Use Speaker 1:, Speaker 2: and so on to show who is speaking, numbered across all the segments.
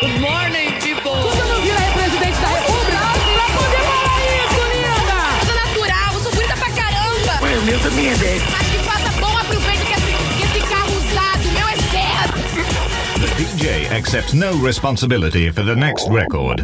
Speaker 1: Good morning, people!
Speaker 2: Suzana Vila é presidente da República. Você vai comemorar isso, linda!
Speaker 3: sou natural, eu sou bonita pra caramba.
Speaker 4: O meu também é 10.
Speaker 3: Acho que faça bom
Speaker 2: é
Speaker 3: aproveito que esse, que esse carro usado, meu é zero.
Speaker 5: The DJ accepts no responsibility for the next record.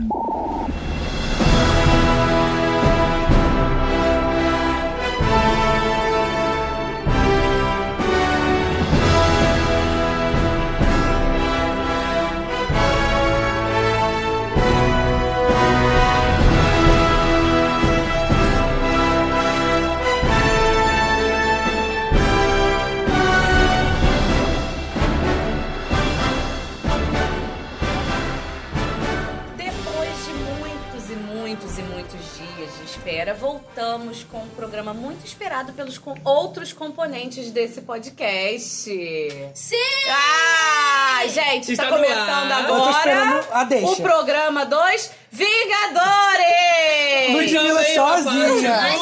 Speaker 6: Depois de muitos e muitos e muitos dias de espera, voltamos com um programa muito esperado pelos com- outros componentes desse podcast.
Speaker 3: Sim!
Speaker 6: Ah, gente,
Speaker 1: Está
Speaker 6: está
Speaker 1: no
Speaker 6: começando
Speaker 1: ar.
Speaker 7: Eu tô esperando
Speaker 6: agora
Speaker 7: a deixa.
Speaker 6: o programa dos Vingadores!
Speaker 7: Ludmilla
Speaker 1: Também,
Speaker 7: sozinha.
Speaker 1: rapaz.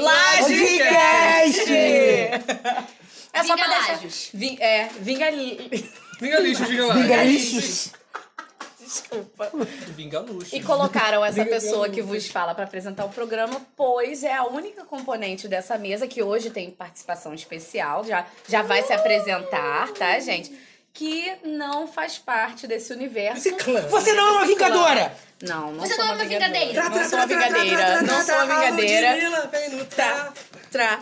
Speaker 3: Bastidores.
Speaker 7: Podcast!
Speaker 6: É só pra deixar...
Speaker 3: Vingalajos.
Speaker 6: Vin... É, vinga... li-
Speaker 1: Vinga lixo, vinga lá.
Speaker 7: Vinga lixos.
Speaker 6: Desculpa.
Speaker 1: Vinga luxo.
Speaker 6: E colocaram
Speaker 2: é
Speaker 6: essa pessoa que vos fala para apresentar o programa, pois é a única componente dessa mesa que hoje tem participação especial, já, já vai se apresentar, tá, gente? Que não faz parte desse universo.
Speaker 7: Você não é uma vingadora!
Speaker 6: Não, não
Speaker 3: Você
Speaker 6: sou
Speaker 3: não é uma vingadeira.
Speaker 6: Não sou uma vingadeira, não sou uma vingadeira. Tá, tá.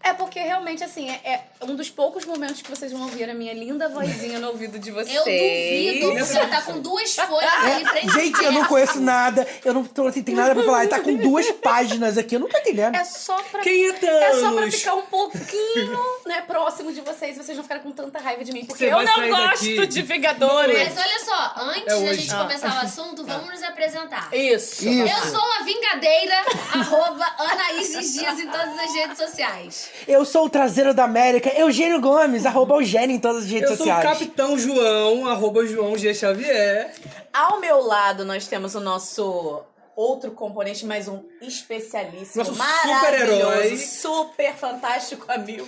Speaker 6: É porque realmente, assim, é, é um dos poucos momentos que vocês vão ouvir a minha linda vozinha no ouvido de vocês.
Speaker 3: Eu duvido que você tá com duas folhas
Speaker 2: Ah,
Speaker 3: ali frente
Speaker 7: Gente, eu não conheço nada, eu não tô, assim, tem nada pra falar. Ele tá com duas páginas aqui, eu não tô entendendo.
Speaker 6: É só pra.
Speaker 1: Quem é Thanos?
Speaker 6: É só pra ficar um pouquinho, né, próximo de vocês e vocês não ficarem com tanta raiva de mim. Porque
Speaker 1: Você
Speaker 6: eu
Speaker 1: vai
Speaker 6: não
Speaker 1: sair
Speaker 6: gosto
Speaker 1: daqui.
Speaker 6: de Vingadores.
Speaker 3: Mas olha só, antes
Speaker 1: É
Speaker 3: da
Speaker 1: hoje.
Speaker 3: gente começar o assunto, vamos nos apresentar.
Speaker 6: Isso.
Speaker 3: Eu sou a Vingadeira, arroba Anaíses Dias em todas as redes sociais.
Speaker 7: Eu sou o traseiro da América, Eugênio Gomes, arroba Eugênio em todas as redes
Speaker 1: Eu sou o
Speaker 7: sociais.
Speaker 1: Capitão João, arroba João G. Xavier.
Speaker 6: Ao meu lado, nós temos o nosso outro componente, mais um especialíssimo,
Speaker 1: Nosso
Speaker 6: maravilhoso,
Speaker 1: super-herói.
Speaker 6: super fantástico amigo.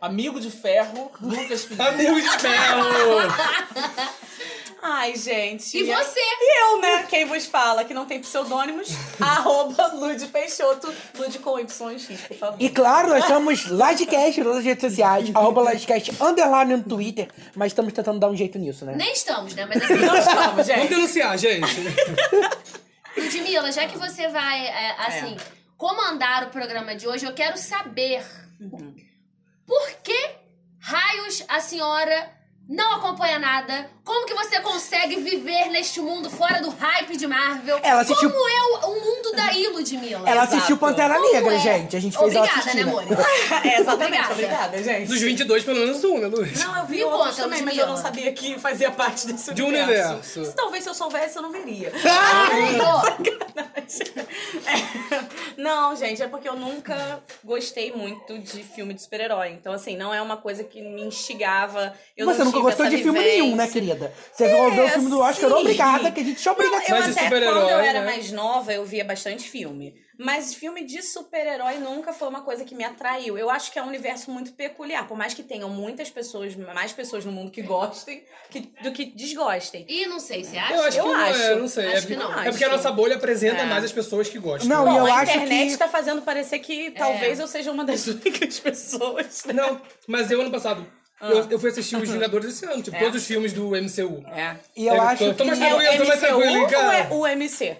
Speaker 8: Amigo de ferro, Lucas Pinheiro.
Speaker 1: Amigo de ferro.
Speaker 6: Ai, gente.
Speaker 3: E você?
Speaker 6: E eu, né? Quem vos fala que não tem pseudônimos, arroba Lud Peixoto, Lud com Y e X, por favor.
Speaker 7: E claro, nós somos Lodcast em todas as redes sociais, arroba Lodcast underline no Twitter, mas estamos tentando dar um jeito nisso, né?
Speaker 3: Nem estamos, né? Mas assim,
Speaker 6: Não estamos,
Speaker 1: Vamos
Speaker 6: gente.
Speaker 1: denunciar, gente.
Speaker 3: Ludmilla, já que você vai, é, assim, comandar o programa de hoje, eu quero saber por que raios a senhora não acompanha nada? Como que você consegue viver neste mundo fora do hype de Marvel?
Speaker 7: Ela assistiu-
Speaker 3: Como é o, o mundo daí, Ludmilla?
Speaker 7: Ela assistiu Pantera
Speaker 3: Como
Speaker 7: Negra,
Speaker 3: é?
Speaker 7: gente. A gente fez
Speaker 3: Obrigada,
Speaker 7: ela assistir.
Speaker 3: né,
Speaker 7: né?
Speaker 3: amor?
Speaker 6: É, exatamente.
Speaker 3: Obrigada.
Speaker 6: Obrigada, gente.
Speaker 1: Dos 22, pelo menos um, né, Luiz?
Speaker 6: Não, eu vi
Speaker 3: Me
Speaker 6: outros
Speaker 3: conta,
Speaker 6: também, mas eu
Speaker 3: Ludmilla.
Speaker 6: não sabia que fazia parte desse
Speaker 1: De um
Speaker 6: universo.
Speaker 1: universo.
Speaker 6: Se talvez se eu soubesse, eu não É. veria.
Speaker 3: Pô,
Speaker 6: É. Não, gente, é porque eu nunca gostei muito de filme de super-herói. Então, assim, não é uma coisa que me instigava. Eu
Speaker 7: Você
Speaker 6: não
Speaker 7: nunca
Speaker 6: tive
Speaker 7: gostou
Speaker 6: essa
Speaker 7: de filme
Speaker 6: vivência.
Speaker 7: nenhum, né, querida? Você viu ver o filme do Oscar,
Speaker 6: É, sim.
Speaker 7: obrigada, que a gente te obriga
Speaker 6: Não,
Speaker 7: a
Speaker 6: eu
Speaker 1: Mas de
Speaker 6: até
Speaker 1: super-herói,
Speaker 6: quando eu era
Speaker 1: né?
Speaker 6: mais nova, eu via bastante filme. Mas filme de super-herói nunca foi uma coisa que me atraiu. Eu acho que é um universo muito peculiar. Por mais que tenham muitas pessoas, mais pessoas no mundo que gostem que- do que desgostem.
Speaker 3: Ih, não sei, você acha?
Speaker 1: Eu acho
Speaker 6: Eu
Speaker 1: que não é,
Speaker 6: acho.
Speaker 1: não sei.
Speaker 3: Acho
Speaker 1: é, porque,
Speaker 3: que não,
Speaker 1: é
Speaker 6: acho.
Speaker 1: porque a nossa bolha apresenta
Speaker 6: É.
Speaker 1: mais as pessoas que gostam.
Speaker 7: Não, e
Speaker 6: Bom,
Speaker 7: eu
Speaker 6: a
Speaker 7: acho
Speaker 6: internet
Speaker 7: que-
Speaker 6: tá fazendo parecer
Speaker 1: É.
Speaker 6: que talvez eu seja uma das únicas pessoas. né?
Speaker 1: Não, mas eu ano passado. Eu, eu fui assistir os Vingadores esse ano, tipo,
Speaker 6: É.
Speaker 1: todos os filmes do MCU.
Speaker 6: É.
Speaker 7: E eu
Speaker 1: É,
Speaker 7: acho
Speaker 1: então,
Speaker 7: que.
Speaker 1: mas
Speaker 6: É o
Speaker 1: Eu tô mais
Speaker 6: MCU
Speaker 1: tranquilo,
Speaker 6: ou
Speaker 1: cara.
Speaker 6: é o MC?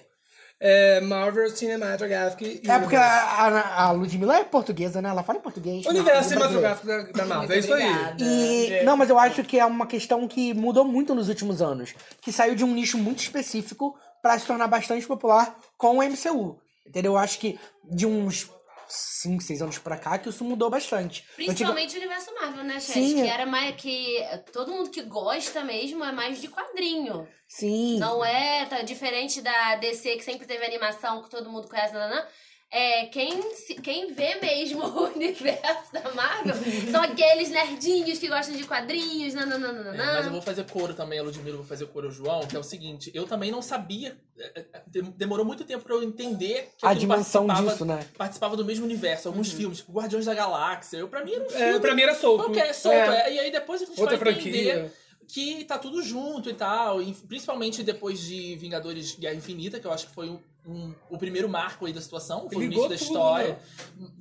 Speaker 1: É, Marvel Cinematographic
Speaker 7: É
Speaker 1: Universe.
Speaker 7: porque a, a, a Ludmilla é portuguesa, né? Ela fala em português.
Speaker 1: O
Speaker 7: Não,
Speaker 1: Universo
Speaker 7: é brasileira.
Speaker 1: cinematográfico da, da Marvel, é isso aí.
Speaker 6: Obrigada.
Speaker 7: E, não, mas eu acho que é uma questão que mudou muito nos últimos anos. Que saiu de um nicho muito específico pra se tornar bastante popular com o MCU. Entendeu? Eu acho que de uns 5, 6 anos pra cá que isso mudou bastante. Antiga-
Speaker 3: Principalmente o universo Marvel, né, Chat?
Speaker 7: Sim.
Speaker 3: Que era mais que todo mundo que gosta mesmo é mais de quadrinho.
Speaker 7: Sim.
Speaker 3: Não é tá, diferente da DC que sempre teve animação que todo mundo conhece, nananã. É, quem, se- quem vê mesmo o universo da Marvel são aqueles nerdinhos que gostam de quadrinhos, nananana.
Speaker 8: É, mas eu vou fazer coro também, a Ludmilla, eu vou fazer coro ao João, que é o seguinte, eu também não sabia, é, é, dem- demorou muito tempo pra eu entender que
Speaker 7: A
Speaker 8: aquilo
Speaker 7: dimensão
Speaker 8: participava-
Speaker 7: disso, né?
Speaker 8: Participava do mesmo universo, alguns
Speaker 1: Uhum.
Speaker 8: filmes, tipo Guardiões da Galáxia, eu, pra mim era um filme...
Speaker 1: É, pra mim era solto.
Speaker 8: qualquer, solto, é. e aí depois a gente
Speaker 1: Outra
Speaker 8: vai
Speaker 1: franquia.
Speaker 8: entender que tá tudo junto e tal, e principalmente depois de Vingadores Guerra Infinita, que eu acho que foi um- um- o primeiro marco aí da situação, foi o
Speaker 1: Ligou
Speaker 8: início da
Speaker 1: tudo, né?
Speaker 8: história,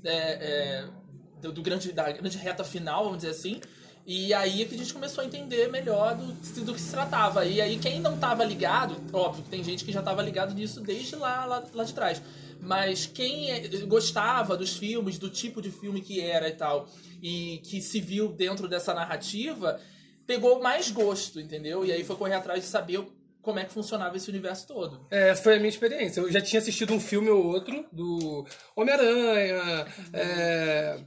Speaker 8: é, é, do, do grande, da grande reta final, vamos dizer assim. E aí é que a gente começou a entender melhor do, do que se tratava. E aí quem não tava ligado, óbvio, que tem gente que já tava ligado nisso desde lá, lá, lá de trás. Mas quem é- gostava dos filmes, do tipo de filme que era e tal, e que se viu dentro dessa narrativa, pegou mais gosto, entendeu? E aí foi correr atrás de saber como é que funcionava esse universo todo.
Speaker 1: É, essa foi a minha experiência. Eu já tinha assistido um filme ou outro do Homem-Aranha, é,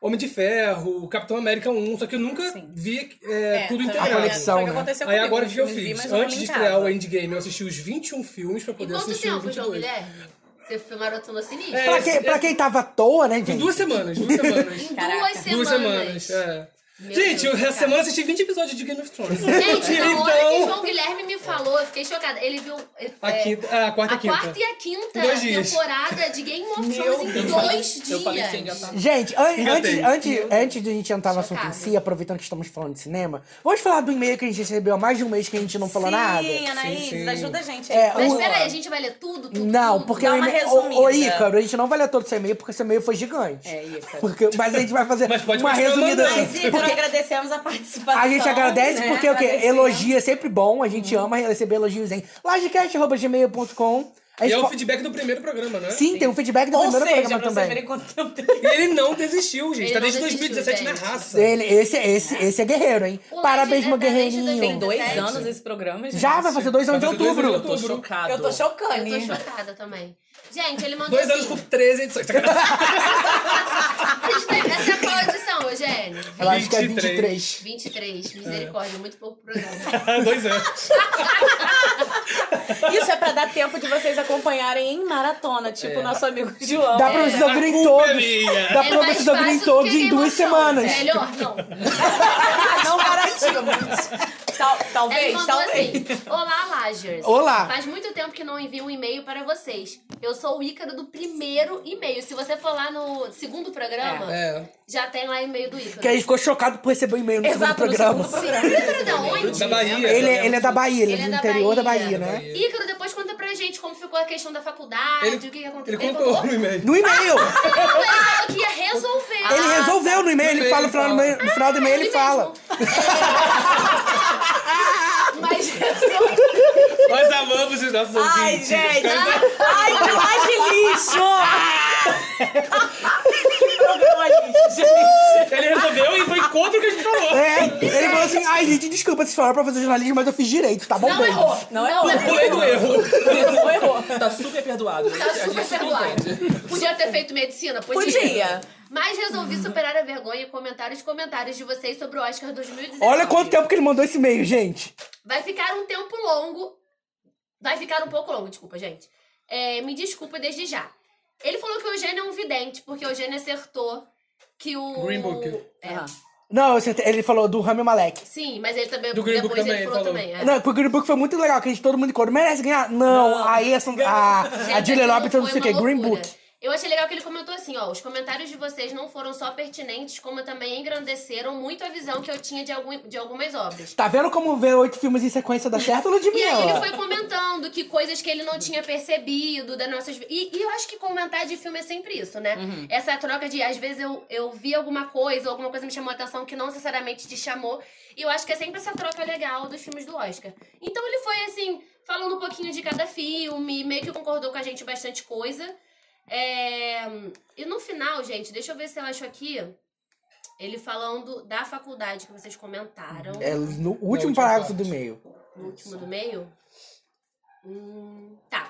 Speaker 1: Homem de Ferro, Capitão América 1, só que eu nunca vi é,
Speaker 2: É,
Speaker 1: tudo
Speaker 6: tá,
Speaker 2: foi-
Speaker 1: integrado.
Speaker 7: A conexão,
Speaker 2: foi o que
Speaker 7: né?
Speaker 2: aconteceu
Speaker 1: Aí
Speaker 2: comigo,
Speaker 1: agora o que eu
Speaker 2: vi,
Speaker 1: fiz?
Speaker 2: mas não
Speaker 1: Antes de
Speaker 2: linkava.
Speaker 1: estrear o Endgame, eu assisti os 21 filmes pra
Speaker 3: E
Speaker 1: poder
Speaker 3: quanto
Speaker 1: assistir os
Speaker 3: tempo, João
Speaker 1: 22.
Speaker 3: Guilherme? Você foi maratona assim sinistra?
Speaker 1: É,
Speaker 7: Pra quem, pra quem tava à toa, né, gente?
Speaker 1: Em duas semanas, duas semanas.
Speaker 3: Em
Speaker 2: Caraca.
Speaker 3: duas semanas.
Speaker 1: duas semanas, é.
Speaker 3: Meu
Speaker 1: Gente, eu,
Speaker 3: Deus,
Speaker 1: essa
Speaker 3: cara.
Speaker 1: semana eu assisti 20 episódios de Game of Thrones.
Speaker 3: Gente, na hora que o
Speaker 1: então,
Speaker 3: João Guilherme me falou, eu fiquei chocada. Ele viu é,
Speaker 1: a, quinta, ah, a quarta
Speaker 3: a
Speaker 1: e quinta.
Speaker 3: quarta e a quinta
Speaker 1: Dois dias.
Speaker 3: temporada de Game of
Speaker 2: Meu
Speaker 3: Thrones em
Speaker 8: Eu falei-
Speaker 3: dois dias.
Speaker 8: Eu falei sem engatar.
Speaker 7: Gente, an-
Speaker 1: Engatei.
Speaker 7: antes, antes, antes de a gente entrar no assunto
Speaker 3: Chocada.
Speaker 7: em si, aproveitando que estamos falando de cinema, vamos falar do e-mail que a gente recebeu há mais de um mês que a gente não falou
Speaker 2: sim,
Speaker 7: nada?
Speaker 2: Anaís,
Speaker 1: Sim, sim.
Speaker 2: ajuda a gente.
Speaker 7: É,
Speaker 2: aí.
Speaker 3: Mas
Speaker 7: o-
Speaker 3: peraí, a gente vai ler tudo, tudo,
Speaker 7: Não,
Speaker 3: tudo?
Speaker 7: porque
Speaker 2: Dá
Speaker 7: o
Speaker 2: uma
Speaker 7: e-mail. Ô, ô,
Speaker 2: resumida.
Speaker 7: Ícaro, a gente não vai ler todo seu e-mail porque seu e-mail foi gigante.
Speaker 2: É, Ícaro.
Speaker 7: Porque- mas a gente vai fazer
Speaker 1: Mas pode
Speaker 7: uma
Speaker 1: continuar
Speaker 7: resumida
Speaker 1: mandando.
Speaker 2: Mas,
Speaker 7: assim.
Speaker 2: Igor,
Speaker 7: Porque
Speaker 2: agradecemos a participação.
Speaker 7: a gente agradece
Speaker 2: né?
Speaker 7: porque o quê?
Speaker 2: Agradecemos.
Speaker 7: Elogio é sempre bom, a gente ama receber elogios em lajecast.gmail.com. A
Speaker 1: E é
Speaker 7: gente
Speaker 1: o
Speaker 7: po-
Speaker 1: feedback do primeiro programa, né?
Speaker 7: tipo, Sim, tem o feedback do
Speaker 2: Ou
Speaker 7: primeiro
Speaker 2: seja, pra
Speaker 7: programa
Speaker 2: vocês
Speaker 7: também.
Speaker 2: verem quanto tempo tem.
Speaker 1: E ele não desistiu, gente.
Speaker 3: Ele
Speaker 1: tá
Speaker 3: não
Speaker 1: desde
Speaker 3: desistiu,
Speaker 1: 2017
Speaker 3: gente.
Speaker 1: na raça.
Speaker 7: Ele, esse, esse, esse é guerreiro, hein?
Speaker 3: O
Speaker 7: Parabéns,
Speaker 3: Laje-
Speaker 7: meu
Speaker 3: é da Laje
Speaker 7: guerreirinho.
Speaker 2: Tem dois
Speaker 3: 2017.
Speaker 2: anos esse programa, gente.
Speaker 7: Já vai fazer dois anos então de
Speaker 1: Vai fazer dois
Speaker 7: outubro.
Speaker 1: anos de
Speaker 8: Tô chocado.
Speaker 2: Eu tô
Speaker 3: Eu
Speaker 2: chocando.
Speaker 3: tô
Speaker 2: hein?
Speaker 3: chocada também. Gente, ele mandou
Speaker 1: Dois anos
Speaker 3: assim.
Speaker 1: com 13 edições. tá Sacanagem.
Speaker 3: Essa é qual edição, Eugênio?
Speaker 7: Eu acho que é
Speaker 1: 23.
Speaker 7: 23.
Speaker 3: 23, misericórdia, muito pouco programa.
Speaker 1: dois anos.
Speaker 2: Isso é pra dar tempo de vocês acompanharem em maratona, tipo o nosso amigo João.
Speaker 7: Dá pra vocês ouvirem
Speaker 1: culpa é
Speaker 7: todos.
Speaker 1: minha.
Speaker 7: Dá
Speaker 3: É
Speaker 7: pra
Speaker 3: mais
Speaker 7: vocês ouvirem
Speaker 3: fácil do
Speaker 7: todos
Speaker 3: que
Speaker 7: em duas
Speaker 3: Game of Thrones.
Speaker 7: semanas.
Speaker 3: Melhor, não.
Speaker 2: É. Não garantimos. Tal-
Speaker 3: Ele
Speaker 2: talvez,
Speaker 3: mandou
Speaker 2: talvez.
Speaker 3: assim: Olá, Lagers.
Speaker 7: Olá.
Speaker 3: Faz muito tempo que não envio um e-mail para vocês. Eu sou o Ícaro do primeiro e-mail. Se você for lá no segundo programa,
Speaker 1: É.
Speaker 3: já tem lá e-mail do Ícaro.
Speaker 7: Que aí ficou chocado por receber o e-mail no segundo
Speaker 2: Exato, no
Speaker 7: programa.
Speaker 2: segundo programa.
Speaker 3: Ícaro é da onde?
Speaker 1: Da Bahia. tá
Speaker 7: Ele, é- ele é da Bahia, ele, é do interior da Bahia, né?
Speaker 3: Ícaro, depois conta pra gente como ficou a questão da faculdade,
Speaker 1: Ele-
Speaker 3: o que, Ah, que aconteceu.
Speaker 1: Ele contou no e-mail.
Speaker 7: No e-mail!
Speaker 3: Não, ele falou que ia resolver. Ah,
Speaker 7: Ele resolveu no e-mail, ele
Speaker 1: e-mail
Speaker 7: fala
Speaker 1: ele
Speaker 7: no final, do
Speaker 1: fala.
Speaker 7: e-mail- no final do e-mail, ele
Speaker 3: mesmo.
Speaker 7: fala.
Speaker 3: Mas
Speaker 1: Nós amamos os nossos
Speaker 2: Ai,
Speaker 1: ouvintes.
Speaker 2: gente. Ai, que laje lixo. que programa lixo, gente.
Speaker 1: Ele resolveu e foi contra o que a gente falou.
Speaker 7: É, ele falou assim, ai gente, desculpa, vocês falaram pra fazer jornalismo, mas eu fiz direito, tá bom?
Speaker 3: não
Speaker 7: bem?"
Speaker 3: errou.
Speaker 2: Não errou.
Speaker 1: Pulei do erro.
Speaker 2: Não errou.
Speaker 8: Tá super perdoado.
Speaker 3: Tá super perdoado. Podia ter feito medicina? Podia.
Speaker 2: Podia.
Speaker 3: Mas resolvi superar a vergonha e comentar os comentários de vocês sobre o Oscar 2019.
Speaker 7: Olha quanto tempo que ele mandou esse e-mail, gente.
Speaker 3: Vai ficar um tempo longo. Vai ficar um pouco longo, desculpa, gente. É, me desculpa desde já. Ele falou que o Eugênio é um vidente, porque o Eugênio acertou que o.
Speaker 1: Green Book.
Speaker 3: É,
Speaker 2: Ah.
Speaker 7: Não, eu acertei- ele falou do Rami Malek.
Speaker 3: Sim, mas ele também.
Speaker 1: Do Green
Speaker 3: depois
Speaker 1: Book
Speaker 3: ele
Speaker 1: também,
Speaker 3: falou
Speaker 1: falou.
Speaker 3: também. é.
Speaker 7: Não, porque o Green Book foi muito legal, que a gente, todo mundo em coro, merece ganhar? Não, aí a, Sand- a,
Speaker 3: Gente,
Speaker 7: a Julia
Speaker 3: aquilo
Speaker 7: Roberts, não sei
Speaker 3: foi
Speaker 7: o
Speaker 3: uma
Speaker 7: que, Green
Speaker 3: loucura.
Speaker 7: Book.
Speaker 3: Eu achei legal que ele comentou assim, ó, os comentários de vocês não foram só pertinentes, como também engrandeceram muito a visão que eu tinha de, algum- de algumas obras.
Speaker 7: Tá vendo como ver oito filmes em sequência dá certo,
Speaker 3: E aí ele
Speaker 7: Ludmilla?
Speaker 3: foi comentando que coisas que ele não tinha percebido das nossas... vi- E, e eu acho que comentar de filme é sempre isso, né? Essa troca de, às vezes, eu, eu vi alguma coisa, ou alguma coisa me chamou a atenção que não necessariamente te chamou. E eu acho que é sempre essa troca legal dos filmes do Oscar. Então ele foi, assim, falando um pouquinho de cada filme, meio que concordou com a gente bastante coisa. É, E no final, gente, deixa eu ver se eu acho aqui... Ele falando da faculdade que vocês comentaram.
Speaker 7: É, no último
Speaker 1: última
Speaker 7: parágrafo
Speaker 1: parte.
Speaker 7: do e-mail.
Speaker 3: No último do meio? Hum, tá.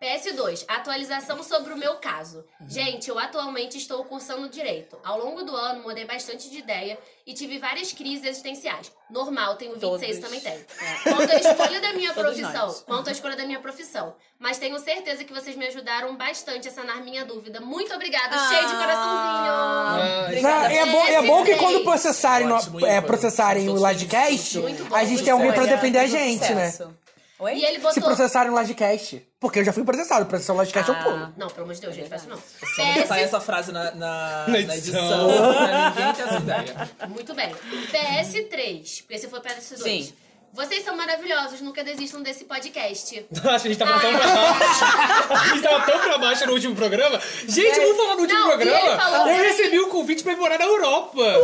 Speaker 3: PS2, atualização sobre o meu caso.
Speaker 2: Uhum.
Speaker 3: Gente, eu atualmente estou cursando direito. Ao longo do ano, mudei bastante de ideia e tive várias crises existenciais. Normal, tenho 26
Speaker 2: Todos.
Speaker 3: e também tenho.
Speaker 2: É.
Speaker 3: Quanto à escolha da minha
Speaker 2: Todos
Speaker 3: profissão,
Speaker 2: nós.
Speaker 3: quanto à escolha da minha profissão. Mas tenho certeza que vocês me ajudaram bastante a sanar minha dúvida. Muito obrigada, cheio
Speaker 2: Ah.
Speaker 3: de coraçãozinho.
Speaker 1: Ah,
Speaker 7: Não, é, bom, é bom que quando processarem, no-
Speaker 8: Ótimo,
Speaker 7: é,
Speaker 8: Ícaro.
Speaker 7: processarem o
Speaker 8: Todos
Speaker 7: Lodcast,
Speaker 3: felizes. Muito bom,
Speaker 7: a gente tem
Speaker 3: sucesso.
Speaker 7: alguém pra
Speaker 2: Olha,
Speaker 7: defender a
Speaker 2: muito
Speaker 7: gente, né?
Speaker 2: um sucesso. Oi?
Speaker 3: E ele
Speaker 7: Se
Speaker 3: botou.
Speaker 7: processarem o Lodcast. Porque eu já fui processado, processar o Lodcast é um pulo.
Speaker 3: Não, pelo amor de Deus, gente, faz isso não.
Speaker 2: é
Speaker 8: Sai Tá essa frase na, na,
Speaker 1: Na
Speaker 8: na
Speaker 1: edição.
Speaker 8: edição. pra Ninguém tem essa ideia.
Speaker 3: Muito bem. PS3, porque esse foi PS2.
Speaker 2: Sim.
Speaker 3: Vocês são maravilhosos, nunca desistam desse podcast.
Speaker 1: Acho que a gente tava tão pra baixo. A gente tava tão pra baixo no último programa. Gente, vamos falar no último
Speaker 3: Não, e ele
Speaker 1: programa.
Speaker 3: falou-
Speaker 1: eu recebi um convite pra ir morar na Europa.
Speaker 7: Uh,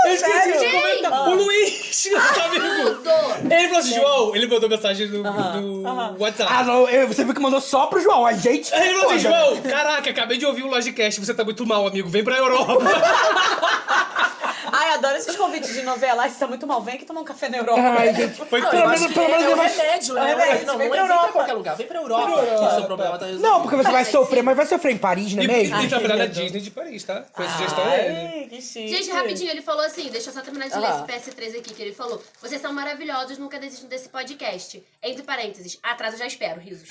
Speaker 7: Oh,
Speaker 1: eu esqueci de
Speaker 3: sério?
Speaker 1: comentar. O Luiz, nosso amigo.
Speaker 3: Tudo!
Speaker 1: Ele falou assim, João, ele mandou mensagem do, do WhatsApp.
Speaker 7: Ah, não, eu- você viu que mandou só pro João, a gente.
Speaker 1: Aí ele falou assim,
Speaker 7: Olha,
Speaker 1: João, caraca, acabei de ouvir o Logicast, você tá muito mal, amigo, vem pra Europa.
Speaker 6: Ai, adoro esses convites de novela. Ai, você tá muito mal. Vem aqui tomar um café na Europa.
Speaker 7: Ai, gente,
Speaker 1: Foi
Speaker 7: pelo
Speaker 1: tudo.
Speaker 7: menos, pelo menos
Speaker 8: É
Speaker 7: eu
Speaker 8: um
Speaker 7: vou-
Speaker 8: remédio, né?
Speaker 6: É,
Speaker 8: Não,
Speaker 6: vem
Speaker 8: não,
Speaker 6: pra
Speaker 8: vem pra
Speaker 6: Europa.
Speaker 8: qualquer lugar. Vem pra Europa. Que o seu
Speaker 1: É,
Speaker 8: problema tá resolvido.
Speaker 7: Não, porque você vai sofrer, mas vai sofrer em Paris, não é
Speaker 1: E,
Speaker 7: mesmo?
Speaker 1: e trabalhar na Disney de Paris, tá? Foi a sugestão
Speaker 6: Ah,
Speaker 1: dele.
Speaker 6: Ai, que chique.
Speaker 3: Gente, rapidinho, ele falou assim, deixa eu só terminar de ler
Speaker 6: Ah.
Speaker 3: esse PS3 aqui que ele falou. Vocês são maravilhosos, nunca desistam desse podcast. Entre parênteses, atraso eu já espero, risos.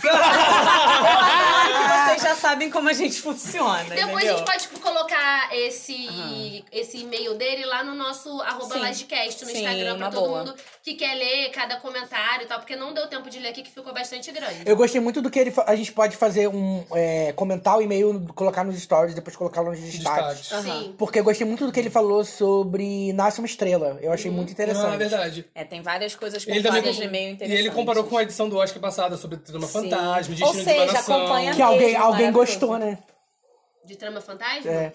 Speaker 6: Ah, vocês já sabem como a gente funciona.
Speaker 3: Depois
Speaker 6: entendeu?
Speaker 3: a gente pode tipo, colocar esse, esse e-mail dele lá no nosso arroba
Speaker 6: Sim.
Speaker 3: Lagecast, no
Speaker 6: Sim,
Speaker 3: Instagram, pra
Speaker 6: uma
Speaker 3: todo
Speaker 6: boa.
Speaker 3: mundo que quer ler cada comentário e tal, porque não deu tempo de ler aqui que ficou bastante grande.
Speaker 7: Eu gostei muito do que ele fa- a gente pode fazer um. é, comentar o e-mail, colocar nos stories, depois colocar lá nos destaques.
Speaker 1: Destaques.
Speaker 3: Sim.
Speaker 7: Porque eu gostei muito do que ele falou sobre Nasce uma Estrela. Eu achei muito
Speaker 1: Ah, é
Speaker 7: interessante.
Speaker 1: verdade.
Speaker 2: É, tem várias coisas
Speaker 1: Ele
Speaker 2: pontuadas
Speaker 1: também
Speaker 2: no e-mail
Speaker 1: e ele
Speaker 2: interessantes.
Speaker 1: comparou com a edição do Oscar passada sobre Trama Fantasma, Destino
Speaker 2: Ou
Speaker 1: de
Speaker 2: seja,
Speaker 1: uma Nação.
Speaker 2: acompanha-
Speaker 7: que alguém,
Speaker 2: Beijo,
Speaker 7: alguém
Speaker 2: maravilhoso.
Speaker 7: gostou, né?
Speaker 3: De trama fantasma?
Speaker 7: É.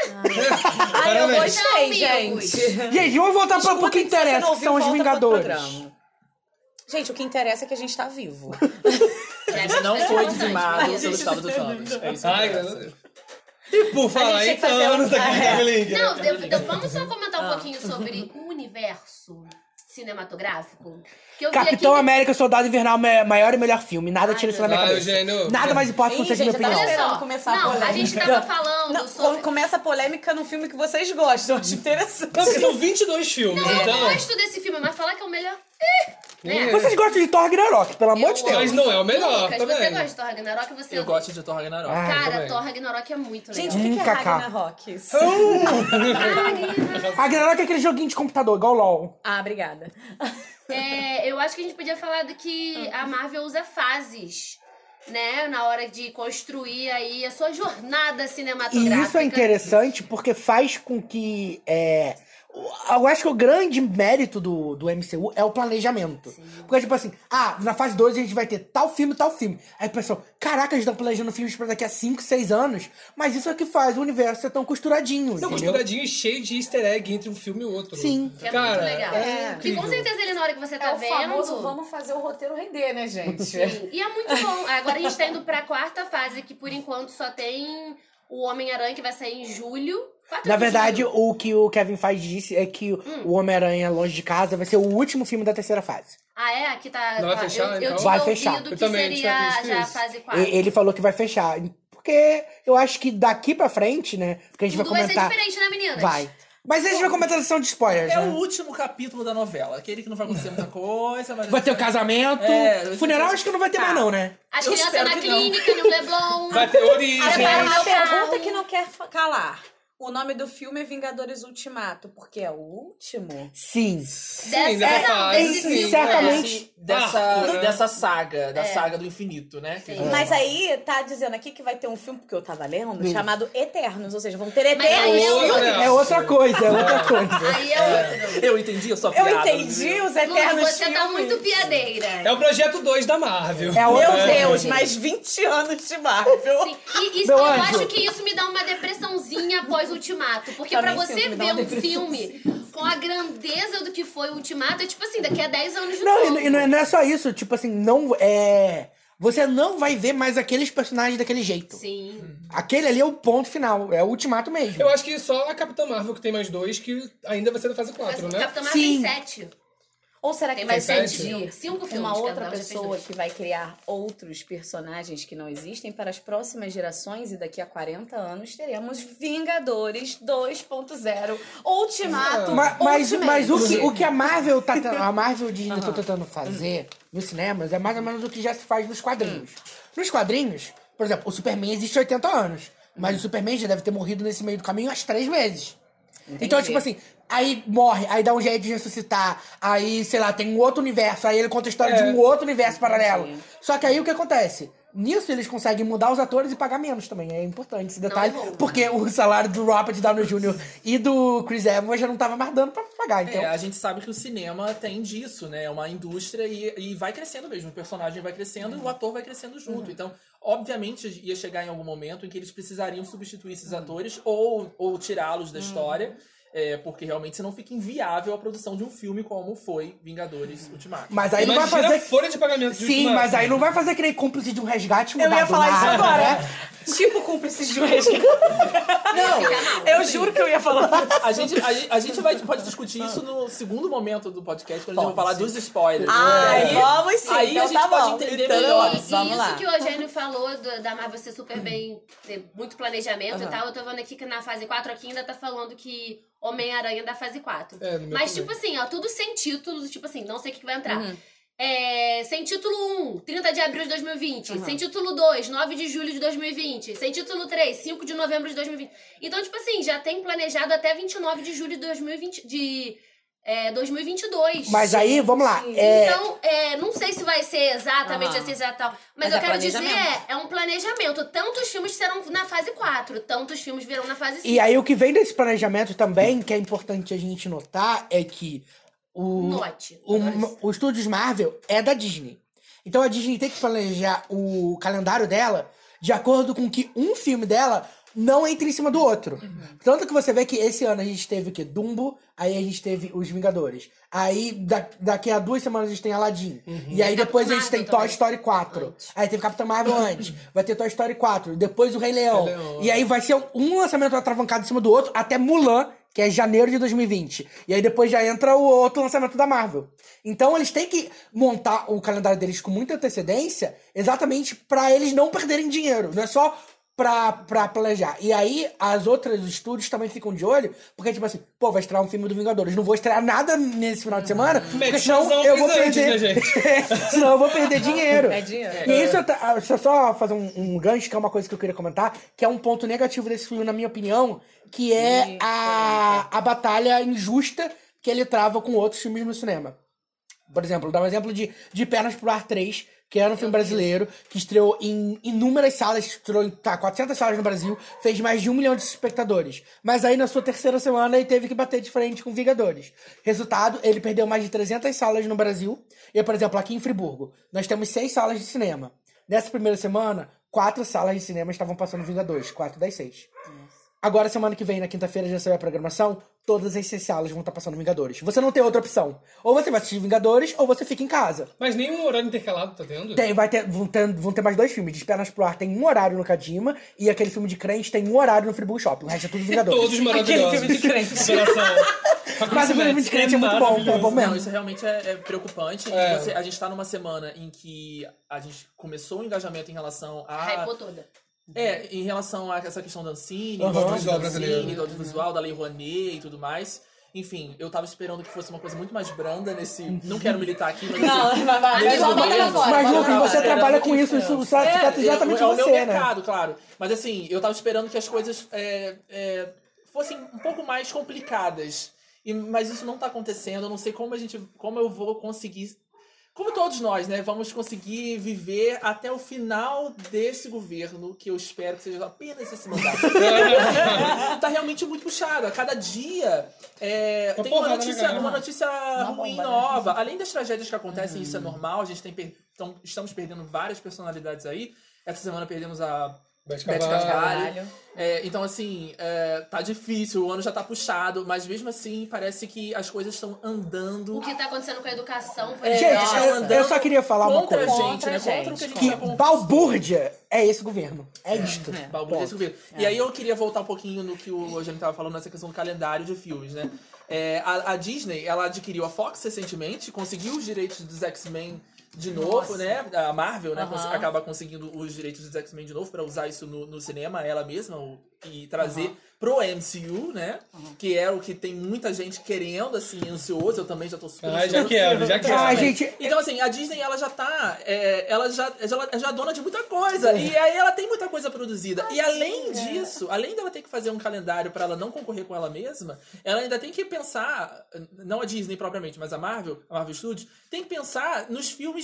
Speaker 6: Ai, eu
Speaker 1: Parabéns.
Speaker 6: gostei,
Speaker 3: Então, amigos.
Speaker 6: gente.
Speaker 7: Gente, vamos voltar para o
Speaker 6: Desculpa
Speaker 7: que
Speaker 6: se você não
Speaker 7: interessa, é que
Speaker 6: ouviu,
Speaker 7: são os
Speaker 6: volta pro
Speaker 7: Vingadores.
Speaker 6: programa. Gente, o que interessa é que a gente tá vivo.
Speaker 3: Né?
Speaker 8: Não
Speaker 3: Bastante
Speaker 8: foi
Speaker 3: importante,
Speaker 8: dizimado
Speaker 3: né?
Speaker 8: pelo estado do Thanos. É isso.
Speaker 1: Ai,
Speaker 8: que
Speaker 1: meu
Speaker 8: interessa.
Speaker 1: Deus. E por falar
Speaker 6: tinha
Speaker 1: em
Speaker 6: que fazer um-
Speaker 1: Thanos, aqui
Speaker 6: Ah, é.
Speaker 1: tá Link.
Speaker 3: Não, eu- eu- vamos só comentar um
Speaker 1: Ah.
Speaker 3: pouquinho sobre o universo cinematográfico. Que eu vi
Speaker 7: Capitão
Speaker 3: aqui-
Speaker 7: América, Soldado Invernal, me- maior e melhor filme. Nada
Speaker 3: Ai,
Speaker 7: tira isso na
Speaker 1: meu
Speaker 7: minha
Speaker 1: Deus.
Speaker 7: cabeça.
Speaker 1: Ah, Eugênio.
Speaker 7: Nada mais importa que
Speaker 6: Ih,
Speaker 7: não seja minha
Speaker 6: gente, eu tava
Speaker 7: opinião.
Speaker 3: Olha só,
Speaker 6: Esperando começar a
Speaker 3: não, a
Speaker 6: polêmica.
Speaker 3: gente tava falando
Speaker 6: Não,
Speaker 3: sobre...
Speaker 6: quando começa a polêmica no filme que vocês gostam, eu acho interessante.
Speaker 1: Não, porque são 22 filmes,
Speaker 3: Eu
Speaker 1: então...
Speaker 3: gosto desse filme, mas falar que é o melhor... Ih, né?
Speaker 7: Vocês gostam de Thor Ragnarok, pelo amor de
Speaker 3: Eu
Speaker 7: Deus.
Speaker 1: Mas não é o melhor,
Speaker 3: Lucas,
Speaker 1: também.
Speaker 3: você gosta de Thor Ragnarok? Você...
Speaker 8: Eu gosto de Thor Ragnarok.
Speaker 7: Ah,
Speaker 3: Cara,
Speaker 1: também.
Speaker 3: Thor Ragnarok é muito legal.
Speaker 6: Gente, o que, que é
Speaker 7: Hum, Cacá.
Speaker 6: Ragnarok?
Speaker 7: é
Speaker 3: Ragnarok.
Speaker 7: Ragnarok é aquele joguinho de computador, igual LOL.
Speaker 6: Ah, obrigada.
Speaker 3: É, eu acho que a gente podia falar do que a Marvel usa fases, né? Na hora de construir aí a sua jornada cinematográfica.
Speaker 7: E isso é interessante porque faz com que. é, o- eu acho que o grande mérito do, do MCU é o planejamento. Porque, tipo assim, ah, na fase 2 a gente vai ter tal filme, tal filme. Aí o pessoal, caraca, eles estão planejando filmes pra daqui a 5, 6 anos. Mas isso é que faz o universo ser tão costuradinho.
Speaker 1: Não,
Speaker 7: entendeu?
Speaker 1: costuradinho e cheio de easter egg entre um filme e outro.
Speaker 7: Sim.
Speaker 3: Que é
Speaker 1: Cara,
Speaker 3: muito legal.
Speaker 1: É
Speaker 3: Que com
Speaker 1: incrível.
Speaker 3: certeza ele, na hora que você tá
Speaker 2: É o
Speaker 3: vendo.
Speaker 2: famoso vamos fazer o roteiro render, né, gente?
Speaker 3: Sim, E é muito bom. Agora a gente tá indo pra quarta fase, que por enquanto só tem o Homem-Aranha, que vai sair em julho. 4
Speaker 7: Na
Speaker 3: de
Speaker 7: verdade,
Speaker 3: julho.
Speaker 7: o que o Kevin Feige disse é que
Speaker 3: Hum.
Speaker 7: o Homem-Aranha Longe de Casa vai ser o último filme da terceira fase.
Speaker 3: Ah, é? Aqui tá.
Speaker 1: Não vai
Speaker 3: tá-
Speaker 1: fechar,
Speaker 3: eu, eu
Speaker 1: então?
Speaker 3: tinha
Speaker 7: Vai
Speaker 3: ouvido
Speaker 7: fechar.
Speaker 3: que
Speaker 1: Eu também
Speaker 3: seria
Speaker 1: tinha visto
Speaker 3: já a
Speaker 1: isso.
Speaker 3: fase 4.
Speaker 7: E- ele falou que vai fechar. Porque eu acho que daqui pra frente, né? Porque a gente
Speaker 3: Tudo
Speaker 7: vai
Speaker 3: vai ser
Speaker 7: comentar.
Speaker 3: diferente, né, meninas?
Speaker 7: vai. Mas a gente vai comentar a sessão de spoilers.
Speaker 8: É
Speaker 7: né?
Speaker 8: o último capítulo da novela. Aquele que não vai acontecer muita coisa, mas...
Speaker 7: Vai ter o casamento.
Speaker 8: É,
Speaker 7: funeral acho que não vai ter mais, não, né?
Speaker 3: As
Speaker 8: Eu
Speaker 3: crianças
Speaker 8: espero
Speaker 3: na
Speaker 8: que não.
Speaker 3: clínica, no Leblon.
Speaker 1: Vai ter origem.
Speaker 6: Agora,
Speaker 3: Gente.
Speaker 6: a pergunta que não quer fa- calar. O nome do filme é Vingadores Ultimato, porque é o último.
Speaker 7: Sim.
Speaker 1: Sim,
Speaker 3: dessa-
Speaker 1: dessa
Speaker 3: não,
Speaker 1: fase,
Speaker 3: desse
Speaker 1: sim.
Speaker 3: filme.
Speaker 7: certamente.
Speaker 8: Dessa,
Speaker 1: Ah, Arthur, né?
Speaker 8: dessa saga, da saga do infinito, né?
Speaker 7: É.
Speaker 8: Que-
Speaker 6: Mas aí tá dizendo aqui que vai ter um filme, porque eu tava lendo,
Speaker 7: Hum.
Speaker 6: chamado Eternos. Ou seja, vão ter
Speaker 3: Mas aí
Speaker 6: Eternos.
Speaker 3: é
Speaker 1: Outra,
Speaker 3: outro.
Speaker 1: né?
Speaker 7: É outra coisa, é outra coisa.
Speaker 3: Aí é outro.
Speaker 8: Eu entendi a sua
Speaker 6: Eu
Speaker 8: piada.
Speaker 6: entendi
Speaker 7: É,
Speaker 6: os
Speaker 3: Lu,
Speaker 6: Eternos
Speaker 3: você tá
Speaker 6: filmes.
Speaker 3: muito piadeira.
Speaker 1: É o projeto 2 da Marvel.
Speaker 7: É outra
Speaker 6: Meu
Speaker 7: coisa.
Speaker 6: Deus, mais 20 anos de Marvel.
Speaker 3: Sim, E isso,
Speaker 7: Meu
Speaker 3: eu
Speaker 7: anjo.
Speaker 3: acho que isso me dá uma depressãozinha após o Ultimato. Porque
Speaker 6: Também
Speaker 3: pra você
Speaker 6: sinto, me dá
Speaker 3: ver
Speaker 6: uma
Speaker 3: um filme com a grandeza do que foi o Ultimato, é tipo assim, daqui a 10 anos de
Speaker 7: Não,
Speaker 3: novo.
Speaker 7: e, e não é- não é só isso. Tipo assim, não é. Você não vai ver mais aqueles personagens daquele jeito.
Speaker 3: Sim.
Speaker 7: Aquele ali é o ponto final, é o ultimato mesmo.
Speaker 1: Eu acho que só a Capitã Marvel que tem mais dois, que ainda vai ser da fase 4,
Speaker 3: Mas,
Speaker 1: né?
Speaker 3: Capitão Marvel tem
Speaker 7: Sim.
Speaker 3: 7.
Speaker 6: Ou será que
Speaker 3: Tem
Speaker 6: vai
Speaker 3: mais
Speaker 6: ser
Speaker 3: 7
Speaker 1: sete.
Speaker 6: de
Speaker 3: filmes. 5 filmes.
Speaker 2: Uma
Speaker 3: cada
Speaker 2: outra
Speaker 3: um já fez
Speaker 2: pessoa
Speaker 3: dois.
Speaker 2: que vai criar outros personagens que não existem para as próximas gerações e daqui a 40 anos teremos Vingadores 2.0 Ultimato.
Speaker 7: Ma- mas
Speaker 2: Ultimate.
Speaker 7: mas o, que, o que a Marvel tá ten- a Marvel Disney tá tentando fazer nos cinemas é mais ou menos o que já se faz nos quadrinhos. Nos quadrinhos, por exemplo, o Superman existe há 80 anos, mas o Superman já deve ter morrido nesse meio do caminho umas três vezes. Então, tipo assim, aí morre, aí dá um jeito de ressuscitar,
Speaker 6: É.
Speaker 7: aí, sei lá, tem um outro universo, aí ele conta a história de um outro universo paralelo. Só que aí o que acontece? Nisso eles conseguem mudar os atores e pagar menos também. É importante esse detalhe.
Speaker 3: errou.
Speaker 7: porque o salário do Robert Downey Jr. e do Chris Evans já não tava mais dando pra pagar. Então,
Speaker 8: É, a gente sabe que o cinema tem disso, né? É uma indústria e, e vai crescendo mesmo. O personagem vai crescendo e o ator vai crescendo junto. Então, obviamente, ia chegar em algum momento em que eles precisariam substituir esses atores ou, ou tirá-los da história. é, porque realmente senão fica inviável a produção de um filme como foi Vingadores Ultimato.
Speaker 7: Mas aí não vai
Speaker 1: Imagina
Speaker 7: fazer.
Speaker 1: a folha de pagamento de
Speaker 7: Sim,
Speaker 1: uma-
Speaker 7: mas aí não vai fazer aquele cúmplice de um resgate
Speaker 6: Eu
Speaker 7: mudado
Speaker 6: ia falar isso
Speaker 7: na-
Speaker 6: agora.
Speaker 7: né?
Speaker 6: Tipo cúmplice de um resgate. Eu juro que eu ia falar.
Speaker 8: A gente, a, gente- a gente vai, pode discutir isso no segundo momento do podcast, quando a gente vai falar dos spoilers.
Speaker 2: Ah,
Speaker 6: Ai,
Speaker 8: É.
Speaker 6: vamos sim.
Speaker 8: aí
Speaker 6: então
Speaker 8: a gente
Speaker 6: tá
Speaker 8: pode
Speaker 6: bom.
Speaker 8: entender
Speaker 6: Então,
Speaker 8: melhor.
Speaker 3: E, e
Speaker 6: Vamos
Speaker 3: isso
Speaker 6: lá.
Speaker 3: que o Eugênio falou do- da Marvel ser super bem, ter muito planejamento e tal, eu tô vendo aqui que na fase 4 aqui ainda tá falando que Homem-Aranha da fase 4.
Speaker 1: É, no meu
Speaker 3: Mas,
Speaker 1: também.
Speaker 3: tipo assim, ó, tudo sem título, tipo assim, não sei o que que vai entrar.
Speaker 6: Uhum.
Speaker 3: É, sem título 1, 30 de abril de 2020. Sem título 2, 9 de julho de 2020. Sem título 3, 5 de novembro de 2020. Então, tipo assim, já tem planejado até 29 de julho de 2020. De, é, 2022.
Speaker 7: Mas aí, vamos lá. É, Ah.
Speaker 3: Então, é, não sei se vai ser exatamente
Speaker 6: Aham.
Speaker 3: assim, exatamente tal. Mas,
Speaker 6: Mas é
Speaker 3: eu quero dizer,
Speaker 6: planejamento.
Speaker 3: é um planejamento. Tantos filmes serão na fase 4, tantos filmes virão na fase 5.
Speaker 7: E aí o que vem desse planejamento também, que é importante a gente notar, é que o,
Speaker 3: Note.
Speaker 7: o, o Estúdios Marvel é da Disney. Então a Disney tem que planejar o calendário dela de acordo com que um filme dela não entre em cima do outro.
Speaker 3: Uhum.
Speaker 7: Tanto que você vê que esse ano a gente teve o quê? Dumbo, aí a gente teve Os Vingadores. Aí da- daqui a duas semanas a gente tem Aladdin. E aí
Speaker 3: Capitão
Speaker 7: depois a gente tem
Speaker 3: Uhum. Marvel
Speaker 7: Toy
Speaker 3: também.
Speaker 7: Story 4. Aí teve Capitão Marvel antes. Vai ter Toy Story 4. Depois o Rei Leão. E aí vai ser um lançamento atravancado em cima do outro até Mulan, que é janeiro de 2020. E aí depois já entra o outro lançamento da Marvel. Então eles têm que montar o calendário deles com muita antecedência, exatamente pra eles não perderem dinheiro. Não é só pra, pra planejar. E aí as outras estúdios também ficam de olho, porque tipo assim, pô, vai estrear um filme do Vingadores. Não vou estrear nada nesse final de semana, porque senão
Speaker 1: Metichãozão
Speaker 7: eu vou
Speaker 1: fez antes,
Speaker 7: perder.
Speaker 1: né, gente?
Speaker 7: Senão eu vou perder dinheiro.
Speaker 6: É dinheiro.
Speaker 7: E isso, eu ta- ah, deixa eu só fazer um, um gancho, que é uma coisa que eu queria comentar, que é um ponto negativo desse filme, na minha opinião, que é a, a batalha injusta que ele trava com outros filmes no cinema. Por exemplo, dá um exemplo de, de Pernas pro Ar 3, que era um filme brasileiro, que estreou em inúmeras salas, estreou em tá, 400 salas no Brasil, fez mais de um milhão de espectadores. Mas aí, na sua terceira semana, ele teve que bater de frente com Vingadores. Resultado, ele perdeu mais de 300 salas no Brasil. E, por exemplo, aqui em Friburgo, nós temos seis salas de cinema. Nessa primeira semana, quatro salas de cinema estavam passando Vingadores, quatro das seis. Agora, semana que vem, na quinta-feira, já saiu a programação. Todas as seis salas vão estar passando Vingadores. Você não tem outra opção. Ou você vai assistir Vingadores, ou você fica em casa.
Speaker 1: Mas nenhum horário intercalado tá tendo?
Speaker 7: Tem, vai ter, vão, ter, vão ter mais dois filmes. De Pernas pro Ar tem um horário no Kadima. E aquele filme de crente tem um horário no Friburgo Shopping. O resto é tudo Vingadores.
Speaker 1: Todos maravilhosos.
Speaker 6: Aquele filme de crente.
Speaker 1: Superação.
Speaker 7: Mas o filme de crente é muito bom. É bom
Speaker 8: Não,
Speaker 7: mesmo.
Speaker 8: isso realmente é, é preocupante. E
Speaker 1: É.
Speaker 8: você- a gente tá numa semana em que a gente começou o engajamento em relação a.
Speaker 3: Hypou toda.
Speaker 7: Ah.
Speaker 8: É, em relação a essa questão da Ancine,
Speaker 7: Aham.
Speaker 8: do
Speaker 1: Audiovisual
Speaker 8: audiovisual
Speaker 1: brasileiro, né?
Speaker 8: do audiovisual, da Lei Rouanet e tudo mais. Enfim, eu tava esperando que fosse uma coisa muito mais branda nesse. Não quero militar aqui, mas.
Speaker 6: Não,
Speaker 8: assim,
Speaker 6: vai, vai, vai.
Speaker 8: nesse
Speaker 6: Mas vamos
Speaker 8: momento-
Speaker 6: lá fora.
Speaker 7: Mas, Lucas,
Speaker 8: Não,
Speaker 7: você
Speaker 8: é,
Speaker 7: trabalha
Speaker 8: é,
Speaker 7: com isso. Isso se trata
Speaker 8: é,
Speaker 7: tá exatamente
Speaker 8: é,
Speaker 7: de
Speaker 8: é o meu
Speaker 7: você, né?
Speaker 8: mercado, claro. Mas assim, eu tava esperando que as coisas é, é, fossem um pouco mais complicadas. E, mas isso não tá acontecendo. Eu não sei como a gente. como eu vou conseguir. Como todos nós, né? Vamos conseguir viver até o final desse governo, que eu espero que seja apenas esse mandato. tá realmente muito puxado. A cada dia é,
Speaker 1: Uma
Speaker 8: tem uma
Speaker 1: porrada, né,
Speaker 8: notícia,
Speaker 1: cara?
Speaker 8: uma notícia ruim
Speaker 6: bomba, né?
Speaker 8: nova. Além das tragédias que acontecem, isso é
Speaker 1: Uhum.
Speaker 8: normal. A gente tem per- tão- estamos perdendo várias personalidades aí. Essa semana perdemos a
Speaker 1: Bete
Speaker 8: Beth
Speaker 1: Carvalho.
Speaker 8: Carvalho. É, então, assim, é, tá difícil, o ano já tá puxado, mas mesmo assim parece que as coisas estão andando.
Speaker 3: O que tá acontecendo com a educação, por
Speaker 7: Gente,
Speaker 3: exemplo.
Speaker 8: nossa.
Speaker 7: eu- eu só queria falar uma
Speaker 8: Contra a
Speaker 7: coisa.
Speaker 8: gente,
Speaker 2: Contra
Speaker 8: né?
Speaker 2: a
Speaker 8: Contra o que
Speaker 2: gente,
Speaker 8: a gente tá
Speaker 7: Que
Speaker 8: já conquistou.
Speaker 7: balbúrdia é esse governo. É isto.
Speaker 8: Balbúrdia desse governo. E aí eu queria voltar um pouquinho no que o Eugênio tava falando nessa questão do calendário de filmes, né? É, a, a Disney, ela adquiriu a Fox recentemente, conseguiu os direitos dos X-Men de novo, né? A Marvel, né? cons- Acaba conseguindo os direitos dos X-Men de novo pra usar isso no, no cinema, ela mesma, o- e trazer pro MCU, né? Que é o que tem muita gente querendo, assim, ansioso. Eu também já tô super
Speaker 1: Ai, Ah, já
Speaker 8: ansioso.
Speaker 1: quero, já quero. Né?
Speaker 7: Ah,
Speaker 1: Ai,
Speaker 7: gente,
Speaker 8: Então, assim, a Disney, ela já tá. é, ela já, já, já é dona de muita coisa. E aí ela tem muita coisa produzida. E além disso, além dela ter que fazer um calendário pra ela não concorrer com ela mesma, ela ainda tem que pensar. Não a Disney propriamente, mas a Marvel, a Marvel Studios, tem que pensar nos filmes.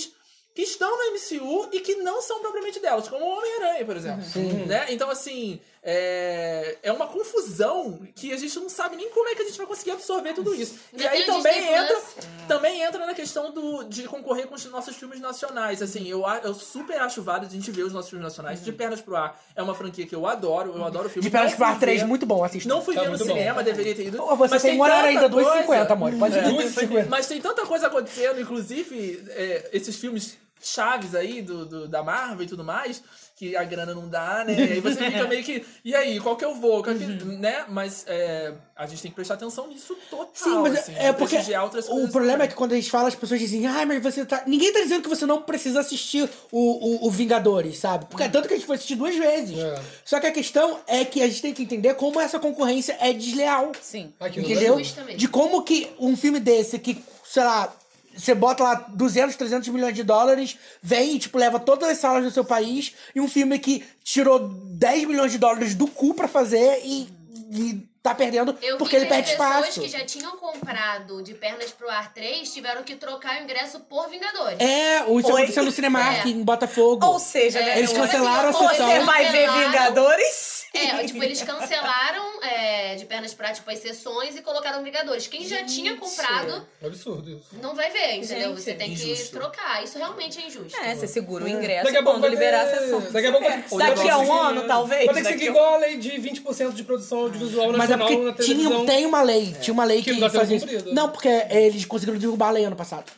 Speaker 8: que estão no MCU e que não são propriamente delas, como o Homem-Aranha, por exemplo. Né? Então, assim, é... é uma confusão que a gente não sabe nem como é que a gente vai conseguir absorver tudo isso. e
Speaker 3: Já
Speaker 8: aí
Speaker 3: tem o
Speaker 8: também
Speaker 3: Disney
Speaker 8: entra,
Speaker 3: Plus.
Speaker 8: É. também entra na questão do, de concorrer com os nossos filmes nacionais. Assim, eu, a- eu super acho válido a gente ver os nossos filmes nacionais. De Pernas pro Ar é uma franquia que eu adoro, eu adoro o filme.
Speaker 7: Uhum. De Pernas
Speaker 8: Não
Speaker 7: pro Ar
Speaker 8: fui
Speaker 7: 3,
Speaker 8: ver-
Speaker 7: muito bom, assista.
Speaker 8: Não fui
Speaker 1: Tá
Speaker 8: ver no
Speaker 1: muito bom.
Speaker 8: cinema, deveria ter ido.
Speaker 7: Ou Você
Speaker 8: mas
Speaker 7: tem uma hora
Speaker 8: tanta
Speaker 7: ainda,
Speaker 8: coisa- É.
Speaker 7: 2,50, amor. Pode ir.
Speaker 1: 2,50.
Speaker 8: Mas tem tanta coisa acontecendo, inclusive é, esses filmes chaves aí do, do- da Marvel e tudo mais, que a grana não dá, né? E aí você fica meio que. E aí, qual que eu vou? Qual que, né? Mas é, a gente tem que prestar atenção nisso total.
Speaker 7: Sim, mas
Speaker 8: assim,
Speaker 7: é porque
Speaker 8: prestigiar outras
Speaker 7: o
Speaker 8: coisas
Speaker 7: problema é
Speaker 8: também.
Speaker 7: que quando a gente fala, as pessoas dizem, ai, mas você tá. Ninguém tá dizendo que você não precisa assistir o, o, o Vingadores, sabe? Porque
Speaker 8: Hum.
Speaker 7: é tanto que a gente foi assistir duas vezes.
Speaker 1: É.
Speaker 7: Só que a questão é que a gente tem que entender como essa concorrência é desleal.
Speaker 2: Sim.
Speaker 1: Aqui,
Speaker 7: Entendeu?
Speaker 3: Justamente.
Speaker 7: De como que um filme desse, que, sei lá, você bota lá 200, 300 milhões de dólares, vem e, tipo, leva todas as salas do seu país, e um filme que tirou 10 milhões de dólares do cu pra fazer e, e tá perdendo
Speaker 3: Eu
Speaker 7: porque
Speaker 3: vi
Speaker 7: ele
Speaker 3: que as
Speaker 7: perde
Speaker 3: pessoas
Speaker 7: espaço.
Speaker 3: que já tinham comprado de pernas pro ar 3 tiveram que trocar o ingresso por Vingadores.
Speaker 7: É, o isso
Speaker 6: Oi?
Speaker 7: aconteceu no Cinemark,
Speaker 3: É.
Speaker 7: em Botafogo.
Speaker 6: Ou
Speaker 2: É,
Speaker 6: seja, né?
Speaker 7: Eles
Speaker 6: Lu,
Speaker 7: cancelaram a
Speaker 3: Tipo assim,
Speaker 7: sessão.
Speaker 6: Você vai ver
Speaker 3: Cancelaram.
Speaker 6: Vingadores?
Speaker 3: É, tipo, eles cancelaram é, de pernas pra tipo, as sessões e colocaram Vingadores. Quem já tinha comprado
Speaker 1: É um absurdo isso.
Speaker 3: não vai ver, entendeu?
Speaker 6: Gente,
Speaker 3: Você tem que
Speaker 8: injusto.
Speaker 3: trocar. Isso realmente é injusto.
Speaker 2: É, você segura o
Speaker 1: Daqui
Speaker 2: ingresso
Speaker 1: a pouco
Speaker 2: quando
Speaker 1: vai
Speaker 2: liberar a
Speaker 1: ter-
Speaker 2: sessão.
Speaker 1: Daqui a pouco vai-
Speaker 6: Daqui a
Speaker 1: vai ter
Speaker 6: um
Speaker 1: que seguir-
Speaker 6: ano, talvez,
Speaker 1: Vai ter que
Speaker 6: é daqui
Speaker 1: seguir
Speaker 6: a-
Speaker 1: igual a lei de 20% de produção audiovisual
Speaker 7: Mas é
Speaker 1: nacional na
Speaker 7: porque
Speaker 1: televisão.
Speaker 7: tinha, tem uma lei, tinha uma lei
Speaker 1: Que não
Speaker 7: que,
Speaker 1: tá sendo
Speaker 7: fazia isso.
Speaker 1: cumprida.
Speaker 7: Não, porque eles conseguiram derrubar a lei ano passado.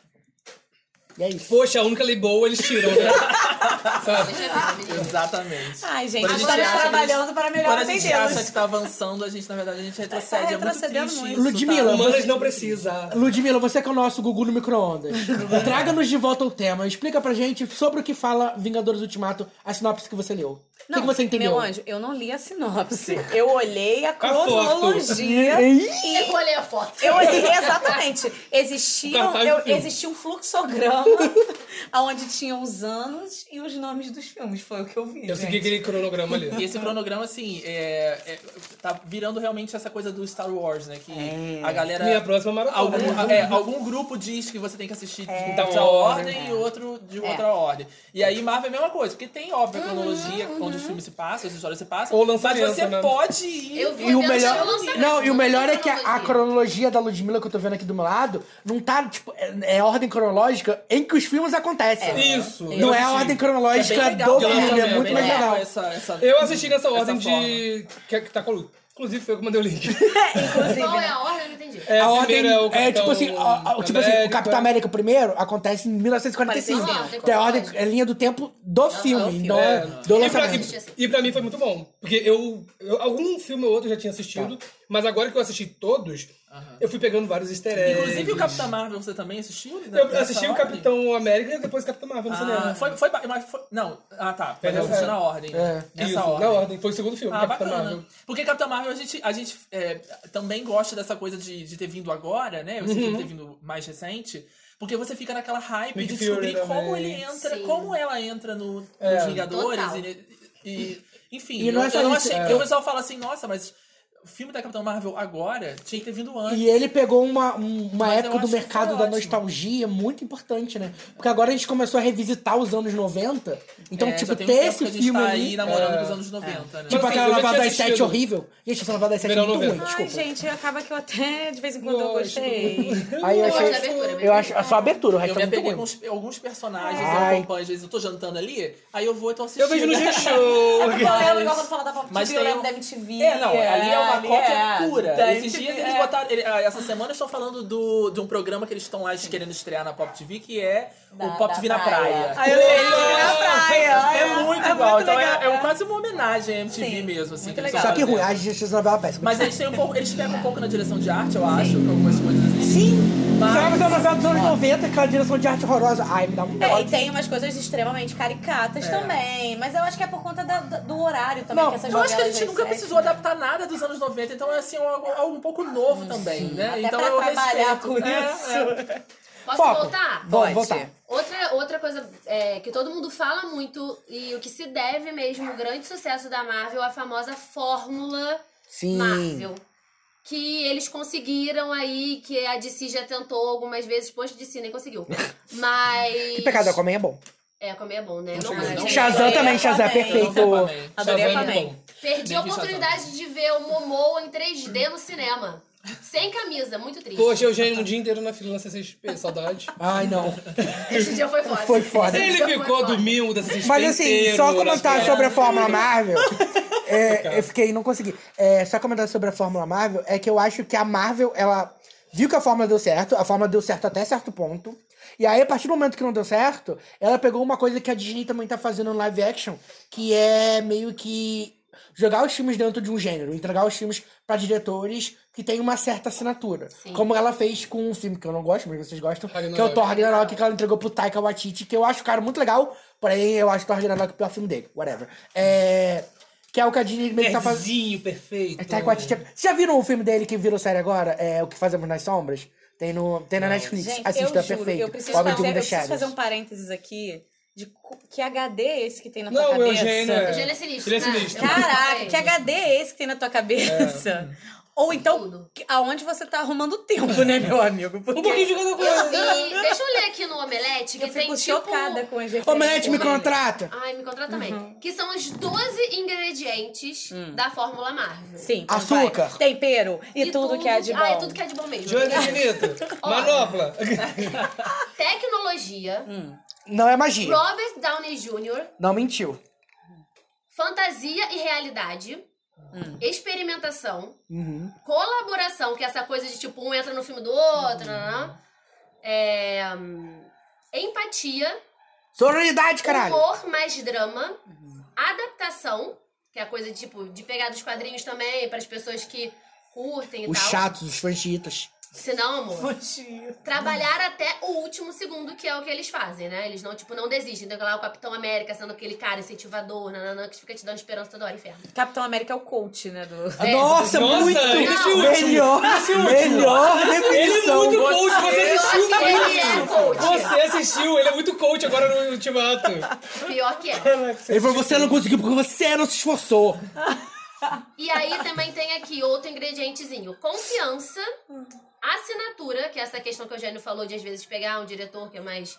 Speaker 7: E é isso.
Speaker 1: Poxa, a única lei boa eles tiram, né? Sabe?
Speaker 8: Exatamente.
Speaker 6: Ai, gente,
Speaker 8: Quando a gente
Speaker 6: estamos
Speaker 8: acha que a gente-
Speaker 6: trabalhando para melhor
Speaker 8: Quando a gente acha
Speaker 6: atendê-los.
Speaker 8: que tá avançando, a gente, na verdade, a gente retrocede.
Speaker 6: Tá
Speaker 8: é muito
Speaker 6: retrocedendo
Speaker 8: triste
Speaker 6: muito.
Speaker 8: isso,
Speaker 7: Ludmilla,
Speaker 8: tá?
Speaker 1: Humanas não precisa.
Speaker 7: Ludmila, você que é o nosso Gugu no micro-ondas. Traga-nos de volta o tema. Explica pra gente sobre o que fala Vingadores Ultimato, a sinopse que você leu. O que, que você entendeu?
Speaker 2: Meu anjo, eu não li a sinopse.
Speaker 6: Eu olhei a cronologia.
Speaker 3: Eu vou ler a foto.
Speaker 6: Eu olhei, exatamente. Existia,
Speaker 1: O cartaz do
Speaker 6: eu,
Speaker 1: filme.
Speaker 6: existia um fluxograma onde tinham os anos e os nomes dos filmes. Foi o que eu vi.
Speaker 1: Eu segui
Speaker 6: gente.
Speaker 1: aquele cronograma ali.
Speaker 8: E esse cronograma, assim, é, é- tá virando realmente essa coisa do Star Wars, né? Que
Speaker 7: É.
Speaker 8: a galera.
Speaker 1: Minha próxima maratona.
Speaker 8: Algum, é, algum grupo diz que você tem que assistir
Speaker 7: É.
Speaker 8: de
Speaker 1: Da
Speaker 8: outra
Speaker 1: ordem. é.
Speaker 8: ordem e outro de outra ordem. E aí Marvel é a mesma coisa, porque tem, óbvio, a
Speaker 7: Uhum,
Speaker 8: cronologia onde os filmes se passam, as histórias se passam.
Speaker 1: Ou lançamento,
Speaker 8: Mas você
Speaker 1: né?
Speaker 8: pode ir. é
Speaker 3: Eu vou
Speaker 7: E o
Speaker 3: ver antes
Speaker 7: melhor,
Speaker 3: do lançamento,
Speaker 7: não, e o
Speaker 3: não
Speaker 7: melhor
Speaker 3: tem
Speaker 7: é que a, a
Speaker 3: cronologia.
Speaker 7: cronologia da Ludmilla que eu tô vendo aqui do meu lado não tá, tipo, é, é ordem cronológica em que os filmes acontecem.
Speaker 1: Isso.
Speaker 7: Não é a ordem cronológica
Speaker 8: bem legal,
Speaker 7: do
Speaker 8: eu
Speaker 7: filme,
Speaker 8: também,
Speaker 7: é muito
Speaker 8: bem
Speaker 7: mais legal.
Speaker 8: Essa, essa,
Speaker 1: Eu assisti nessa ordem
Speaker 8: forma.
Speaker 1: de... Que, que tá colu- Inclusive, foi eu que mandei o link.
Speaker 6: Inclusive,
Speaker 3: Qual é
Speaker 6: né?
Speaker 3: a ordem? Eu não entendi.
Speaker 1: É,
Speaker 7: a ordem
Speaker 1: primeiro
Speaker 7: é,
Speaker 1: o Capitão é,
Speaker 7: tipo assim, a- a- tipo assim, o Capitão América primeiro acontece em 1945.
Speaker 3: Quarenta e cinco.
Speaker 7: Então é a ordem, é linha do tempo do filme, não é do
Speaker 1: E pra,
Speaker 7: lançamento.
Speaker 1: e, e pra mim foi muito bom. Porque eu, eu- Algum filme ou outro eu já tinha assistido,
Speaker 7: Tá.
Speaker 1: mas agora que eu assisti todos, eu fui pegando vários easter eggs.
Speaker 8: Inclusive o Capitão Marvel, você também assistiu? né?
Speaker 1: É, Eu
Speaker 8: Nessa
Speaker 1: assisti o
Speaker 8: ordem?
Speaker 1: Capitão América e depois o Capitão Marvel no
Speaker 8: Ah,
Speaker 1: cinema.
Speaker 8: foi, foi, ba- mas foi- Não, ah tá. Mas
Speaker 1: Entendeu?
Speaker 8: eu assisti
Speaker 1: É.
Speaker 8: na ordem.
Speaker 1: É,
Speaker 8: Nessa
Speaker 1: isso,
Speaker 8: ordem.
Speaker 1: na ordem. Foi o segundo filme,
Speaker 8: Ah,
Speaker 1: Capitão
Speaker 8: bacana.
Speaker 1: Marvel.
Speaker 8: Porque Capitão Marvel a gente, a gente é, também gosta dessa coisa de, de ter vindo agora, né? Esse
Speaker 7: Uhum.
Speaker 8: filme ter vindo mais recente. Porque você fica naquela hype
Speaker 1: Nick
Speaker 8: de descobrir
Speaker 1: Fury
Speaker 8: como
Speaker 1: também.
Speaker 8: ele entra,
Speaker 3: Sim.
Speaker 8: como ela entra no, nos Vingadores.
Speaker 3: Total.
Speaker 8: E, ne- e- enfim,
Speaker 7: É. E não é
Speaker 8: eu,
Speaker 7: só
Speaker 8: eu não
Speaker 7: isso,
Speaker 8: achei.
Speaker 7: é.
Speaker 8: Eu só falo assim, nossa, mas o filme da Capitão Marvel agora tinha que ter vindo antes.
Speaker 7: E ele pegou uma, um- uma
Speaker 8: Mas
Speaker 7: época
Speaker 8: eu
Speaker 7: do
Speaker 8: acho que
Speaker 7: mercado
Speaker 8: foi
Speaker 7: da
Speaker 8: ótimo.
Speaker 7: nostalgia muito importante, né? Porque agora a gente começou a revisitar os anos 90. Então,
Speaker 8: É,
Speaker 7: tipo,
Speaker 8: já tem um
Speaker 7: ter
Speaker 8: tempo
Speaker 7: esse
Speaker 8: que a gente
Speaker 7: filme
Speaker 8: tá
Speaker 7: ali.
Speaker 8: aí namorando com os anos 90, né?
Speaker 7: Tipo
Speaker 1: Mas, assim,
Speaker 7: aquela
Speaker 1: eu já
Speaker 7: lavada
Speaker 1: tinha
Speaker 7: das sete
Speaker 1: assistido.
Speaker 7: horrível. Gente, essa lavada das sete é
Speaker 1: Verão
Speaker 7: muito ruim,
Speaker 1: 90.
Speaker 6: Ai,
Speaker 7: desculpa.
Speaker 6: gente, acaba que eu até, de vez em quando, eu
Speaker 1: Gosto.
Speaker 6: gostei.
Speaker 7: Aí eu
Speaker 3: Eu gosto da
Speaker 7: achei.
Speaker 3: abertura.
Speaker 7: Eu acho. Só a abertura, o
Speaker 8: Eu
Speaker 7: resto
Speaker 8: me
Speaker 7: é muito
Speaker 8: apeguei com
Speaker 7: ruim.
Speaker 8: os- alguns personagens,
Speaker 7: Ai.
Speaker 8: eu acompanho, às vezes eu tô jantando ali, aí eu vou e tô assistindo.
Speaker 1: Eu vejo no G-Show.
Speaker 6: É porque eu lembro igual quando fala da Pop
Speaker 8: Mas
Speaker 6: TV, eu
Speaker 8: tem
Speaker 6: lembro da
Speaker 8: um-
Speaker 6: MTV.
Speaker 8: É, não, ali é uma
Speaker 6: ali
Speaker 8: cópia
Speaker 6: é
Speaker 8: pura.
Speaker 6: da
Speaker 8: Esses
Speaker 6: MTV,
Speaker 8: dias eles
Speaker 6: é.
Speaker 8: botaram. ele- ah, essa semana eu estou falando do, de um programa que eles estão lá querendo estrear na Pop TV, que é o Pop
Speaker 6: da
Speaker 8: TV na praia.
Speaker 6: Ai, eu lembro na praia.
Speaker 8: É
Speaker 6: ai,
Speaker 8: muito
Speaker 6: é
Speaker 8: igual,
Speaker 6: muito
Speaker 8: então
Speaker 6: legal,
Speaker 8: é, é um-
Speaker 6: é.
Speaker 8: quase uma homenagem à MTV
Speaker 6: Sim,
Speaker 8: mesmo, assim.
Speaker 6: muito
Speaker 8: que
Speaker 6: legal.
Speaker 8: eles
Speaker 7: Só
Speaker 8: estão
Speaker 7: que ruim,
Speaker 8: fazendo.
Speaker 7: a gente essa novela é péssima.
Speaker 8: Mas eles têm um pouco. Eles pegam um pouco na direção de arte, eu acho, pra algumas coisas assim.
Speaker 7: Sim!
Speaker 8: Mas- então,
Speaker 7: Só que é uma novela dos anos 90, aquela direção de arte horrorosa. Ai, me dá um
Speaker 6: É,
Speaker 7: dó.
Speaker 6: e tem umas coisas extremamente caricatas
Speaker 8: É.
Speaker 6: também. Mas eu acho que é por conta da- da- do horário também
Speaker 7: Não,
Speaker 6: que essas
Speaker 8: Eu acho que a
Speaker 6: novelas
Speaker 8: gente nunca
Speaker 6: recebem.
Speaker 8: precisou adaptar nada dos anos 90, então é assim, algo, algo um pouco novo também, né?
Speaker 6: Até
Speaker 8: então
Speaker 6: pra
Speaker 8: eu
Speaker 6: trabalhar
Speaker 8: respeito.
Speaker 6: com
Speaker 8: É,
Speaker 6: isso.
Speaker 8: é.
Speaker 3: Posso
Speaker 7: Foco.
Speaker 3: voltar?
Speaker 7: Vamos
Speaker 6: Pode.
Speaker 7: voltar.
Speaker 3: Outra, outra coisa é, que todo mundo fala muito e o que se deve mesmo o grande sucesso da Marvel é a famosa fórmula
Speaker 7: Sim.
Speaker 3: Marvel. que eles conseguiram aí, que a DC já tentou algumas vezes, poxa, DC nem conseguiu. Mas.
Speaker 7: Que pecado, Aquaman é bom.
Speaker 3: É, comer é bom, né? Não
Speaker 8: Não,
Speaker 3: consegui.
Speaker 7: Shazam também, Shazam é
Speaker 6: Aquaman.
Speaker 8: Eu
Speaker 7: perfeito.
Speaker 8: não sei Aquaman.
Speaker 6: Adorei
Speaker 8: Shazam é
Speaker 6: Aquaman.
Speaker 8: bom.
Speaker 3: Perdi a
Speaker 8: Bem que
Speaker 1: né?
Speaker 3: oportunidade de ver o Momoa em 3D no cinema. Sem camisa, muito triste.
Speaker 1: Poxa, eu já ia um dia inteiro na fila na CCXP, saudade.
Speaker 7: Ai, não.
Speaker 3: Esse dia foi foda.
Speaker 7: Foi foda.
Speaker 3: Esse
Speaker 1: Ele
Speaker 3: dia foi
Speaker 1: ficou
Speaker 3: foda.
Speaker 1: domingo da CCXP
Speaker 7: Mas assim,
Speaker 1: inteiro,
Speaker 7: só comentar
Speaker 1: né?
Speaker 7: sobre a Fórmula Marvel. é, eu fiquei, não consegui. É, só comentar sobre a Fórmula Marvel é que eu acho que a Marvel, ela viu que a Fórmula deu certo, a Fórmula deu certo até certo ponto. E aí, a partir do momento que não deu certo, ela pegou uma coisa que a Disney também tá fazendo no live action, que é meio que jogar os filmes dentro de um gênero, entregar os filmes pra diretores que tem uma certa assinatura. Como ela fez com um filme que eu não gosto, mas vocês gostam, que é o
Speaker 1: Ragnarok.
Speaker 7: Thor Ragnarok, que ela entregou pro Taika Waititi, que eu acho o cara muito legal, porém eu acho o Thor Ragnarok o pior filme dele, whatever. É... Que é o que a Disney meio que tá fazendo.
Speaker 1: Nerdzinho, perfeito.
Speaker 7: Taika Waititi... Vocês já viram o filme dele que virou série agora? É O Que Fazemos nas Sombras? Tem, no... tem na Netflix,
Speaker 6: Gente,
Speaker 7: assista,
Speaker 6: eu
Speaker 7: é
Speaker 6: juro,
Speaker 7: perfeito.
Speaker 6: eu preciso, fazer,
Speaker 7: Homem de
Speaker 6: eu
Speaker 7: Mundo das
Speaker 6: preciso fazer
Speaker 7: Shadows.
Speaker 6: um parênteses aqui de co- que HD é esse que tem na tua
Speaker 1: Não, o
Speaker 6: cabeça?
Speaker 1: Eugênio é...
Speaker 3: Eugênio é sinistro,
Speaker 1: Ele é
Speaker 3: né?
Speaker 1: sinistro.
Speaker 6: Caraca, que HD é esse que tem na tua
Speaker 8: É.
Speaker 6: cabeça? Ou então, que- aonde você tá arrumando o tempo, né, meu amigo? Porque
Speaker 1: Um pouquinho de cada coisa.
Speaker 3: Eu vi. Deixa eu ler aqui no Omelete que
Speaker 6: eu
Speaker 3: tem
Speaker 6: fico
Speaker 3: tipo.
Speaker 6: chocada Uhum. com as
Speaker 7: Ô,
Speaker 6: referências.
Speaker 7: Manete, me contrata!
Speaker 3: Ai, me contrata também. Que são os 12 ingredientes
Speaker 1: Hum.
Speaker 3: da Fórmula Marvel.
Speaker 6: Sim, então
Speaker 7: Açúcar.
Speaker 6: vai. tempero e, tudo, que é de bom.
Speaker 3: Ah, é tudo que é de bom mesmo.
Speaker 1: Joana Benito, manopla.
Speaker 3: Tecnologia,
Speaker 1: Hum.
Speaker 7: Não é magia.
Speaker 3: Robert Downey Jr.,
Speaker 7: Não mentiu.
Speaker 3: fantasia e realidade, experimentação, colaboração, que é essa coisa de tipo, um entra no filme do outro, né? É, hum, empatia,
Speaker 7: Sororidade, caralho!
Speaker 3: humor mais drama, adaptação, que é a coisa de, tipo, de pegar dos quadrinhos também, para as pessoas que curtem e
Speaker 7: Os
Speaker 3: tal.
Speaker 7: chatos, os fanchitas.
Speaker 3: Se não, amor. Trabalhar até o último segundo, que é o que eles fazem, né? Eles não, tipo, não desistem. Então, lá o Capitão América sendo aquele cara incentivador, nananã, que fica te dando esperança toda hora, inferno.
Speaker 6: Capitão América é o coach, né? Do...
Speaker 3: É.
Speaker 7: Nossa,
Speaker 1: Nossa,
Speaker 7: muito!
Speaker 1: esse último.
Speaker 7: Melhor! Melhor
Speaker 1: Ele é
Speaker 7: definição!
Speaker 1: muito coach, você assistiu
Speaker 3: Eu acho que ele é
Speaker 1: isso.
Speaker 3: coach.
Speaker 1: Você assistiu, ele é muito coach agora no Ultimato.
Speaker 3: Pior que é.
Speaker 7: Ele falou, você não conseguiu porque você não se esforçou.
Speaker 3: E aí também tem aqui outro ingredientezinho: confiança, assinatura, que é essa questão que o Eugênio falou de às vezes pegar um diretor que é mais.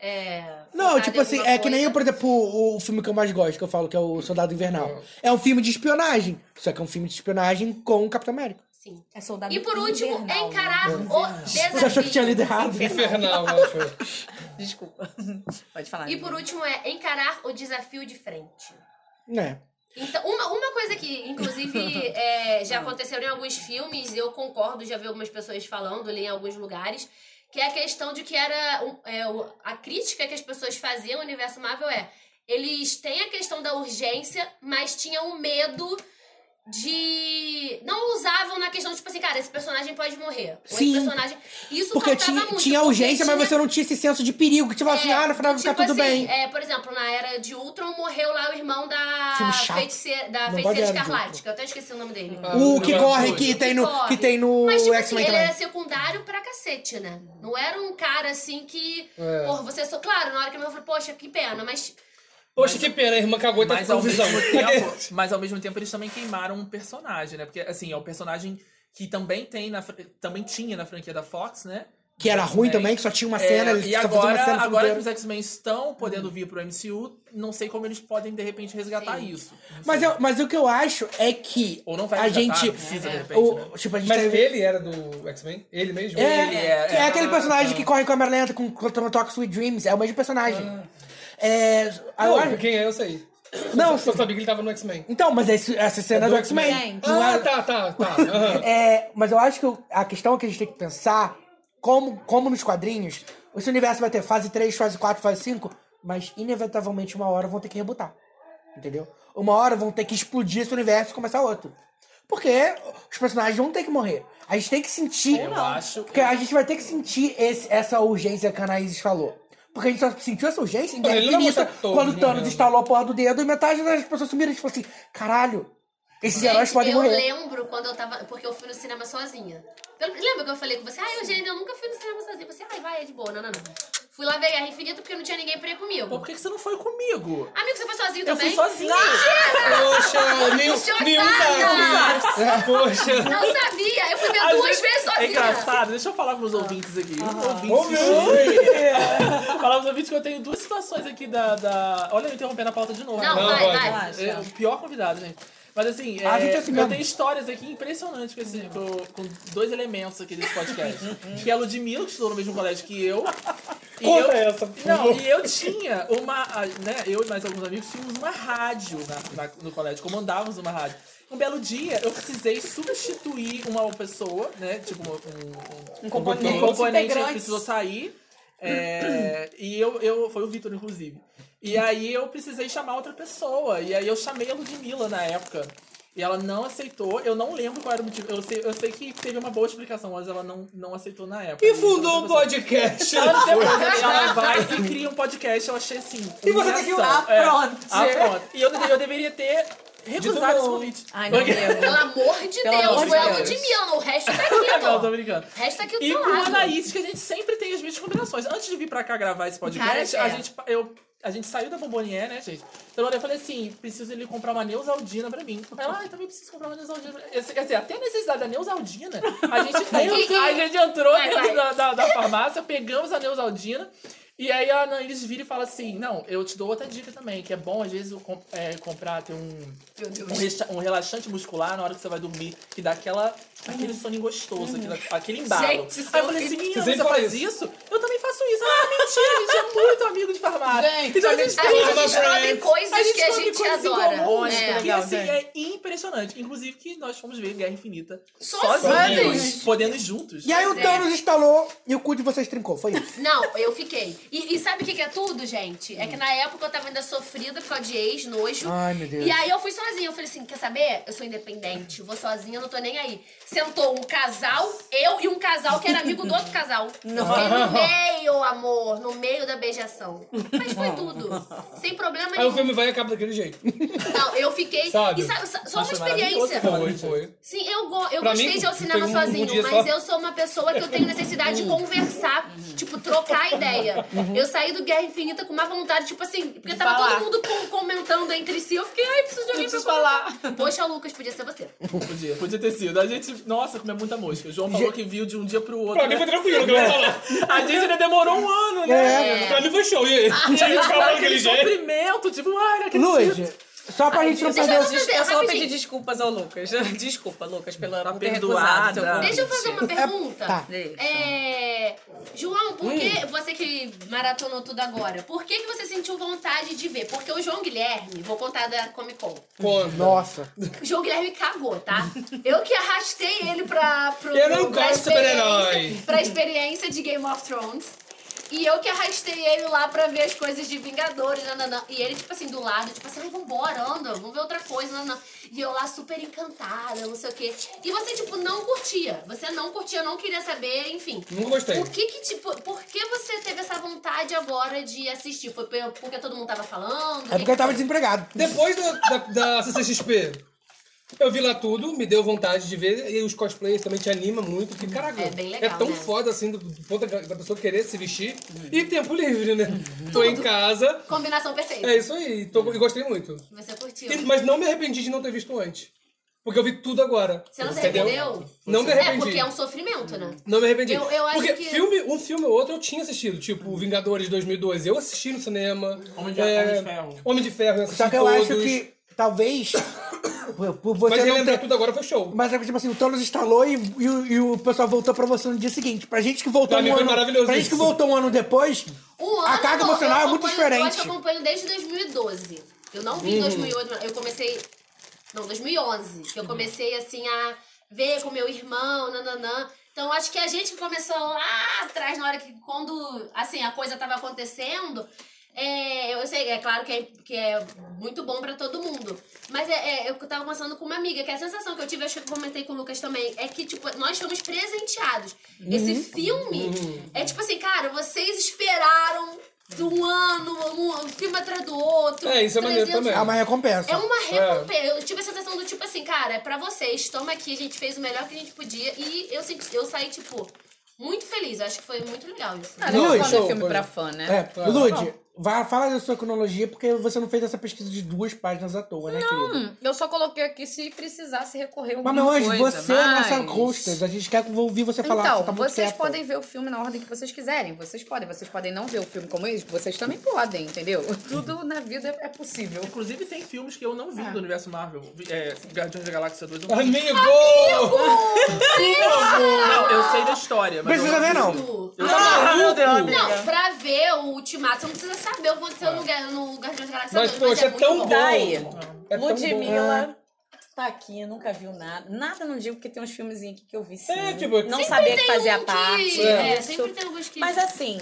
Speaker 3: é,
Speaker 7: Não,
Speaker 3: focado
Speaker 7: tipo
Speaker 3: em
Speaker 7: assim,
Speaker 3: alguma
Speaker 7: é que nem,
Speaker 3: coisa.
Speaker 7: eu, por exemplo, o, o filme que eu mais gosto, que eu falo que é o Soldado Invernal. É um filme de espionagem. Só que é um filme de espionagem com o Capitão América.
Speaker 3: Sim.
Speaker 6: É
Speaker 7: Tá
Speaker 6: soldado
Speaker 3: E por último, é
Speaker 6: invernal, né?
Speaker 3: encarar o
Speaker 7: Você achou que tinha lido
Speaker 3: desafio.
Speaker 7: errado?
Speaker 1: Infernal, eu acho.
Speaker 6: Desculpa. Pode falar.
Speaker 3: E
Speaker 6: amigo.
Speaker 3: por último é encarar o desafio de frente.
Speaker 7: É.
Speaker 3: Então, uma, uma coisa que, inclusive, é,
Speaker 7: Ah.
Speaker 3: já aconteceu em alguns filmes, eu concordo, já vi algumas pessoas falando ali em alguns lugares, que é a questão de que era. um- é, o- a crítica que as pessoas faziam ao universo Marvel é. Eles têm a questão da urgência, mas tinham o medo de. Não usavam na questão, tipo assim, cara, esse personagem pode morrer. Ou
Speaker 7: Sim.
Speaker 3: esse personagem. Isso
Speaker 7: Porque
Speaker 3: faltava
Speaker 7: tinha,
Speaker 3: muito.
Speaker 7: tinha
Speaker 3: porque
Speaker 7: urgência,
Speaker 3: tinha-
Speaker 7: mas você não tinha esse senso de perigo. Que tipo assim, ah, no final vai
Speaker 3: tipo
Speaker 7: ficar tudo
Speaker 3: assim,
Speaker 7: bem.
Speaker 3: É, por exemplo, na era de Ultron morreu lá o irmão da
Speaker 7: Filme chato.
Speaker 3: feiticeira, da
Speaker 7: Não
Speaker 3: feiticeira
Speaker 7: gosto de Era de
Speaker 3: escarlate,
Speaker 7: Ultron.
Speaker 3: que eu até esqueci o nome dele.
Speaker 8: é.
Speaker 7: O que
Speaker 1: Não,
Speaker 7: corre,
Speaker 1: não,
Speaker 7: que
Speaker 3: não.
Speaker 7: tem no,
Speaker 3: Corre.
Speaker 7: que tem no
Speaker 3: Mas, tipo assim,
Speaker 7: X-Men
Speaker 3: ele
Speaker 7: também.
Speaker 3: era secundário pra cacete, né? Não era um cara assim que.
Speaker 1: É.
Speaker 3: Porra, você só. Claro, na hora que eu falei, poxa, que pena, mas.
Speaker 1: Poxa, que pena, a irmã cagou e tá
Speaker 8: Mas ao,
Speaker 1: com
Speaker 8: mesmo
Speaker 1: visão.
Speaker 8: tempo, mas ao mesmo tempo eles também queimaram um personagem, né? Porque, assim, é um personagem que também tem na, fran- também tinha na franquia da Fox, né?
Speaker 7: Que era ruim também, que só tinha uma cena,
Speaker 8: É,
Speaker 7: ele
Speaker 8: e
Speaker 7: só fazia uma cena.
Speaker 8: agora,
Speaker 7: Uhum. o filme
Speaker 8: agora que
Speaker 7: inteiro.
Speaker 8: os X-Men estão podendo vir pro MCU, não sei como eles podem, de repente, resgatar isso. Não
Speaker 7: Mas,
Speaker 8: sei.
Speaker 7: eu, mas o que eu acho é que
Speaker 8: Ou não vai
Speaker 7: a
Speaker 8: resgatar,
Speaker 7: gente.
Speaker 8: não precisa, de repente,
Speaker 7: o-
Speaker 8: né?
Speaker 7: Tipo, a gente
Speaker 1: Mas
Speaker 7: teve-
Speaker 1: ele era do X-Men? Ele mesmo?
Speaker 7: É,
Speaker 8: Ele
Speaker 7: é,
Speaker 8: é- é.
Speaker 7: aquele personagem que corre com a câmera lenta com o Talk Sweet Dreams, é o mesmo personagem. É.
Speaker 1: Não,
Speaker 7: agora-
Speaker 1: quem é, eu sei.
Speaker 7: Não,
Speaker 1: Só sabia que ele tava no X-Men.
Speaker 7: então, mas esse- essa cena é do X-Men. Não
Speaker 1: Ah,
Speaker 7: é-
Speaker 1: tá, tá, tá. aham.
Speaker 7: É, mas eu acho que o- a questão que a gente tem que pensar, como, como nos quadrinhos, esse universo vai ter fase 3, fase 4, fase 5, mas inevitavelmente uma hora vão ter que rebutar. Entendeu? Uma hora vão ter que explodir esse universo e começar outro. Porque os personagens vão ter que morrer. A gente tem que sentir.
Speaker 8: Eu acho-
Speaker 7: Porque a gente vai ter que sentir esse- essa urgência que a Anaíses falou. Porque a gente só sentiu essa urgência em Guerra
Speaker 1: Ele não vai
Speaker 7: Infinita,
Speaker 1: botar todos
Speaker 7: quando o Thanos
Speaker 1: morrendo.
Speaker 7: estalou a porra do dedo e metade das pessoas sumiram. A gente falou assim: caralho, esses
Speaker 3: Gente,
Speaker 7: heróis podem
Speaker 3: eu
Speaker 7: morrer.
Speaker 3: lembro quando eu tava. Porque eu fui no cinema sozinha. Pelo- Lembra que eu falei com você? Ai, Eugênio, eu nunca fui no cinema sozinha. Você, ai, vai, é de boa. Não, não, não. Fui lá ver Guerra Infinita porque não tinha ninguém pra ir
Speaker 8: Pô,
Speaker 3: comigo.
Speaker 8: por que que você não foi comigo?
Speaker 3: Amigo, você foi sozinho
Speaker 8: Eu
Speaker 3: também?
Speaker 8: fui sozinha.
Speaker 1: Poxa, nenhum,
Speaker 3: Chocada!
Speaker 1: nenhum sabe. Poxa.
Speaker 3: Não sabia! Eu fui ver
Speaker 8: Às
Speaker 3: duas
Speaker 8: vezes-
Speaker 3: vezes
Speaker 8: É
Speaker 3: sozinha!
Speaker 8: engraçado, deixa eu falar pros
Speaker 7: Ah.
Speaker 8: ouvintes aqui. Ouvintes. falar pros ouvintes que eu tenho duas situações aqui da. da... Olha, eu interrompendo a pauta de novo.
Speaker 3: Não,
Speaker 1: Não,
Speaker 3: vai,
Speaker 1: vai.
Speaker 3: vai.
Speaker 8: É o pior convidado, gente. Mas assim,
Speaker 7: A
Speaker 8: é,
Speaker 7: gente é assim
Speaker 8: eu
Speaker 7: mesmo.
Speaker 8: tenho histórias aqui impressionantes com, esse- com- com dois elementos aqui desse podcast. que é a Ludmilla, que estudou no mesmo colégio que eu. E
Speaker 1: Conta
Speaker 8: eu,
Speaker 1: essa, por
Speaker 8: Não,
Speaker 1: favor.
Speaker 8: e eu tinha uma. a- Né, eu e mais alguns amigos tínhamos uma rádio na- na- no colégio, comandávamos uma rádio. Um belo dia eu precisei substituir uma pessoa, né? Tipo, um, um, um
Speaker 6: componente.
Speaker 8: um componente que
Speaker 6: Integrante.
Speaker 8: precisou sair. É, e eu, eu. Foi o Vitor, inclusive. E aí eu precisei chamar outra pessoa. E aí eu chamei a Ludmilla na época. E ela não aceitou. Eu não lembro qual era o motivo. Eu sei, eu sei que teve uma boa explicação, mas ela não, não aceitou na época.
Speaker 1: E fundou um
Speaker 8: Outra pessoa.
Speaker 1: podcast.
Speaker 3: Tá
Speaker 8: Anos depois, ela vai e cria um podcast. Eu achei assim.
Speaker 7: E você tem que ir lá,
Speaker 8: humilhação. É,
Speaker 7: pronto.
Speaker 8: afronta. E eu, eu deveria ter recusado esse convite.
Speaker 6: Ai, meu Deus.
Speaker 3: Pelo amor de
Speaker 6: Pelo
Speaker 3: Deus,
Speaker 6: amor de
Speaker 3: foi a
Speaker 6: Deus.
Speaker 3: Ludmilla, o resto tá aqui,
Speaker 8: Não, tô
Speaker 3: ó.
Speaker 8: brincando.
Speaker 3: O resto tá aqui do
Speaker 8: E
Speaker 3: seu
Speaker 8: com a
Speaker 3: lado.
Speaker 8: Anaís, que a gente sempre tem as mesmas combinações. Antes de vir pra cá gravar esse podcast,
Speaker 2: Cara,
Speaker 8: a,
Speaker 2: é.
Speaker 8: gente, eu, a gente saiu da Bombonier, né, gente? Então eu olhei e falei assim, preciso ele comprar uma Neusaldina pra mim. Ela, ah, eu também preciso comprar uma Neusaldina. Esse- Quer dizer, até a necessidade da Neusaldina, a gente
Speaker 3: E-
Speaker 8: tem.
Speaker 3: e-
Speaker 8: a gente entrou
Speaker 3: Vai,
Speaker 8: dentro
Speaker 3: vai.
Speaker 8: Da, da, da farmácia, pegamos a Neusaldina. E aí a Anaís vira e fala assim, não, eu te dou outra dica também, que é bom às vezes eu com- é, comprar, ter um um, resta- um relaxante muscular na hora que você vai dormir, que dá aquela, aquele soninho gostoso, aquele, aquele embalo.
Speaker 3: Gente,
Speaker 8: Aí eu falei assim, menina, você
Speaker 1: sempre fala
Speaker 8: faz isso? Eu também faço isso. Ah, mentira, a gente é muito amigo de farmácia.
Speaker 7: Gente,
Speaker 8: então a
Speaker 7: a
Speaker 8: gente
Speaker 3: A
Speaker 8: tem-
Speaker 3: gente descobre
Speaker 1: friends.
Speaker 3: coisas que a
Speaker 8: come
Speaker 3: gente
Speaker 8: coisas em
Speaker 3: adora.
Speaker 8: comum,
Speaker 3: É.
Speaker 8: que
Speaker 7: Legal,
Speaker 8: assim,
Speaker 7: gente.
Speaker 8: é impressionante. Inclusive que nós fomos ver Guerra Infinita
Speaker 3: Sozinhos.
Speaker 8: sozinhos, podendo ir juntos.
Speaker 7: E aí o
Speaker 3: Pois é.
Speaker 7: Thanos instalou e o cu de vocês trincou, foi isso.
Speaker 3: Não, eu fiquei. E, e sabe o que, que é tudo, gente? É que na época eu tava ainda sofrida por causa de ex, nojo.
Speaker 7: Ai, meu Deus.
Speaker 3: E aí eu fui sozinha. Eu falei assim: quer saber? Eu sou independente, vou sozinha, não tô nem aí. Sentou um casal, eu e um casal que era amigo do outro casal. Não. Fiquei no meio, amor, no meio da beijação. Mas foi tudo. Sem problema
Speaker 1: Aí o
Speaker 3: nenhum.
Speaker 1: filme vai e acaba daquele jeito.
Speaker 3: Não, eu fiquei.
Speaker 1: Sabe?
Speaker 3: E sabe, sa- só uma
Speaker 8: Acho maravilhoso,
Speaker 3: experiência.
Speaker 8: cara.
Speaker 1: Foi, foi.
Speaker 3: Sim, eu, go eu
Speaker 1: Pra
Speaker 3: gostei
Speaker 1: mim,
Speaker 3: de ir ao cinema
Speaker 1: foi um- um
Speaker 3: sozinho,
Speaker 1: dia
Speaker 3: mas
Speaker 1: só.
Speaker 3: eu sou uma pessoa que eu tenho necessidade de conversar, tipo, trocar ideia. Eu saí do Guerra Infinita com uma vontade, tipo assim, porque tava
Speaker 2: falar.
Speaker 3: todo mundo com- comentando entre si, eu fiquei, ai, preciso de alguém pra falar. Poxa, Lucas, podia ser você.
Speaker 8: Podia, podia ter sido. A gente, nossa, comeu muita mosca. O João falou que viu de um dia pro outro.
Speaker 1: Pra mim foi
Speaker 8: né?
Speaker 1: tranquilo, que eu ia falar.
Speaker 8: A gente ainda demorou um ano, né?
Speaker 7: É.
Speaker 1: Pra mim foi show. E aí?
Speaker 3: Ah,
Speaker 1: A gente
Speaker 8: É. Aquele
Speaker 1: falou daquele jeito.
Speaker 8: sofrimento, tipo, ai, não acredito.
Speaker 7: Luiz, só pra gente não
Speaker 3: deixa eu
Speaker 7: perder
Speaker 3: só fazer-
Speaker 7: os...
Speaker 6: Eu só vou pedir
Speaker 3: rapidinho.
Speaker 6: desculpas ao Lucas. Desculpa, Lucas, pela
Speaker 8: Tá
Speaker 6: não ter
Speaker 8: perdoada.
Speaker 6: recusado seu convite.
Speaker 3: Deixa eu fazer uma pergunta.
Speaker 7: tá.
Speaker 6: Deixa.
Speaker 3: É, João, por que você que maratonou tudo agora, por que, que você sentiu vontade de ver? Porque o João Guilherme, vou contar da Comic Con,
Speaker 1: Conta.
Speaker 7: Nossa.
Speaker 3: o João Guilherme cagou, tá? Eu que arrastei ele pra, pro,
Speaker 1: Eu não
Speaker 3: pra
Speaker 1: gosto de super-herói.
Speaker 3: experiência- Pra experiência de Game of Thrones. E eu que arrastei ele lá pra ver as coisas de Vingadores, nananã. E ele, tipo assim, do lado, tipo assim, ai, vambora, anda, vamos ver outra coisa, nananã. E eu lá super encantada, não sei o quê. E você, tipo, não curtia. Você não curtia, não queria saber, enfim.
Speaker 1: Nunca gostei.
Speaker 3: Por que que, tipo, por que você teve essa vontade agora de assistir? Foi pe- porque todo mundo tava falando?
Speaker 7: É porque eu tava desempregado.
Speaker 1: Depois da, da, da CCXP, eu vi lá tudo, me deu vontade de ver, e os cosplays também te anima muito, porque, caraca,
Speaker 3: É bem legal,
Speaker 1: é tão
Speaker 3: né? Uhum.
Speaker 1: foda assim, do, do ponto da, da pessoa querer se vestir. E tempo livre, né? Tô em casa,
Speaker 3: Combinação perfeita.
Speaker 1: é isso aí, tô, e gostei muito.
Speaker 3: Você curtiu.
Speaker 1: E- mas não me arrependi de não ter visto antes. Porque eu vi tudo agora.
Speaker 3: Você não se
Speaker 1: entendeu?
Speaker 3: arrependeu?
Speaker 1: Não me
Speaker 3: É,
Speaker 1: arrependi.
Speaker 3: porque é um sofrimento, né?
Speaker 1: Não me arrependi.
Speaker 3: Eu- eu acho
Speaker 1: Porque
Speaker 3: que-
Speaker 1: filme, um filme ou outro eu tinha assistido. Tipo, Vingadores 2012. Eu assisti no cinema. É,
Speaker 8: Homem de- Homem de Ferro.
Speaker 1: Homem de Ferro, eu assisti
Speaker 7: Só que eu
Speaker 1: todos.
Speaker 7: acho que, talvez, por, por você
Speaker 1: Mas
Speaker 7: não
Speaker 1: relembrar
Speaker 7: ter...
Speaker 1: tudo agora foi show.
Speaker 7: Mas é que, tipo assim, o Thanos instalou e, e o- e o pessoal voltou pra você no dia seguinte. Pra gente que voltou
Speaker 1: Pra mim
Speaker 7: um
Speaker 1: foi
Speaker 7: ano...
Speaker 1: maravilhoso
Speaker 7: Pra gente
Speaker 1: isso.
Speaker 7: que voltou um ano depois...
Speaker 3: Um ano,
Speaker 7: A carga
Speaker 3: eu-
Speaker 7: emocional
Speaker 3: eu
Speaker 7: é muito
Speaker 3: acompanho- Eu
Speaker 7: diferente. Uhum.
Speaker 3: acho que eu acompanho desde 2012. Eu não vi em 2008, eu comecei... Não, 2011. Que eu
Speaker 1: Uhum.
Speaker 3: comecei, assim, a ver com meu irmão, nananã. Então, eu acho que a gente que começou lá atrás, na hora que, quando, assim, a coisa tava acontecendo... É, eu sei, é claro que é, que é muito bom pra todo mundo. Mas é, é, eu tava conversando com uma amiga, que a sensação que eu tive, acho que eu comentei com o Lucas também, é que, tipo, nós fomos presenteados.
Speaker 1: Uhum.
Speaker 3: Esse filme é tipo assim, cara, vocês esperaram de um ano, um, um filme atrás do outro.
Speaker 1: É, isso é maneiro também.
Speaker 7: É uma recompensa.
Speaker 3: É uma recompensa. Eu tive a sensação do tipo assim, cara, é pra vocês, toma aqui, a gente fez o melhor que a gente podia. E eu, senti, eu saí, tipo, muito feliz. Acho que foi muito legal isso.
Speaker 2: Ah, legal
Speaker 7: Luiz,
Speaker 2: quando é
Speaker 1: show,
Speaker 2: filme
Speaker 1: foi.
Speaker 2: pra fã, né?
Speaker 7: É, Lud, vá, fala da sua cronologia, porque você não fez essa pesquisa de duas páginas à toa, né, querido?
Speaker 2: Hum, eu só coloquei aqui se precisasse recorrer a alguma
Speaker 7: Mas, meu anjo,
Speaker 2: coisa.
Speaker 7: você é a
Speaker 2: mas...
Speaker 7: nossa hostess. A gente quer ouvir você falar.
Speaker 2: Então,
Speaker 7: você tá muito
Speaker 2: vocês
Speaker 7: quieta.
Speaker 2: podem ver o filme na ordem que vocês quiserem. Vocês podem. Vocês podem não ver o filme como eles. Vocês também podem, entendeu? Tudo na vida é possível.
Speaker 8: Inclusive, tem filmes que eu não
Speaker 7: Ah.
Speaker 8: vi do universo Marvel. Vi- É, Guardiões da Galáxia 2 eu não vi.
Speaker 1: Amigo!
Speaker 8: Não, eu sei da história, mas.
Speaker 7: Precisa
Speaker 8: eu
Speaker 7: ver, não.
Speaker 3: Tudo.
Speaker 8: Eu não vi.
Speaker 3: Tipo, ah, Não, pra ver o Ultimato, você não precisa saber o que aconteceu no, Ga- no Guardiões da Galáxia
Speaker 1: Mas,
Speaker 3: 2.
Speaker 1: poxa, é
Speaker 3: muito
Speaker 1: tão
Speaker 3: bom.
Speaker 1: bom.
Speaker 6: Tá aí.
Speaker 1: É tão bom.
Speaker 6: Ludmilla tá aqui, nunca viu nada. Nada não digo, porque tem uns filmezinhos aqui que eu vi sim.
Speaker 1: É, tipo,
Speaker 6: não
Speaker 1: sempre
Speaker 6: sabia que
Speaker 3: Tem
Speaker 6: fazia
Speaker 3: um que-
Speaker 6: parte.
Speaker 3: É,
Speaker 6: isso.
Speaker 3: sempre tem alguns que...
Speaker 6: Mas assim,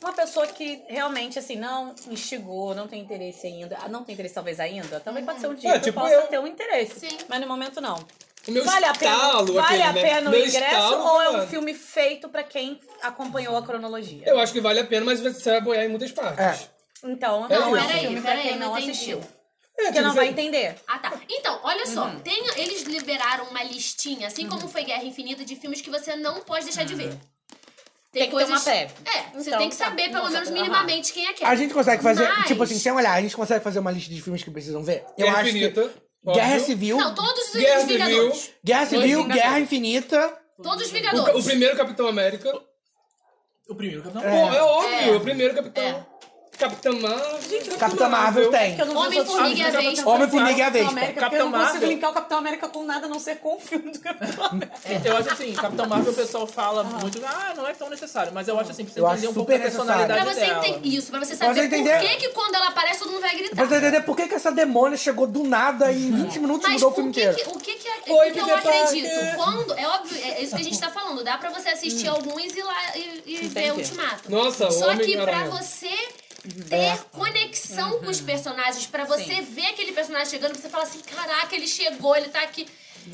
Speaker 6: uma pessoa que realmente, assim, não instigou, não tem interesse ainda. ah, Não tem interesse talvez ainda. Também pode ser um dia
Speaker 1: É,
Speaker 6: que
Speaker 1: tipo
Speaker 6: eu possa
Speaker 1: eu.
Speaker 6: ter um interesse.
Speaker 3: Uhum. Sim.
Speaker 6: Mas no momento não.
Speaker 1: O meu
Speaker 6: vale a pena,
Speaker 1: estalo,
Speaker 6: vale a
Speaker 1: aquele, né?
Speaker 6: pena o
Speaker 1: Meu
Speaker 6: ingresso
Speaker 1: estalo,
Speaker 6: ou é um
Speaker 1: mano.
Speaker 6: filme feito pra quem acompanhou a cronologia?
Speaker 1: Eu acho que vale a pena, mas você vai boiar em muitas partes.
Speaker 6: Então,
Speaker 1: É
Speaker 6: não é um
Speaker 1: isso.
Speaker 6: filme
Speaker 3: Peraí,
Speaker 6: pra
Speaker 3: peraí,
Speaker 6: quem
Speaker 3: não
Speaker 6: não
Speaker 3: entendi.
Speaker 6: assistiu.
Speaker 1: É,
Speaker 6: Porque
Speaker 1: tipo,
Speaker 6: não
Speaker 1: você-
Speaker 6: vai entender.
Speaker 3: Ah, tá. Então, olha só.
Speaker 6: Uhum.
Speaker 3: Tem, eles liberaram uma listinha, assim como foi Guerra Infinita, de filmes que você não pode deixar de ver.
Speaker 6: Uhum. Tem que ter uma prévia.
Speaker 3: É, você
Speaker 6: Então,
Speaker 3: tem que
Speaker 6: tá.
Speaker 3: saber pelo
Speaker 6: Nossa,
Speaker 3: menos
Speaker 6: aham.
Speaker 3: minimamente quem é quem.
Speaker 7: A gente consegue fazer,
Speaker 3: Mas-
Speaker 7: tipo assim, sem olhar, a gente consegue fazer uma lista de filmes que precisam ver? Eu
Speaker 1: Guerra
Speaker 7: acho
Speaker 1: é Infinita,
Speaker 7: que Guerra
Speaker 1: óbvio.
Speaker 7: Civil,
Speaker 3: Não, todos os
Speaker 1: Guerra
Speaker 3: os Vingadores.
Speaker 1: Civil.
Speaker 7: Guerra Civil,
Speaker 6: Vingadores.
Speaker 7: Guerra Infinita.
Speaker 3: Todos
Speaker 1: O,
Speaker 3: os
Speaker 1: ca-
Speaker 3: Vingadores.
Speaker 1: o primeiro Capitão América.
Speaker 8: O primeiro que eu não
Speaker 1: Pô, é óbvio, o primeiro Capitão.
Speaker 3: É.
Speaker 1: Capitão Marvel.
Speaker 7: Capitão Marvel tem.
Speaker 6: Porque eu não vi os outros
Speaker 3: Homem-Formiga e a
Speaker 6: filmes,
Speaker 3: Vespa.
Speaker 1: é
Speaker 7: Homem-Formiga e a
Speaker 6: Capitão
Speaker 7: Vespa.
Speaker 6: América, porque eu
Speaker 8: Capitão
Speaker 6: não consigo
Speaker 8: Marvel.
Speaker 6: linkar o Capitão América com nada, a não ser com o filme do Capitão América.
Speaker 8: Eu acho assim, Capitão Marvel o pessoal fala muito, ah, não é tão necessário, mas eu acho assim,
Speaker 7: Eu
Speaker 8: precisa entender
Speaker 7: acho
Speaker 8: um pouco da
Speaker 7: super necessário.
Speaker 8: personalidade
Speaker 3: Pra você
Speaker 8: dela.
Speaker 3: entender isso, pra você saber
Speaker 7: entender.
Speaker 3: por que, que quando ela aparece todo mundo vai gritar.
Speaker 7: Pra você entender por que, que essa demônia chegou do nada e em 20 minutos
Speaker 3: Mas
Speaker 7: mudou
Speaker 3: o
Speaker 7: o filme
Speaker 3: que,
Speaker 7: inteiro.
Speaker 3: que- o que, que, é-
Speaker 1: Oi,
Speaker 3: o que eu
Speaker 1: Peter Parker.
Speaker 3: acredito? Quando, é óbvio, é isso que a gente tá falando. Dá pra você
Speaker 6: Hum.
Speaker 3: assistir alguns e, lá, e, e ver o Ultimato.
Speaker 1: Nossa,
Speaker 3: Só
Speaker 1: Homem
Speaker 3: que
Speaker 1: de
Speaker 3: pra
Speaker 1: Aranha.
Speaker 3: você
Speaker 6: Uhum.
Speaker 3: ter
Speaker 6: É.
Speaker 3: conexão com os personagens, pra você ver aquele personagem chegando, você fala assim, caraca, ele chegou, ele tá aqui.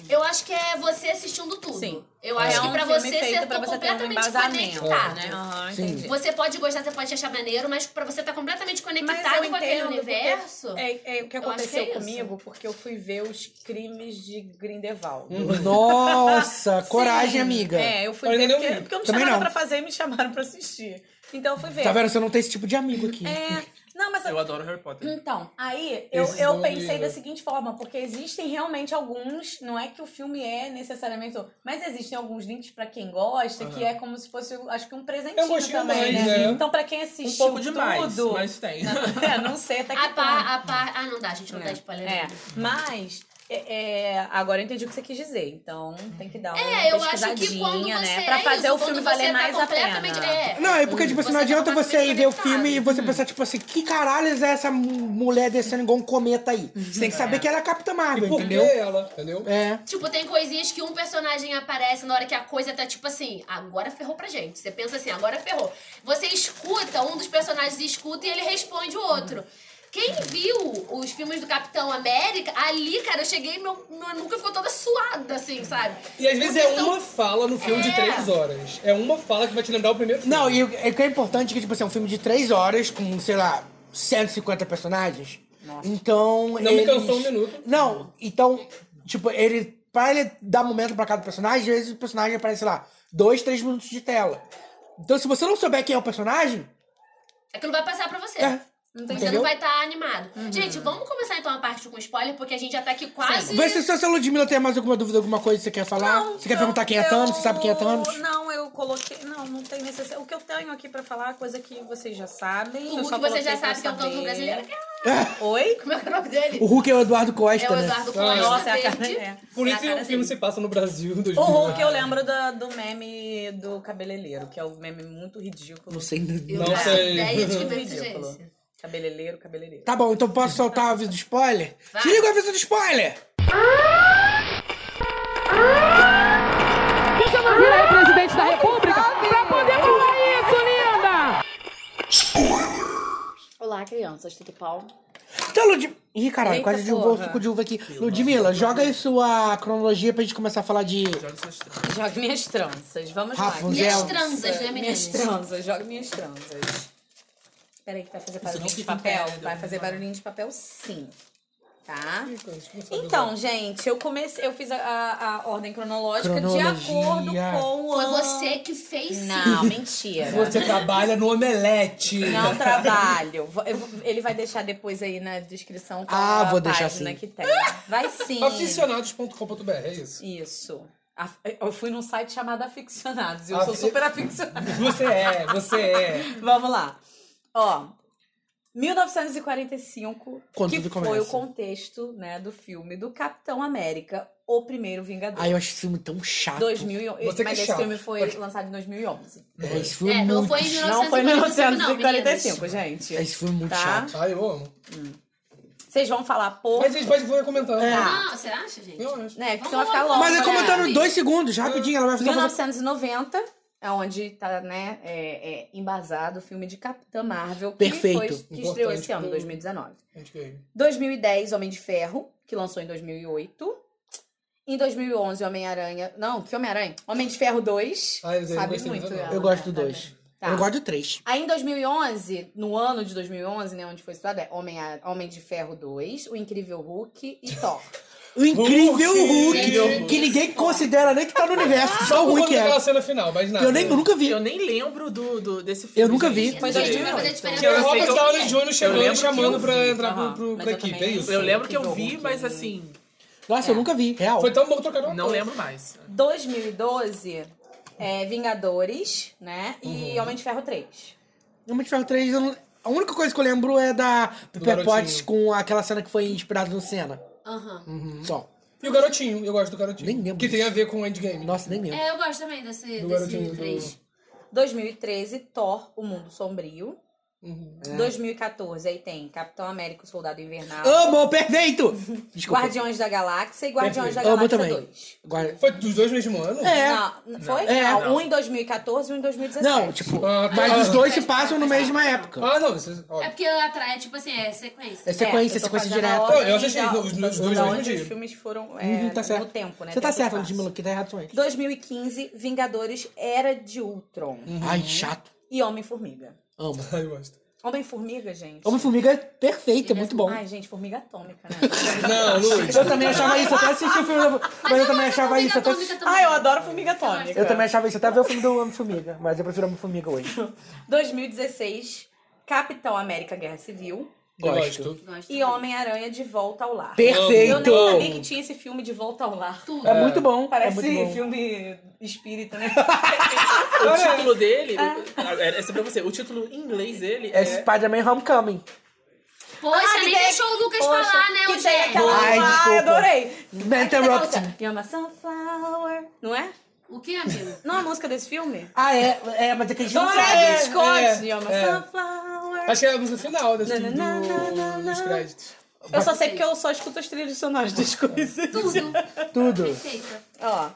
Speaker 3: Eu acho que é você assistindo tudo.
Speaker 6: Sim.
Speaker 3: Eu acho
Speaker 6: É
Speaker 3: que
Speaker 6: um
Speaker 3: pra
Speaker 6: filme
Speaker 3: você
Speaker 6: feito
Speaker 3: ser
Speaker 6: pra você ter um
Speaker 3: completamente
Speaker 6: embasamento,
Speaker 3: conectado.
Speaker 6: né? Aham,
Speaker 7: Sim.
Speaker 6: entendi.
Speaker 3: Você pode gostar, você pode achar maneiro, mas pra você tá completamente conectado com aquele
Speaker 6: porque
Speaker 3: universo.
Speaker 6: É, é o que
Speaker 3: eu acho
Speaker 6: aconteceu
Speaker 3: que é isso.
Speaker 6: comigo, porque eu fui ver os crimes de Grindelwald.
Speaker 7: Nossa, Hum, coragem,
Speaker 6: Sim.
Speaker 7: amiga.
Speaker 6: É, eu fui
Speaker 1: Eu ainda
Speaker 6: ver
Speaker 1: não
Speaker 6: porque,
Speaker 1: vi.
Speaker 6: porque eu não tinha
Speaker 7: Também
Speaker 6: nada
Speaker 7: não.
Speaker 6: pra fazer e me chamaram pra assistir. Então eu fui ver.
Speaker 7: Tá vendo? Você não tem esse tipo de amigo aqui.
Speaker 6: É, não, mas
Speaker 8: Eu adoro Harry
Speaker 3: Hum,
Speaker 8: Potter.
Speaker 6: Então, aí eu,
Speaker 1: Esses
Speaker 6: eu
Speaker 1: vão
Speaker 6: pensei
Speaker 1: vir,
Speaker 6: da
Speaker 1: né?
Speaker 6: seguinte forma, porque existem realmente alguns, não é que o filme é necessariamente, mas existem alguns links pra quem gosta, que é como se fosse, acho que um presentinho
Speaker 1: É um gostinho
Speaker 6: também,
Speaker 1: mais,
Speaker 6: né?
Speaker 1: né?
Speaker 6: Então, pra quem assistiu
Speaker 8: Um pouco demais,
Speaker 6: tudo,
Speaker 8: mas tem.
Speaker 3: Né?
Speaker 6: É, não sei até que
Speaker 3: A
Speaker 6: ponto.
Speaker 3: par, a par... Ah, não dá, gente, não dá spoiler.
Speaker 6: É, mas é, é, agora eu entendi o que você quis dizer, então tem que dar uma
Speaker 3: É, eu acho que
Speaker 6: pesquisadinha,
Speaker 3: quando você
Speaker 6: né, pra
Speaker 3: é
Speaker 6: fazer
Speaker 3: isso,
Speaker 6: o filme
Speaker 3: quando
Speaker 6: valer
Speaker 3: você tá
Speaker 6: mais a
Speaker 3: completamente-
Speaker 6: pena.
Speaker 3: É,
Speaker 7: Não, é porque, tipo assim, não
Speaker 3: Você tá
Speaker 7: adianta você ir ver o
Speaker 3: completamente
Speaker 7: filme e você pensar, tipo assim, que caralhos é essa mu- mulher descendo igual um cometa aí? Você tem que saber que ela é a Capitã Marvel,
Speaker 1: Por que
Speaker 7: entendeu?
Speaker 1: ela? Entendeu?
Speaker 7: É.
Speaker 3: Tipo, tem coisinhas que um personagem aparece na hora que a coisa tá tipo assim, agora ferrou pra gente. Você pensa assim, agora ferrou. Você escuta, um dos personagens escuta e ele responde o outro. Quem viu os filmes do Capitão América, ali, cara, eu cheguei e meu, minha nuca ficou toda suada, assim, sabe?
Speaker 1: E às vezes
Speaker 3: Porque
Speaker 1: é
Speaker 3: são-
Speaker 1: uma fala no filme
Speaker 3: É.
Speaker 1: de três horas. É uma fala que vai te lembrar o primeiro filme.
Speaker 7: Não, e o e o que é importante é que, tipo assim, é um filme de três horas com, sei lá, 150 personagens. Então.
Speaker 1: Não me cansou um minuto.
Speaker 7: Não, então, tipo, ele. Pra ele dar momento pra cada personagem, às vezes o personagem aparece, sei lá, dois, três minutos de tela. Então, se você não souber quem é o personagem,
Speaker 3: Aquilo vai passar pra você.
Speaker 7: é.
Speaker 3: Você
Speaker 7: Entendeu?
Speaker 3: não vai estar animado.
Speaker 6: Uhum.
Speaker 3: Gente, vamos começar então a parte com spoiler, porque a gente já tá aqui quase.
Speaker 7: Vê se se a sua Ludmilla tem mais alguma dúvida, alguma coisa que você quer falar.
Speaker 6: Não,
Speaker 7: você quer
Speaker 6: eu-
Speaker 7: perguntar quem é Thanos?
Speaker 6: eu-
Speaker 7: Você sabe quem é Thanos?
Speaker 6: Não, eu coloquei. Não, não tem necessidade. O que eu tenho aqui pra falar é coisa que vocês já sabem. eu
Speaker 3: O
Speaker 6: só
Speaker 3: que você
Speaker 6: coloquei
Speaker 3: já
Speaker 6: pra
Speaker 3: sabe que é o Thanos
Speaker 6: saber.
Speaker 3: brasileiro.
Speaker 6: Oi?
Speaker 3: Como é que é o nome dele?
Speaker 7: O Hulk é o Eduardo Costa,
Speaker 3: É o
Speaker 7: né?
Speaker 3: Eduardo
Speaker 1: Ah,
Speaker 3: Costa.
Speaker 6: Nossa, é a cara.
Speaker 3: Verde.
Speaker 6: É.
Speaker 1: Por
Speaker 3: É a
Speaker 1: isso
Speaker 3: cara
Speaker 1: o filme
Speaker 3: dele.
Speaker 1: se passa no Brasil em
Speaker 6: O
Speaker 1: 2000.
Speaker 6: Hulk eu lembro da- do, meme do cabeleireiro, que é um meme muito ridículo.
Speaker 7: Não sei ainda.
Speaker 3: Eu
Speaker 1: Não
Speaker 3: não faço
Speaker 1: sei.
Speaker 3: É, ideia de que
Speaker 6: Muito
Speaker 3: vem esse
Speaker 6: ridículo.
Speaker 3: gente.
Speaker 6: Cabeleireiro, cabeleireiro.
Speaker 7: Tá bom, então posso soltar o aviso de spoiler?
Speaker 3: Vai.
Speaker 7: Se liga o aviso de spoiler!
Speaker 9: Vira aí, presidente da República, pra poder falar isso, linda!
Speaker 2: Olá, crianças, tudo pau?
Speaker 7: Então, Ludmilla. Ih, caralho,
Speaker 6: Eita
Speaker 7: quase de uva,
Speaker 6: porra.
Speaker 7: suco de uva aqui. Ludmilla, joga aí sua cronologia pra gente começar a falar de.
Speaker 6: Jogue minhas tranças. Vamos
Speaker 7: Rapunzel.
Speaker 6: lá.
Speaker 3: E as
Speaker 7: Zelda.
Speaker 3: transas, né,
Speaker 6: Minhas
Speaker 3: meninas?
Speaker 6: tranças, joga minhas tranças. Peraí, que vai fazer barulhinho de
Speaker 8: fica em
Speaker 6: papel?
Speaker 8: pé,
Speaker 6: Vai
Speaker 8: né?
Speaker 6: fazer barulhinho de papel, sim.
Speaker 2: tá?
Speaker 6: Então, gente, eu comecei, eu fiz a, a- a ordem cronológica de
Speaker 7: Cronologia.
Speaker 6: acordo com o
Speaker 3: Foi
Speaker 6: ano.
Speaker 3: você que fez sim.
Speaker 2: Não, mentira.
Speaker 1: um. Você é trabalha no omelete.
Speaker 2: Não
Speaker 6: trabalho.
Speaker 2: Vou- eu vou- Ele vai deixar depois aí na descrição qual
Speaker 6: é
Speaker 7: Ah,
Speaker 2: a
Speaker 7: vou deixar
Speaker 2: página
Speaker 7: sim.
Speaker 2: que tem. Vai sim.
Speaker 1: Aficionados.com.br, é isso?
Speaker 6: Isso. Af- Eu fui num site chamado Aficionados. Eu
Speaker 1: Afi-
Speaker 6: sou super aficionada.
Speaker 1: Você é, você é.
Speaker 6: Vamos lá. Ó, 1945,
Speaker 7: Quando
Speaker 6: que
Speaker 7: tudo
Speaker 6: foi
Speaker 7: começa.
Speaker 6: o contexto né, do filme do Capitão América, O Primeiro Vingador.
Speaker 7: Ai, eu acho esse filme tão chato.
Speaker 6: 2011.
Speaker 1: Você que
Speaker 6: Mas
Speaker 1: é
Speaker 6: esse
Speaker 1: chato.
Speaker 6: filme foi lançado em 2011.
Speaker 7: É, esse filme é,
Speaker 3: É, não
Speaker 7: muito
Speaker 3: foi em
Speaker 7: chato.
Speaker 6: Não foi em
Speaker 3: 1945,
Speaker 6: 1945, gente.
Speaker 7: Esse filme é muito
Speaker 6: Tá.
Speaker 7: chato.
Speaker 1: Ai, eu amo.
Speaker 6: Vocês vão falar por.
Speaker 1: Mas é- a gente pode foi comentando.
Speaker 7: É.
Speaker 3: não. Ah, você acha, gente?
Speaker 1: Eu acho.
Speaker 6: Né, que senão vai ficar longo.
Speaker 7: Mas é
Speaker 6: né?
Speaker 7: comentando em dois segundos, rapidinho, ela vai ficar falando.
Speaker 2: 1990 é onde tá, né, é, é, embasado o filme de Capitã Marvel, que,
Speaker 7: Perfeito.
Speaker 2: foi, que estreou
Speaker 1: Importante
Speaker 2: esse ano,
Speaker 1: pro-
Speaker 2: 2019.
Speaker 1: Gente, que- é
Speaker 2: 2010, Homem de Ferro, que lançou em 2008. Em 2011, Homem-Aranha... Não, que Homem-Aranha? Homem de Ferro 2.
Speaker 1: Ah, eu
Speaker 2: sabe
Speaker 1: gostei
Speaker 2: muito
Speaker 1: muito, não.
Speaker 2: ela,
Speaker 7: Eu gosto do
Speaker 2: né,
Speaker 7: dois.
Speaker 2: Tá.
Speaker 7: Eu gosto do três.
Speaker 2: Aí em 2011, no ano de 2011, né, onde foi situado, é Homem, Homem de Ferro 2, O Incrível Hulk e Thor.
Speaker 7: O incrível Hulk,
Speaker 1: Incrível Hulk.
Speaker 7: que ninguém considera nem que tá no universo, só o
Speaker 1: Não
Speaker 7: Hulk
Speaker 1: vou
Speaker 7: é.
Speaker 1: aquela cena final, mas nada.
Speaker 7: Eu, nem, eu nunca vi.
Speaker 8: Eu nem lembro do, do- desse filme.
Speaker 7: Eu nunca vi.
Speaker 8: gente.
Speaker 3: Foi
Speaker 8: Gente,
Speaker 3: 2000, vai fazer
Speaker 1: Que é o
Speaker 3: diferença.
Speaker 8: sei que
Speaker 1: Robert
Speaker 8: eu-
Speaker 1: Downey Jr.
Speaker 8: eu
Speaker 1: chegando
Speaker 8: lembro
Speaker 1: e
Speaker 8: que
Speaker 1: chamando
Speaker 8: eu
Speaker 1: pra
Speaker 8: vi.
Speaker 1: entrar pro,
Speaker 6: Aham,
Speaker 1: pro,
Speaker 6: mas
Speaker 1: pra
Speaker 6: eu
Speaker 1: equipe, é
Speaker 6: também
Speaker 1: isso?
Speaker 6: não
Speaker 8: Eu lembro que eu
Speaker 2: Incrível
Speaker 8: vi,
Speaker 2: Hulk,
Speaker 8: mas assim,
Speaker 7: Nossa, eu nunca vi. Real.
Speaker 1: Foi tão bom que trocaram uma
Speaker 8: não
Speaker 1: coisa.
Speaker 8: lembro mais.
Speaker 6: 2012, é, Vingadores, né? E Homem de Ferro 3.
Speaker 7: Homem de Ferro 3, eu não- a única coisa que eu lembro é da Pepper
Speaker 1: garotinho.
Speaker 7: Potts com aquela cena que foi inspirada no Cena.
Speaker 3: Aham.
Speaker 1: Uhum.
Speaker 7: Só.
Speaker 1: E o Garotinho, eu gosto do Garotinho.
Speaker 7: Nem lembro
Speaker 1: Que tem
Speaker 7: disso.
Speaker 1: a ver com o Endgame.
Speaker 7: Nossa, nem lembro.
Speaker 3: É, eu gosto também desse,
Speaker 1: Do
Speaker 3: desse
Speaker 1: garotinho,
Speaker 3: três.
Speaker 6: 2013, Thor, O Mundo Sombrio.
Speaker 7: Uhum.
Speaker 6: 2014, aí tem Capitão América, o Soldado Invernal.
Speaker 7: Amo, perfeito! Desculpa.
Speaker 6: Guardiões da Galáxia e Guardiões da
Speaker 7: Amo
Speaker 6: Galáxia
Speaker 7: também.
Speaker 6: 2.
Speaker 7: Guardi-
Speaker 1: Foi dos dois no mesmo ano?
Speaker 7: É.
Speaker 6: Não, n- foi?
Speaker 7: É.
Speaker 6: Não, um em 2014 e um em 2017.
Speaker 7: Não, tipo,
Speaker 1: Ah, tá.
Speaker 7: mas os dois se passam na mesma época.
Speaker 1: Ah, não. Vocês, ó,
Speaker 3: É porque atrai, tipo assim, é sequência.
Speaker 7: É sequência,
Speaker 6: eu tô
Speaker 7: sequência
Speaker 6: fazendo a
Speaker 7: direta.
Speaker 6: ordem
Speaker 1: Não, eu assisti
Speaker 6: da-
Speaker 1: os meus
Speaker 6: da
Speaker 1: dois
Speaker 6: onde
Speaker 1: ao mesmo
Speaker 6: Os
Speaker 1: dia.
Speaker 6: filmes foram é,
Speaker 7: Uhum, tá certo.
Speaker 6: no tempo, né?
Speaker 7: Você tá
Speaker 6: tempo e
Speaker 7: certo,
Speaker 6: espaço.
Speaker 7: Ludmilla, que tá errado só isso.
Speaker 6: 2015, Vingadores Era de Ultron.
Speaker 7: Hum. Ai, chato.
Speaker 6: E Homem-Formiga.
Speaker 7: Amo.
Speaker 1: eu gosto.
Speaker 6: Homem-Formiga, gente.
Speaker 7: Homem-Formiga é perfeito, é muito bom.
Speaker 6: Ai, gente, Formiga Atômica, né?
Speaker 1: Não, Luiz.
Speaker 7: Eu também achava isso, até assisti o filme do... Mas eu também achava isso, até...
Speaker 3: Atômica também.
Speaker 6: Ai, eu adoro Formiga Atômica.
Speaker 7: Eu também achava isso, até ver o filme do Homem-Formiga. Mas eu prefiro Homem-Formiga hoje.
Speaker 6: 2016, Capitão América Guerra Civil.
Speaker 1: Eu
Speaker 7: Gosto.
Speaker 1: gosto.
Speaker 3: Gosto
Speaker 6: E Homem-Aranha de Volta ao Lar. Eu
Speaker 7: Perfeito!
Speaker 6: nem sabia que tinha esse filme de Volta ao Lar.
Speaker 3: tudo.
Speaker 7: É muito bom.
Speaker 6: Parece
Speaker 7: é muito bom.
Speaker 6: filme espírita, né?
Speaker 8: O título dele, é, essa pra você, o título em inglês dele
Speaker 7: É
Speaker 8: é...
Speaker 7: Spider-Man Homecoming.
Speaker 3: Poxa,
Speaker 6: Ah, que
Speaker 3: nem
Speaker 6: tem-
Speaker 3: deixou o Lucas
Speaker 6: Poxa,
Speaker 3: falar, né,
Speaker 6: que
Speaker 3: o
Speaker 6: tem
Speaker 3: Jack?
Speaker 6: aquela...
Speaker 7: Ai,
Speaker 6: Ai,
Speaker 7: desculpa.
Speaker 6: adorei.
Speaker 7: Interrupt.
Speaker 6: You're my sunflower. Não é?
Speaker 3: O que, amigo?
Speaker 6: Não é a música desse filme?
Speaker 7: Ah, é? É, mas é que a gente não
Speaker 6: Travis
Speaker 7: sabe.
Speaker 6: Scott.
Speaker 1: é,
Speaker 6: You're my
Speaker 1: é.
Speaker 6: sunflower.
Speaker 1: Acho que é a música final desse,
Speaker 6: Na,
Speaker 1: do,
Speaker 6: na, na, na, na.
Speaker 1: dos créditos.
Speaker 6: Eu só sei porque eu só escuto as trilhas sonoras
Speaker 7: É.
Speaker 6: das coisas.
Speaker 3: Tudo.
Speaker 7: Tudo.
Speaker 3: Perfeita.
Speaker 6: Ó.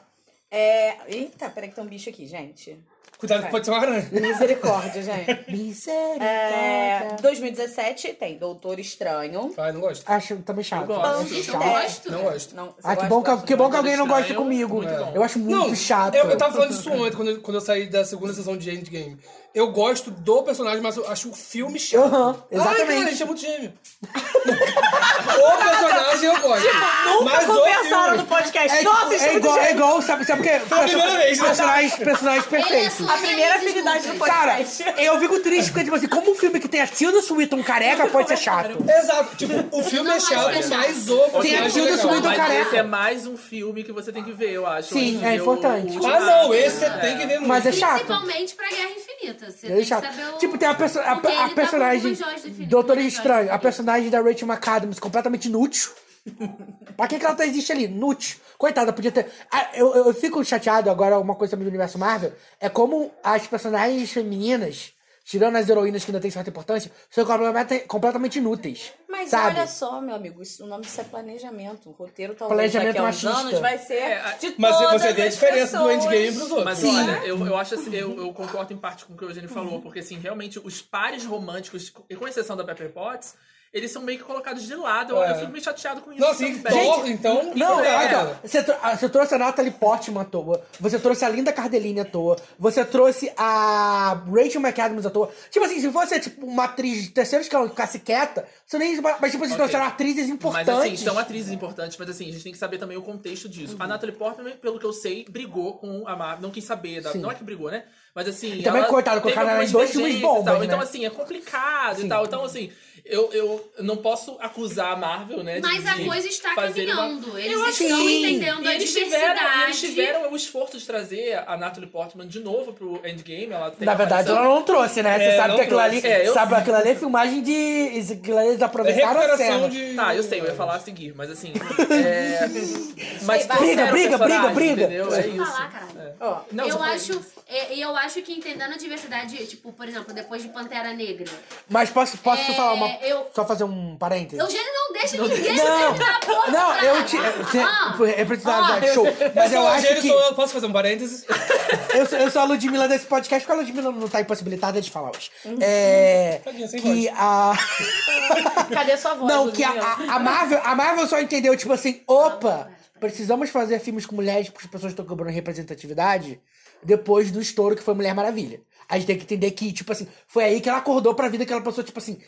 Speaker 6: É... Eita, peraí que tem um bicho aqui, gente.
Speaker 1: Cuidado que pode ser uma aranha.
Speaker 6: Misericórdia, gente. É,
Speaker 7: Misericórdia.
Speaker 6: 2017 tem Doutor Estranho.
Speaker 1: Ai, não gosto.
Speaker 7: Acho também chato.
Speaker 8: gosto.
Speaker 3: Gente, eu
Speaker 7: Chato.
Speaker 3: gosto.
Speaker 1: Não gosto.
Speaker 6: Não, você
Speaker 7: Ah, que
Speaker 6: gosta,
Speaker 7: bom que,
Speaker 6: gosta,
Speaker 7: que,
Speaker 6: não
Speaker 7: bom que alguém não gosta
Speaker 8: Estranho,
Speaker 7: comigo.
Speaker 8: muito bom.
Speaker 7: Eu acho muito
Speaker 1: não,
Speaker 7: chato.
Speaker 1: Eu, eu tava falando isso ontem, quando eu, quando eu saí da segunda sessão de Endgame. Eu gosto do personagem, mas eu acho o filme chato.
Speaker 7: Aham,
Speaker 1: Ai,
Speaker 7: exatamente.
Speaker 1: cara, ele chama o gêmeo. o personagem eu gosto. mas o
Speaker 6: Conversaram
Speaker 1: filme...
Speaker 6: no podcast.
Speaker 7: É,
Speaker 6: Nossa,
Speaker 7: é, igual, é igual, sabe, sabe por quê?
Speaker 1: primeira vez, né?
Speaker 7: personagens, personagens
Speaker 3: Ele é
Speaker 7: perfeitos.
Speaker 3: sua
Speaker 6: A primeira
Speaker 3: raiz,
Speaker 6: afinidade do
Speaker 3: Lucas.
Speaker 7: Cara,
Speaker 6: podcast.
Speaker 7: eu fico triste porque, tipo assim, como um filme que tem a Tilda Swinton careca
Speaker 6: é
Speaker 7: pode ser chato?
Speaker 1: Exato. Tipo, o filme é
Speaker 3: Não, mas
Speaker 1: chato,
Speaker 3: é
Speaker 1: mas o
Speaker 7: Tem a
Speaker 1: personagem
Speaker 7: Tilda
Speaker 1: é legal.
Speaker 7: Swinton
Speaker 8: Mas
Speaker 7: careca.
Speaker 8: esse é mais um filme que você tem que ver, eu acho.
Speaker 7: Sim,
Speaker 8: Hoje em
Speaker 7: é
Speaker 8: dia,
Speaker 7: importante.
Speaker 8: o último-
Speaker 1: Ah, não, esse você tem que ver muito.
Speaker 7: Mas é chato.
Speaker 3: Principalmente pra Guerra Infinita. Você
Speaker 7: É
Speaker 3: tem que
Speaker 7: chato.
Speaker 3: saber o...
Speaker 7: Tipo, tem a, perso a,
Speaker 3: Porque ele
Speaker 7: a
Speaker 3: tá
Speaker 7: personagem.
Speaker 3: com o Jorge definido,
Speaker 7: Doutor
Speaker 3: né, Jorge
Speaker 7: Estranho, a
Speaker 3: definido.
Speaker 7: personagem da Rachel McAdams, completamente inútil. pra que, que ela tá, existe ali? Inútil. Coitada, podia ter. Ah, eu, eu, eu fico chateado agora, uma coisa também do universo Marvel, é como as personagens femininas, tirando as heroínas que ainda têm certa importância, são completa- completamente inúteis.
Speaker 6: Mas
Speaker 7: sabe?
Speaker 6: olha só, meu amigo, isso, o nome disso é planejamento. O roteiro talvez
Speaker 7: Planejamento
Speaker 6: daqui a uns
Speaker 7: machista.
Speaker 6: anos vai ser
Speaker 8: É,
Speaker 6: de
Speaker 1: Mas
Speaker 6: todas
Speaker 1: você vê a
Speaker 6: as
Speaker 1: diferença do
Speaker 6: pessoas.
Speaker 1: Endgame pros outros.
Speaker 8: Mas
Speaker 7: Sim. Uhum.
Speaker 8: olha, eu, eu acho assim, eu, eu concordo em parte com o que o Eugênio falou, porque assim, realmente os pares românticos, com exceção da Pepper Potts, eles são meio que colocados de lado. Eu,
Speaker 1: É.
Speaker 8: eu fico meio chateado com isso.
Speaker 1: Não, assim,
Speaker 8: também.
Speaker 1: Thor, então.
Speaker 7: Não,
Speaker 1: é,
Speaker 7: aqui, ó, você, tro- ah, você trouxe a Natalie Portman à toa, você trouxe a Linda Cardellini à toa, você trouxe a Rachel McAdams à toa. Tipo assim, se fosse tipo, uma atriz de terceiro escalão que ficasse quieta, você nem. Mas tipo, vocês
Speaker 8: Ok.
Speaker 7: trouxeram atrizes importantes.
Speaker 8: Mas assim,
Speaker 1: né?
Speaker 8: são atrizes importantes, mas assim, a gente tem que saber também o contexto disso.
Speaker 7: Uhum.
Speaker 8: A Natalie Portman, pelo que eu sei, brigou com a Marvel, não quis saber, da-
Speaker 7: Sim.
Speaker 8: não é que brigou, né? Mas assim.
Speaker 7: também, coitado,
Speaker 8: teve
Speaker 7: colocaram ela em
Speaker 8: algumas
Speaker 7: dois filmes
Speaker 8: divergências e tal.
Speaker 7: bombas,
Speaker 8: Então,
Speaker 7: né?
Speaker 8: assim, é complicado e tal. Então, assim, eu, eu não posso acusar a Marvel, né? de-
Speaker 3: Mas a
Speaker 8: de
Speaker 3: coisa está
Speaker 8: fazer uma-
Speaker 3: caminhando. Eles
Speaker 8: Eu acho
Speaker 3: estão
Speaker 7: que sim.
Speaker 3: entendendo
Speaker 8: E
Speaker 3: a
Speaker 8: eles
Speaker 3: diversidade.
Speaker 8: tiveram, e eles tiveram o esforço de trazer a Natalie Portman de novo pro Endgame. Ela tem
Speaker 7: Na verdade,
Speaker 8: aparição.
Speaker 7: ela não trouxe, né? Você
Speaker 1: É,
Speaker 7: sabe
Speaker 1: não
Speaker 7: que aquilo ali,
Speaker 1: trouxe.
Speaker 8: É, eu
Speaker 7: sabe,
Speaker 8: sei.
Speaker 7: aquilo ali é filmagem de. isso- Aquilo ali eles
Speaker 1: É
Speaker 7: aproveitaram a cena.
Speaker 1: recuperação de.
Speaker 8: Tá, eu sei, eu ia falar a seguir, mas assim. é, Mas
Speaker 2: Briga,
Speaker 8: trouxeram
Speaker 7: briga,
Speaker 8: o personagem,
Speaker 7: briga, briga.
Speaker 8: Entendeu? É
Speaker 3: Deixa eu falar,
Speaker 8: isso.
Speaker 3: caralho.
Speaker 2: Ó,
Speaker 8: Não,
Speaker 3: eu
Speaker 8: tipo,
Speaker 3: acho, é, e eu acho que entendendo a diversidade, tipo, por exemplo, depois de Pantera Negra.
Speaker 7: Mas posso, posso
Speaker 3: É,
Speaker 7: falar uma.
Speaker 3: eu-
Speaker 7: Só fazer um parênteses?
Speaker 3: Eugênio não deixa ninguém
Speaker 7: Não,
Speaker 3: terminar a porra.
Speaker 7: não, eu te.
Speaker 3: cara.
Speaker 7: eu te-
Speaker 3: Ah,
Speaker 7: é precisava
Speaker 3: ah,
Speaker 7: dar show. Mas eu
Speaker 1: sou o
Speaker 7: acho
Speaker 1: Rogério,
Speaker 7: que.
Speaker 1: sou eu. Posso fazer um parênteses?
Speaker 7: Eu sou, eu sou a Ludmilla desse podcast, porque a Ludmilla não tá impossibilitada de falar hoje. É.
Speaker 1: Uhum. Tadinha, sem
Speaker 7: Que a.
Speaker 2: Cadê sua voz?
Speaker 7: Não, que a,
Speaker 2: Ludmilla?
Speaker 7: a- a Marvel, a Marvel só entendeu, tipo assim, opa, precisamos fazer filmes com mulheres porque as pessoas estão cobrando representatividade depois do estouro que foi Mulher Maravilha. A gente tem que entender que, tipo assim, foi aí que ela acordou pra vida que ela passou, tipo assim,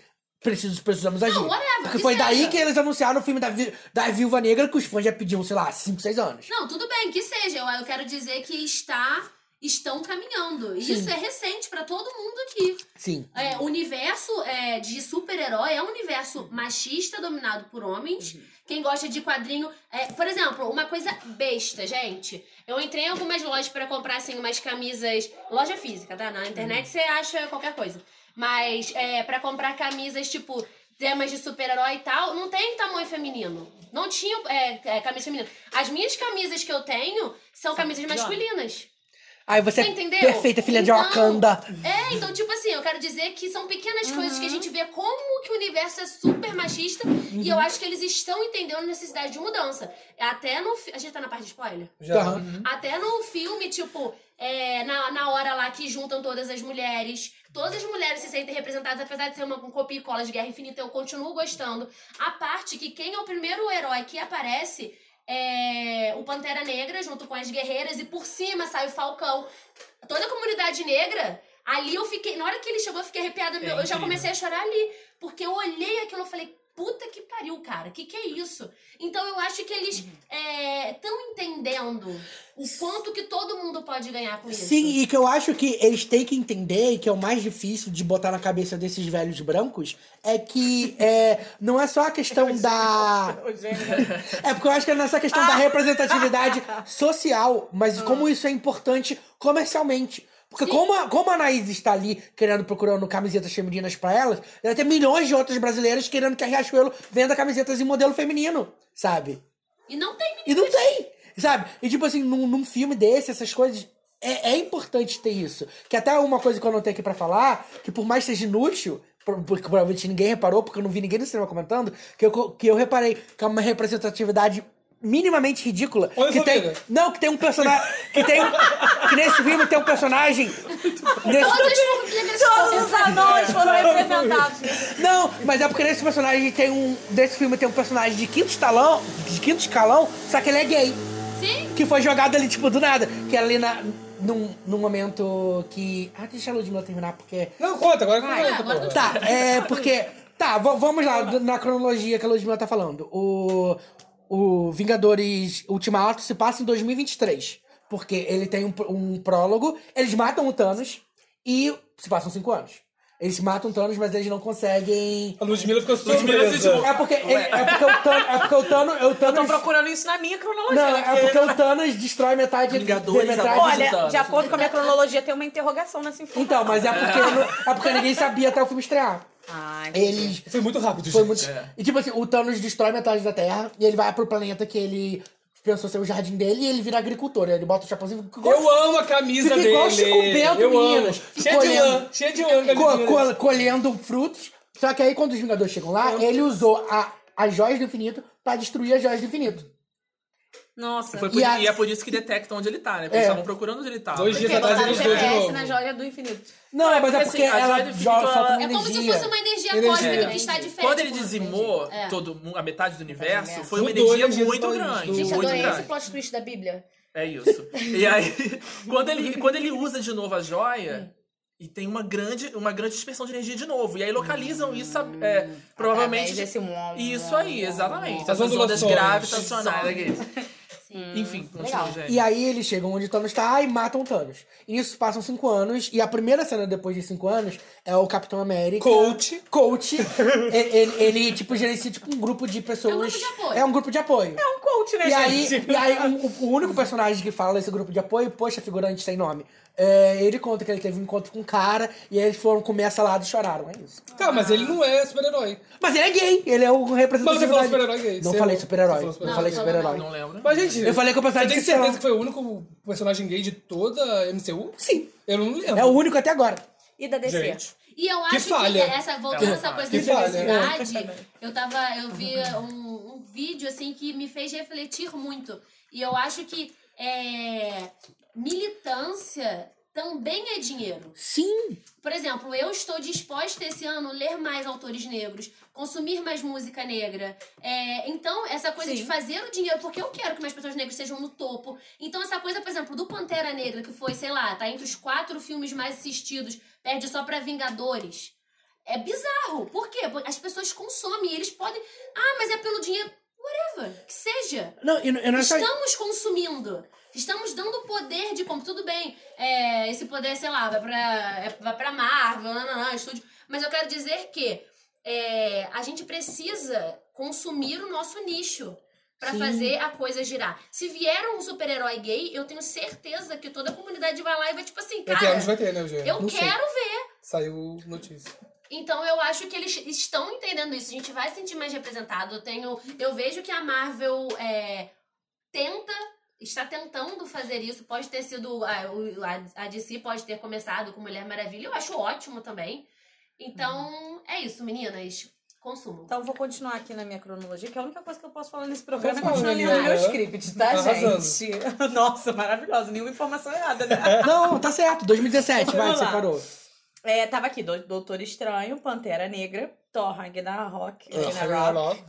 Speaker 7: preciso, precisamos agir.
Speaker 3: whatever,
Speaker 7: porque foi
Speaker 3: isso é
Speaker 7: daí
Speaker 3: isso.
Speaker 7: que eles anunciaram o filme da, vi- da Viúva Negra que os fãs já pediam, sei lá, 5, 6 anos.
Speaker 3: Não, tudo bem, que seja. Eu, eu quero dizer que está, estão caminhando. E Isso é recente pra todo mundo aqui.
Speaker 7: Sim.
Speaker 3: É, o universo é, de super-herói é um universo machista dominado por homens. Quem gosta de quadrinho. é, por exemplo, uma coisa besta, gente. Eu entrei em algumas lojas pra comprar assim, umas camisas. Loja física, tá? Na internet você acha qualquer coisa. Mas é, para comprar camisas tipo temas de super-herói e tal, não tem tamanho feminino. Não tinha é, é, camisa feminina. As minhas camisas que eu tenho são camisas masculinas.
Speaker 7: Aí você,
Speaker 3: Você entendeu?
Speaker 7: é perfeita, filha
Speaker 3: Então,
Speaker 7: de Wakanda.
Speaker 3: É, então, tipo assim, eu quero dizer que são pequenas coisas que a gente vê como que o universo é super machista e eu acho que eles estão entendendo a necessidade de mudança. Até no. fi- A gente tá na parte de spoiler?
Speaker 1: Já.
Speaker 7: Aham.
Speaker 3: Até no filme, tipo, é, na, na hora lá que juntam todas as mulheres. Todas as mulheres se sentem representadas, apesar de ser uma um copia e cola de Guerra Infinita, eu continuo gostando. A parte que quem é o primeiro herói que aparece é o Pantera Negra, junto com as guerreiras, e por cima sai o Falcão. Toda a comunidade negra, ali eu fiquei. Na hora que ele chegou, eu fiquei arrepiada. eu já
Speaker 8: incrível.
Speaker 3: comecei a chorar ali. Porque eu olhei aquilo e falei, puta que pariu, cara, que que é isso? Então eu acho que eles estão entendendo o quanto que todo mundo pode ganhar com isso.
Speaker 7: Sim, e que eu acho que eles têm que entender, e que é o mais difícil de botar na cabeça desses velhos brancos, é que é, não é só a questão da. É porque eu acho que é nessa questão da representatividade social, mas como
Speaker 3: Ah.
Speaker 7: isso é importante comercialmente. Porque como a, como a Anaís está ali querendo, procurando camisetas femininas pra elas, ela tem milhões de outras brasileiras querendo que a Riachuelo venda camisetas em modelo feminino, sabe?
Speaker 3: E não tem
Speaker 7: E não tem, sabe? E tipo assim, num, num filme desse, essas coisas. É, é importante ter isso. Que até uma coisa que eu anotei aqui pra falar, que por mais que seja inútil, pro- porque provavelmente ninguém reparou, porque eu não vi ninguém no cinema comentando, que eu, co- que eu reparei que é uma representatividade minimamente ridícula.
Speaker 1: Olha
Speaker 7: que
Speaker 1: essa
Speaker 7: tem,
Speaker 1: amiga.
Speaker 7: não, que tem um personagem. Que tem. Que nesse filme tem um personagem. nesse-
Speaker 3: todas as famílias.
Speaker 6: Todos os anões foram
Speaker 3: É.
Speaker 6: representados. nesse-
Speaker 7: não, mas é porque nesse personagem tem um. Desse filme tem um personagem de quinto escalão, de quinto escalão, só que ele é gay.
Speaker 3: Sim,
Speaker 7: que foi jogado ali, tipo, do nada. Que ali na, num, num momento que. Ah, deixa a Ludmilla terminar, porque.
Speaker 1: Não, conta, agora conta.
Speaker 3: agora
Speaker 1: pô.
Speaker 7: Tá, é porque. Tá, v- vamos lá, do- na cronologia que a Ludmilla tá falando. O, o Vingadores Ultimato se passa em 2023. Porque ele tem um, pr- um prólogo, eles matam o Thanos e se passam cinco anos. Eles matam o Thanos, mas eles não conseguem.
Speaker 1: A Ludmilla ficou
Speaker 8: Ludmilla se
Speaker 1: surpresa.
Speaker 7: É porque, ele- é porque o Thanos. É porque o Thanos. o
Speaker 6: Estão
Speaker 7: Thanos-
Speaker 6: procurando isso na minha cronologia.
Speaker 7: não,
Speaker 6: né?
Speaker 7: é porque o Thanos destrói metade.
Speaker 8: Vingadores,
Speaker 7: metade
Speaker 8: amor.
Speaker 1: então,
Speaker 6: Olha,
Speaker 8: Thanos,
Speaker 6: de acordo com a minha cronologia, tem uma interrogação nessa informação.
Speaker 7: Então, mas é porque, não- é porque ninguém sabia até o filme estrear.
Speaker 2: Ai,
Speaker 7: Eles.
Speaker 1: Foi muito rápido,
Speaker 7: Foi
Speaker 1: gente. É.
Speaker 7: muito...
Speaker 8: É.
Speaker 7: E tipo assim, o Thanos destrói metade da Terra e ele vai pro planeta que ele pensou ser o jardim dele e ele vira agricultor. Ele bota o assim, chapéuzinho.
Speaker 1: Eu amo a camisa
Speaker 7: Fica
Speaker 1: dele.
Speaker 7: igual Chico Bento,
Speaker 1: eu
Speaker 7: meninas.
Speaker 1: Amo. Cheia de
Speaker 7: Colhendo.
Speaker 1: lã, cheia de lã.
Speaker 7: co-
Speaker 1: camisinha dele.
Speaker 7: co- colhendo frutos. Só que aí, quando os Vingadores chegam lá, ele usou a, as joias do infinito pra destruir as joias do infinito.
Speaker 6: Nossa.
Speaker 8: Foi por-
Speaker 7: E a-
Speaker 8: E é por isso que detecta onde ele tá, né? Porque
Speaker 7: É.
Speaker 8: eles estavam procurando onde ele tava.
Speaker 1: Dois dias
Speaker 6: Porque
Speaker 1: atrás
Speaker 6: botaram
Speaker 1: eles dois de
Speaker 6: GPS
Speaker 1: novo.
Speaker 6: na joia do infinito.
Speaker 7: Não, é, mas é
Speaker 8: Porque,
Speaker 7: porque
Speaker 8: assim, a joia
Speaker 7: ela
Speaker 8: do
Speaker 7: joga,
Speaker 8: infinito,
Speaker 7: solta
Speaker 8: ela-
Speaker 7: uma
Speaker 3: É como se
Speaker 7: energia.
Speaker 3: fosse uma energia,
Speaker 1: Energia.
Speaker 3: cósmica que está diferente.
Speaker 8: Quando ele
Speaker 3: do mundo,
Speaker 8: dizimou
Speaker 3: gente. É.
Speaker 8: todo mu- a metade do universo,
Speaker 2: universo.
Speaker 8: foi uma
Speaker 1: Mudou a
Speaker 8: energia
Speaker 1: energia do
Speaker 8: muito
Speaker 1: planeta.
Speaker 8: grande.
Speaker 1: Gente,
Speaker 2: Gente,
Speaker 8: muito
Speaker 2: adorei esse
Speaker 8: grande.
Speaker 2: plot twist da Bíblia.
Speaker 8: É isso. E aí, quando ele, quando ele usa de novo a joia, e tem uma grande, uma grande dispersão de energia de novo. E aí localizam isso, é, provavelmente.
Speaker 2: Através desse muom,
Speaker 8: Isso
Speaker 2: muom,
Speaker 8: aí,
Speaker 2: muom,
Speaker 8: exatamente.
Speaker 2: muom.
Speaker 8: As
Speaker 1: As
Speaker 8: ondas
Speaker 1: ondulações.
Speaker 8: gravitacionais. aqueles. Enfim, continua,
Speaker 2: Legal.
Speaker 8: gente.
Speaker 7: E aí eles chegam onde o Thanos tá e matam o Thanos. E isso passam cinco anos. E a primeira cena depois de cinco anos é o Capitão América.
Speaker 1: Coach.
Speaker 7: Coach. ele, ele- ele, tipo, gerencia tipo, um grupo de pessoas.
Speaker 3: grupo de apoio.
Speaker 7: É um grupo de apoio.
Speaker 6: É um coach, né,
Speaker 7: E aí,
Speaker 6: gente?
Speaker 7: e aí um- o, o único personagem que fala desse grupo de apoio, poxa, figurante sem nome. é, ele conta que ele teve um encontro com um cara e aí eles foram comer salada e choraram. É isso.
Speaker 1: Tá, mas ele não é super-herói.
Speaker 7: Mas ele é gay, ele é o
Speaker 1: Mas
Speaker 7: representante.
Speaker 1: você falou super-herói gay.
Speaker 7: Não
Speaker 1: Você- é
Speaker 7: falei super-herói.
Speaker 1: você falou super-herói.
Speaker 7: Não falei
Speaker 3: Não,
Speaker 7: super-herói.
Speaker 8: Não lembro.
Speaker 1: Mas, gente.
Speaker 7: Eu falei que eu pensava
Speaker 1: Você tem
Speaker 7: que sei
Speaker 1: certeza
Speaker 7: lá.
Speaker 1: que foi o único personagem gay de toda a MCU?
Speaker 7: Sim.
Speaker 1: Eu não lembro.
Speaker 7: É o único até agora.
Speaker 2: E da DC.
Speaker 1: Gente.
Speaker 3: E eu
Speaker 1: Que
Speaker 3: acho que,
Speaker 1: falha.
Speaker 3: essa, voltando essa coisa
Speaker 1: Que
Speaker 3: da
Speaker 1: falha. né?
Speaker 3: diversidade, eu tava. Eu vi um, um vídeo assim que me fez refletir muito. E eu acho que é, militância também é dinheiro.
Speaker 7: Sim.
Speaker 3: Por exemplo, eu estou disposta esse ano a ler mais autores negros, consumir mais música negra. É, então, essa coisa de fazer o dinheiro, porque eu quero que mais pessoas negras sejam no topo. Então, essa coisa, por exemplo, do Pantera Negra, que foi, sei lá, tá entre os quatro filmes mais assistidos, perde só pra Vingadores. É bizarro. Por quê? As pessoas consomem, eles podem. Ah, mas é pelo dinheiro. Whatever, que seja.
Speaker 7: Não, e, e não é só
Speaker 3: Estamos consumindo. Estamos dando poder de compra. Tudo bem, é, esse poder, sei lá, vai pra, é, vai pra Marvel, nananã, estúdio. Mas eu quero dizer que é, a gente precisa consumir o nosso nicho pra fazer a coisa girar. Se vier um super-herói gay, eu tenho certeza que toda a comunidade vai lá e vai tipo assim,
Speaker 1: Daqui a anos vai
Speaker 3: cara,
Speaker 1: ter, né, Eugênio?
Speaker 3: eu
Speaker 1: Não sei.
Speaker 3: quero ver.
Speaker 1: Saiu notícia.
Speaker 3: Então eu acho que eles estão entendendo isso. A gente vai se sentir mais representado. Eu tenho, eu vejo que a Marvel é, tenta, está tentando fazer isso. Pode ter sido a, o- a, a DC pode ter começado com Mulher Maravilha. Eu acho ótimo também. Então
Speaker 8: Uhum.
Speaker 3: é isso, meninas. Consumo.
Speaker 8: Tá,
Speaker 6: Então eu vou continuar aqui na minha cronologia, que é a única coisa que eu posso falar nesse programa é
Speaker 1: Por favor,
Speaker 6: continuar lendo
Speaker 1: Liliana.
Speaker 6: meu script, tá,
Speaker 1: né? Tá
Speaker 6: gente? Nossa, maravilhosa. Nenhuma informação errada, né?
Speaker 7: Não, tá certo. 2017, vai,
Speaker 6: Vamos
Speaker 7: você
Speaker 6: lá.
Speaker 7: parou.
Speaker 6: É, tava aqui, Do- Doutor Estranho, Pantera Negra, Thor, Ragnarok, Ragnarok,
Speaker 1: É, Ragnarok.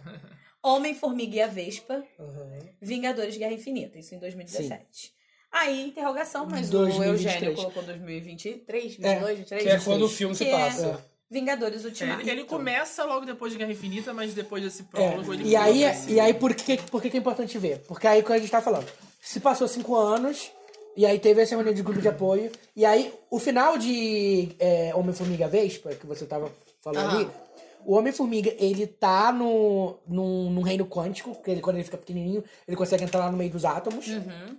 Speaker 6: Homem-Formiga e a Vespa,
Speaker 1: Uhum.
Speaker 6: Vingadores Guerra Infinita, isso em 2017. Aí, interrogação, mas o
Speaker 7: 2023.
Speaker 6: Eugênio colocou 2023, 2022,
Speaker 7: É,
Speaker 6: 2023.
Speaker 1: Que é quando o filme se
Speaker 6: Que é-
Speaker 1: passa.
Speaker 6: Vingadores Ultimato.
Speaker 8: É, Ele, ele começa logo depois de Guerra Infinita, mas depois desse
Speaker 7: Então. É.
Speaker 8: prólogo ele
Speaker 7: E aí,
Speaker 8: muda, assim.
Speaker 7: e aí por, que, por que que é importante ver? Porque aí quando a gente tá falando, se passou cinco anos, e aí teve essa reunião de grupo de apoio, e aí o final de é, Homem-Formiga e Vespa, que você tava falando ali, o Homem-Formiga, ele tá no, num, num reino quântico, que ele, quando ele fica pequenininho, ele consegue entrar lá no meio dos átomos.
Speaker 8: Uhum.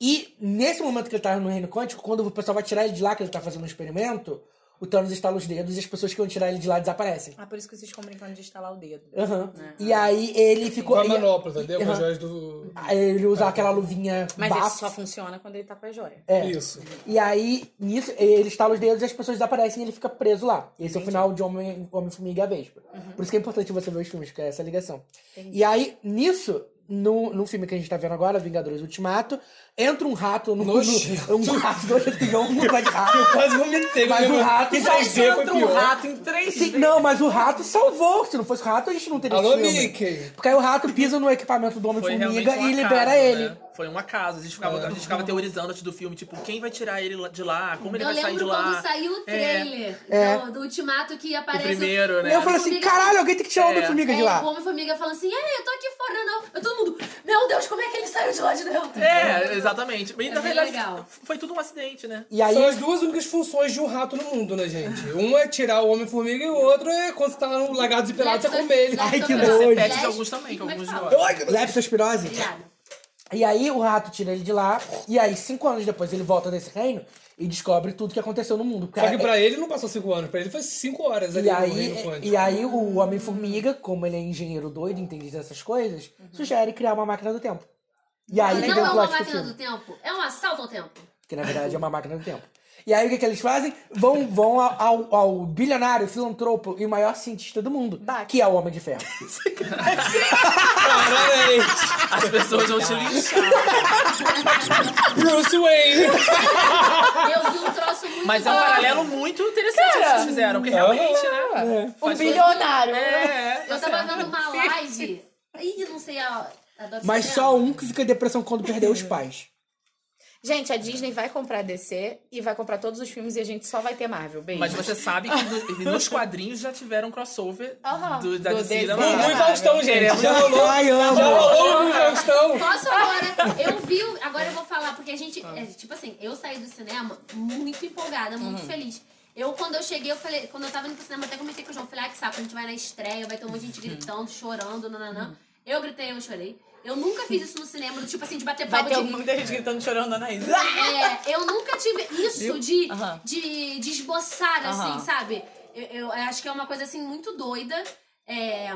Speaker 7: E nesse momento que ele tá no reino quântico, quando o pessoal vai tirar ele de lá, que ele tá fazendo um experimento, o Thanos estala os dedos e as pessoas que vão tirar ele de lá desaparecem.
Speaker 6: Ah, por isso que vocês ficam brincando de estalar o dedo.
Speaker 1: Uhum.
Speaker 7: Aham.
Speaker 8: É.
Speaker 7: E aí ele ficou.
Speaker 1: Com a
Speaker 7: e-
Speaker 1: manopla, entendeu? Com
Speaker 7: Aham.
Speaker 1: as joias do...
Speaker 7: Aí ele usa aquela luvinha
Speaker 6: Mas
Speaker 7: bafo.
Speaker 6: isso só funciona quando ele tá com a joia.
Speaker 7: É.
Speaker 1: Isso.
Speaker 7: E aí, nisso, ele estala os dedos e as pessoas desaparecem e ele fica preso lá. Esse é o final de Homem- Homem-Formiga e a Vespa. Por isso que é importante você ver os filmes, que é essa ligação. E aí, nisso, no, no filme que a gente tá vendo agora, Vingadores Ultimato, entra um rato no...
Speaker 1: Nojento.
Speaker 7: no- um rato nojento, que é um lugar de rato.
Speaker 1: Quase vomitei.
Speaker 7: Mas
Speaker 1: meu
Speaker 7: o
Speaker 1: irmão.
Speaker 7: rato
Speaker 1: Em
Speaker 7: só
Speaker 1: 3D foi
Speaker 6: Entra um
Speaker 1: pior.
Speaker 6: rato em três
Speaker 7: Sim, não, mas o rato salvou. Se não fosse o rato, a gente não teria
Speaker 1: Alô,
Speaker 7: esse filme.
Speaker 1: Mickey.
Speaker 7: Porque aí o rato pisa no equipamento do
Speaker 8: Foi realmente
Speaker 7: Homem-Formiga
Speaker 8: um
Speaker 7: e
Speaker 8: acaso,
Speaker 7: libera
Speaker 8: né?
Speaker 7: ele.
Speaker 8: Foi um acaso. A gente ficava, a gente ficava teorizando antes do filme, tipo, quem vai tirar ele lá- de lá? Como ele
Speaker 3: Eu
Speaker 8: vai sair de
Speaker 3: lembro
Speaker 8: lá?
Speaker 3: quando saiu o trailer
Speaker 7: É.
Speaker 3: do, do Ultimato que aparece.
Speaker 8: O primeiro, né?
Speaker 7: Eu falo assim,
Speaker 3: Formiga-
Speaker 7: caralho, alguém tem que tirar o
Speaker 8: É.
Speaker 7: Homem-Formiga
Speaker 3: É,
Speaker 7: de
Speaker 3: O
Speaker 7: lá.
Speaker 3: Homem-Formiga falando assim, é, eu tô aqui fora, não. Eu todo mundo, meu Deus, como é que ele saiu de lá de dentro?
Speaker 8: É, exatamente. Mas,
Speaker 3: É
Speaker 8: na
Speaker 3: bem
Speaker 8: verdade,
Speaker 3: legal.
Speaker 8: f- foi tudo um acidente, né?
Speaker 7: E aí,
Speaker 1: São as duas únicas funções de um rato no mundo, né, gente? Um é tirar o Homem-Formiga e o outro é quando você tá no lagarto e pelado, você
Speaker 3: Leptos-
Speaker 1: comer ele.
Speaker 7: Ai, que
Speaker 3: leptospirose.
Speaker 7: nojo.
Speaker 8: Pet de alguns também, que
Speaker 3: Como é que
Speaker 8: alguns
Speaker 3: fala?
Speaker 8: de lá.
Speaker 7: leptospirose.
Speaker 3: Obrigada.
Speaker 7: E aí, o rato tira ele de lá. E aí, cinco anos depois, ele volta desse reino e descobre tudo que aconteceu no mundo.
Speaker 1: Só que pra ele não passou cinco anos, pra ele foi cinco horas ali
Speaker 7: é- E
Speaker 1: no
Speaker 7: aí,
Speaker 1: reino quântico.
Speaker 7: e aí, o Homem-Formiga, como ele é engenheiro doido, entende dessas coisas, sugere criar uma máquina do tempo. E aí, que
Speaker 3: Uhum. não
Speaker 7: vem
Speaker 3: é
Speaker 7: o
Speaker 3: uma
Speaker 7: plot do
Speaker 3: máquina do
Speaker 7: filme.
Speaker 3: tempo, é um assalto ao tempo.
Speaker 7: Que na verdade é uma máquina do tempo. E aí o que, que eles fazem? Vão, vão ao, ao- ao bilionário, filantropo e maior cientista do mundo, que é o Homem de Ferro.
Speaker 8: As pessoas vão te lixar.
Speaker 1: Bruce Wayne!
Speaker 3: Eu vi um troço muito
Speaker 8: Mas é um
Speaker 3: doido.
Speaker 8: paralelo muito interessante que vocês fizeram, porque realmente,
Speaker 7: É.
Speaker 8: né?
Speaker 2: Um
Speaker 8: faz todo-
Speaker 2: bilionário.
Speaker 8: É,
Speaker 3: Eu tava vendo uma live. Ih, não sei a. a do
Speaker 7: Mas
Speaker 3: cinema.
Speaker 7: só um que fica em depressão quando perdeu os pais.
Speaker 2: Gente, a Disney vai comprar a DC e vai comprar todos os filmes e a gente só vai ter Marvel. Beijo.
Speaker 8: Mas você sabe que no- nos quadrinhos já tiveram crossover
Speaker 2: Aham.
Speaker 8: do, da
Speaker 2: Do
Speaker 8: DC.
Speaker 2: desenho.
Speaker 8: da
Speaker 1: Gugu e
Speaker 8: Marvel.
Speaker 1: Faustão, gente. Já rolou.
Speaker 7: Ai,
Speaker 1: Já
Speaker 7: amo.
Speaker 1: rolou Gugu e Faustão.
Speaker 3: Posso agora? Eu vi. o- Agora eu vou falar, porque a gente. é, tipo assim, eu saí do cinema muito empolgada, muito
Speaker 8: Uhum.
Speaker 3: feliz. Eu, quando eu cheguei, eu falei, quando eu tava indo pro cinema, até comentei com o João, falei, ah, que saco, a gente vai na estreia, vai ter um monte de
Speaker 8: Uhum.
Speaker 3: gente gritando, chorando, nananã. Eu gritei, eu chorei. Eu nunca fiz isso no cinema, do tipo assim, de bater
Speaker 6: Vai
Speaker 3: palma
Speaker 6: ter
Speaker 3: de
Speaker 6: muita gente gritando, chorando, Anaís.
Speaker 3: É, eu nunca tive isso de,
Speaker 2: Aham.
Speaker 3: de, de esboçar, assim,
Speaker 2: Aham.
Speaker 3: sabe? Eu, eu acho que é uma coisa, assim, muito doida. É,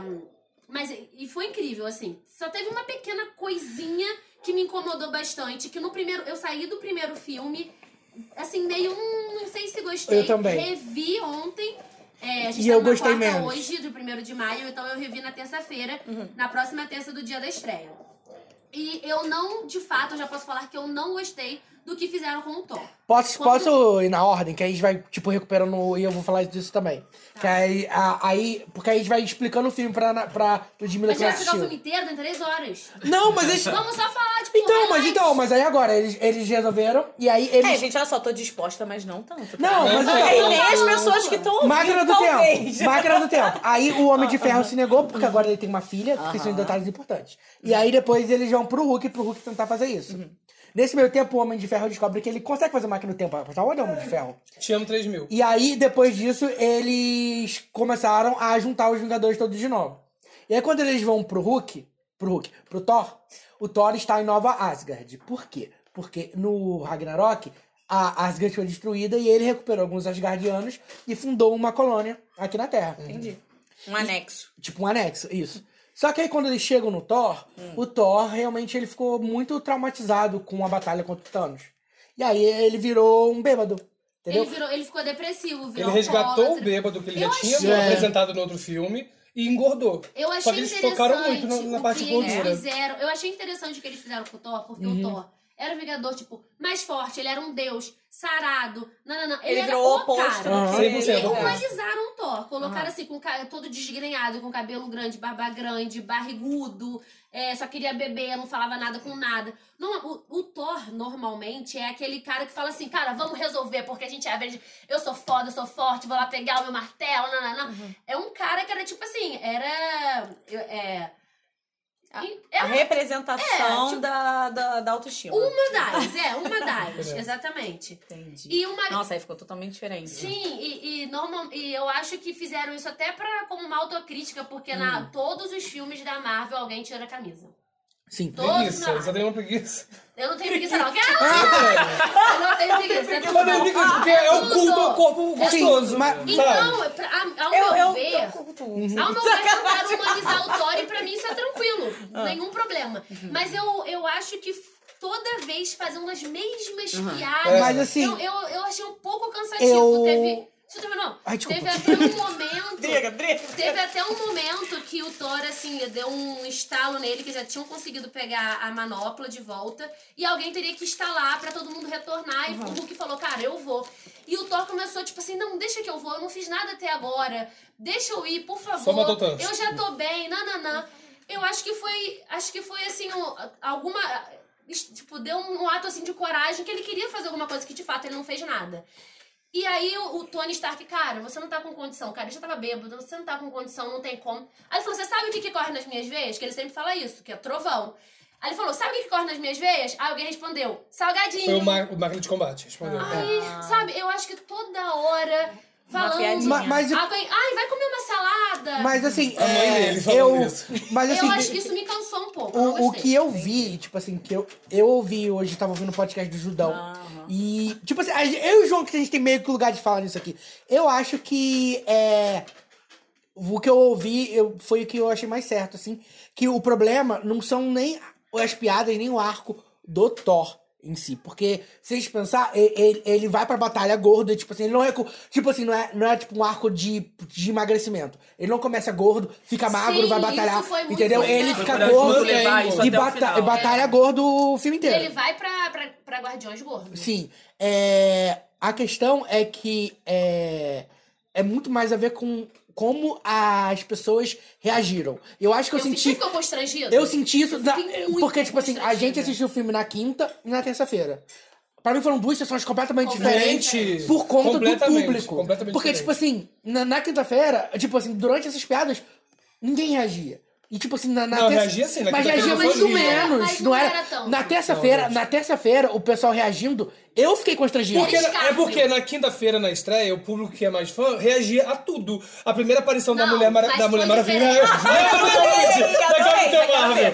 Speaker 3: mas, e foi incrível, assim. Só teve uma pequena coisinha que me incomodou bastante, que no primeiro... Eu saí do primeiro filme, assim, meio... Hum, não sei se gostei.
Speaker 7: Eu também.
Speaker 3: Revi ontem. É, a gente
Speaker 7: E
Speaker 3: tá
Speaker 7: eu
Speaker 3: numa
Speaker 7: gostei
Speaker 3: quarta
Speaker 7: menos. Uhum.
Speaker 3: hoje, do primeiro de maio, então eu revi na terça-feira, na próxima terça do dia da estreia. E eu não, de fato, eu já posso falar que eu não gostei do que fizeram com o Thor.
Speaker 7: Posso,
Speaker 3: Quando-
Speaker 7: posso ir na ordem? Que aí a gente vai, tipo, recuperando e eu vou falar disso também.
Speaker 6: Tá.
Speaker 7: Que aí, a- aí- porque aí a gente vai explicando o filme pra, Ana- pra Ludmilla
Speaker 3: A
Speaker 7: que
Speaker 3: gente
Speaker 6: um
Speaker 7: não
Speaker 3: vai ficar o filme
Speaker 7: assistiu.
Speaker 3: inteiro em três horas.
Speaker 7: Não, mas eles...
Speaker 3: Vamos só falar, tipo,
Speaker 7: Então, mas
Speaker 3: highlights.
Speaker 7: então, mas aí agora, eles, eles resolveram e aí
Speaker 6: É,
Speaker 7: eles...
Speaker 6: gente, olha só, tô disposta, mas não tanto.
Speaker 7: Não, mas
Speaker 6: Não,
Speaker 7: então-
Speaker 6: nem as pessoas que estão ouvindo,
Speaker 7: Máquina do
Speaker 6: talvez.
Speaker 7: tempo. Máquina do tempo. Aí o Homem de Ferro se negou, porque agora ele tem uma filha, porque são detalhes importantes. E aí depois eles vão pro Hulk, pro Hulk tentar fazer isso.
Speaker 6: Uhum.
Speaker 7: Nesse meio tempo, o Homem de Ferro descobre que ele consegue fazer máquina do tempo. Apostar o Homem de Ferro.
Speaker 1: Te amo 3 mil.
Speaker 7: E aí, depois disso, eles começaram a juntar os Vingadores todos de novo. E aí, quando eles vão pro Hulk, pro Hulk, pro Thor, o Thor está em Nova Asgard. Por quê? Porque no Ragnarok, a Asgard foi destruída e ele recuperou alguns Asgardianos e fundou uma colônia aqui na Terra. Entendi.
Speaker 6: Um anexo.
Speaker 7: Tipo um anexo, isso. Só que aí quando eles chegam no Thor, o Thor realmente ele ficou muito traumatizado com a batalha contra o Thanos. E aí ele virou um bêbado, entendeu?
Speaker 3: Ele, virou, ele ficou depressivo, virou
Speaker 1: Ele resgatou o
Speaker 3: alcoólatra.
Speaker 1: bêbado que ele
Speaker 3: Eu
Speaker 1: já tinha
Speaker 3: achei-
Speaker 1: apresentado no outro filme e engordou.
Speaker 3: Eu achei
Speaker 1: Só que eles
Speaker 3: interessante
Speaker 1: focaram muito na, na
Speaker 3: o
Speaker 1: parte
Speaker 3: que
Speaker 1: gordura.
Speaker 3: eles fizeram. Eu achei interessante o que eles fizeram com o Thor, porque o Thor era um Vingador, tipo, mais forte, ele era um deus, sarado. Não, não, não. Ele,
Speaker 6: Ele
Speaker 3: era
Speaker 6: virou
Speaker 3: o
Speaker 6: oposto do
Speaker 3: cara.
Speaker 1: Aham.
Speaker 6: que
Speaker 1: 100%
Speaker 6: ele
Speaker 3: E
Speaker 1: oposto.
Speaker 6: é.
Speaker 3: humanizaram o Thor. Colocaram assim, com o cara todo desgrenhado, com cabelo grande, barba grande, barrigudo, é, só queria beber, não falava nada com nada. Não, o, o Thor, normalmente, é aquele cara que fala assim, cara, vamos resolver, porque a gente é verde, eu sou foda, eu sou forte, vou lá pegar o meu martelo, nananã. É um cara que era tipo assim, era. eu- É. É
Speaker 6: A
Speaker 3: uma
Speaker 6: representação
Speaker 3: É, tipo-
Speaker 6: da, da, da autoestima.
Speaker 3: uma das, é, uma das, exatamente.
Speaker 6: Entendi.
Speaker 3: E uma
Speaker 6: Nossa, aí ficou totalmente diferente.
Speaker 3: Sim, e, e, normal, e eu acho que fizeram isso até pra, como uma autocrítica, porque na todos os filmes da Marvel alguém tira a camisa.
Speaker 7: Sim.
Speaker 3: Todos
Speaker 1: Preguiça,
Speaker 3: na
Speaker 1: eu só
Speaker 3: Marvel.
Speaker 1: tenho uma preguiça.
Speaker 3: Eu não tenho preguiça, não. Ah, eu não tenho preguiça. é
Speaker 1: Mas eu
Speaker 3: tudo.
Speaker 1: digo isso porque é o culto ao corpo
Speaker 7: Sim,
Speaker 1: gostoso.
Speaker 7: mas-
Speaker 1: sabe?
Speaker 3: Então, pra- a- ao
Speaker 6: Eu,
Speaker 3: meu
Speaker 6: eu,
Speaker 3: ver,
Speaker 6: eu curto
Speaker 1: Hum.
Speaker 6: um.
Speaker 3: ao meu ver, tentaram humanizar o Thor e pra mim isso é tranquilo. Nenhum problema. Mas eu, eu acho que f- toda vez fazendo as mesmas piadas.
Speaker 7: É. Mas, assim,
Speaker 3: Eu, eu, eu achei um pouco cansativo.
Speaker 7: eu-
Speaker 3: Teve. Deixa eu terminar, não.
Speaker 7: Ai, desculpa.
Speaker 3: Teve até um momento.
Speaker 6: Briga, briga.
Speaker 3: Teve até um momento que o Thor, assim, deu um estalo nele, que já tinham conseguido pegar a manopla de volta, e alguém teria que instalar pra todo mundo retornar, e
Speaker 1: Uhum.
Speaker 3: o Hulk falou, cara, eu vou. E o Thor começou, tipo assim, não, deixa que eu vou, eu não fiz nada até agora, deixa eu ir, por favor,
Speaker 1: matou o Thanos.
Speaker 3: eu já tô bem, nananã. Eu acho que foi, acho que foi, assim, um- alguma... Tipo, deu um ato, assim, de coragem, que ele queria fazer alguma coisa que, de fato, ele não fez nada. E aí o, o Tony Stark, cara, você não tá com condição, cara, eu já tava bêbado, você não tá com condição, não tem como. Aí ele falou, você sabe o que, que corre nas minhas veias? Que ele sempre fala isso, que é trovão. Aí ele falou, sabe o que, que corre nas minhas veias? Aí alguém respondeu, salgadinho.
Speaker 1: Foi o, ma o máquina de combate, respondeu.
Speaker 7: Ah,
Speaker 1: É.
Speaker 3: Aí, sabe, eu acho que toda hora falando.
Speaker 6: piadinha.
Speaker 7: Ma- mas-
Speaker 3: alguém, ai, vai comer uma salada.
Speaker 7: Mas assim,
Speaker 1: A mãe
Speaker 7: é,
Speaker 1: dele falou
Speaker 7: eu,
Speaker 1: isso.
Speaker 7: Mas assim,
Speaker 3: Uhum. eu acho que isso me cansou um pouco. não
Speaker 7: o, o
Speaker 3: gostei.
Speaker 7: que eu vi, tipo assim, que eu, eu ouvi hoje, tava ouvindo o podcast do Judão. E, tipo assim, a gen- eu e o João, que a gente tem meio que lugar de falar nisso aqui. Eu acho que é. O que eu ouvi eu, foi o que eu achei mais certo, assim. Que o problema não são nem as piadas, nem o arco do Thor. em si. Porque, se a gente pensar, e- ele, ele vai pra batalha gordo, e, tipo assim, ele não é. co- Tipo assim, não é, não é tipo um arco de, de emagrecimento. Ele não começa gordo, fica magro,
Speaker 3: Sim,
Speaker 7: vai batalhar.
Speaker 3: isso foi muito
Speaker 7: entendeu?
Speaker 3: legal.
Speaker 7: Ele
Speaker 3: Foi
Speaker 7: fica
Speaker 8: pra
Speaker 7: gordo
Speaker 8: levar isso
Speaker 7: e
Speaker 8: até o
Speaker 7: bata-
Speaker 8: final.
Speaker 7: batalha gordo o filme inteiro.
Speaker 3: Ele vai pra, pra, pra Guardiões Gordos.
Speaker 7: Sim. É, a questão é que é, é muito mais a ver com como as pessoas reagiram. Eu acho que eu,
Speaker 3: eu
Speaker 7: senti.
Speaker 3: Você ficou constrangido?
Speaker 7: Eu senti isso.
Speaker 3: Eu
Speaker 7: na-
Speaker 3: fiquei muito
Speaker 7: porque, tipo assim, a
Speaker 3: constrangida.
Speaker 7: gente assistiu o filme na quinta e na terça-feira. Pra mim foram duas sessões completamente
Speaker 3: Completamente
Speaker 7: diferentes é por conta do
Speaker 1: Completamente,
Speaker 7: público.
Speaker 1: completamente
Speaker 7: porque,
Speaker 1: diferente.
Speaker 7: tipo assim, na, na quinta-feira, tipo assim, durante essas piadas, ninguém reagia. E tipo assim, na, na
Speaker 1: Não, reagia sim, na
Speaker 7: Mas reagia
Speaker 1: quinta-feira
Speaker 3: não
Speaker 7: muito
Speaker 3: foi horrível.
Speaker 7: menos.
Speaker 3: Mas
Speaker 7: não
Speaker 3: não
Speaker 7: era,
Speaker 3: era tanto.
Speaker 7: Na terça-feira, na terça-feira, o pessoal reagindo, eu fiquei constrangido.
Speaker 1: Porque na- é
Speaker 3: Escárnio.
Speaker 1: porque na quinta-feira, na estreia, o público que é mais fã reagia a tudo. A primeira aparição da
Speaker 3: Não,
Speaker 1: Mulher, Mara-
Speaker 3: mas
Speaker 1: da
Speaker 3: foi
Speaker 1: mulher Maravilha.
Speaker 3: diferente. Ah,
Speaker 1: Exatamente! Da Capitã Marvel.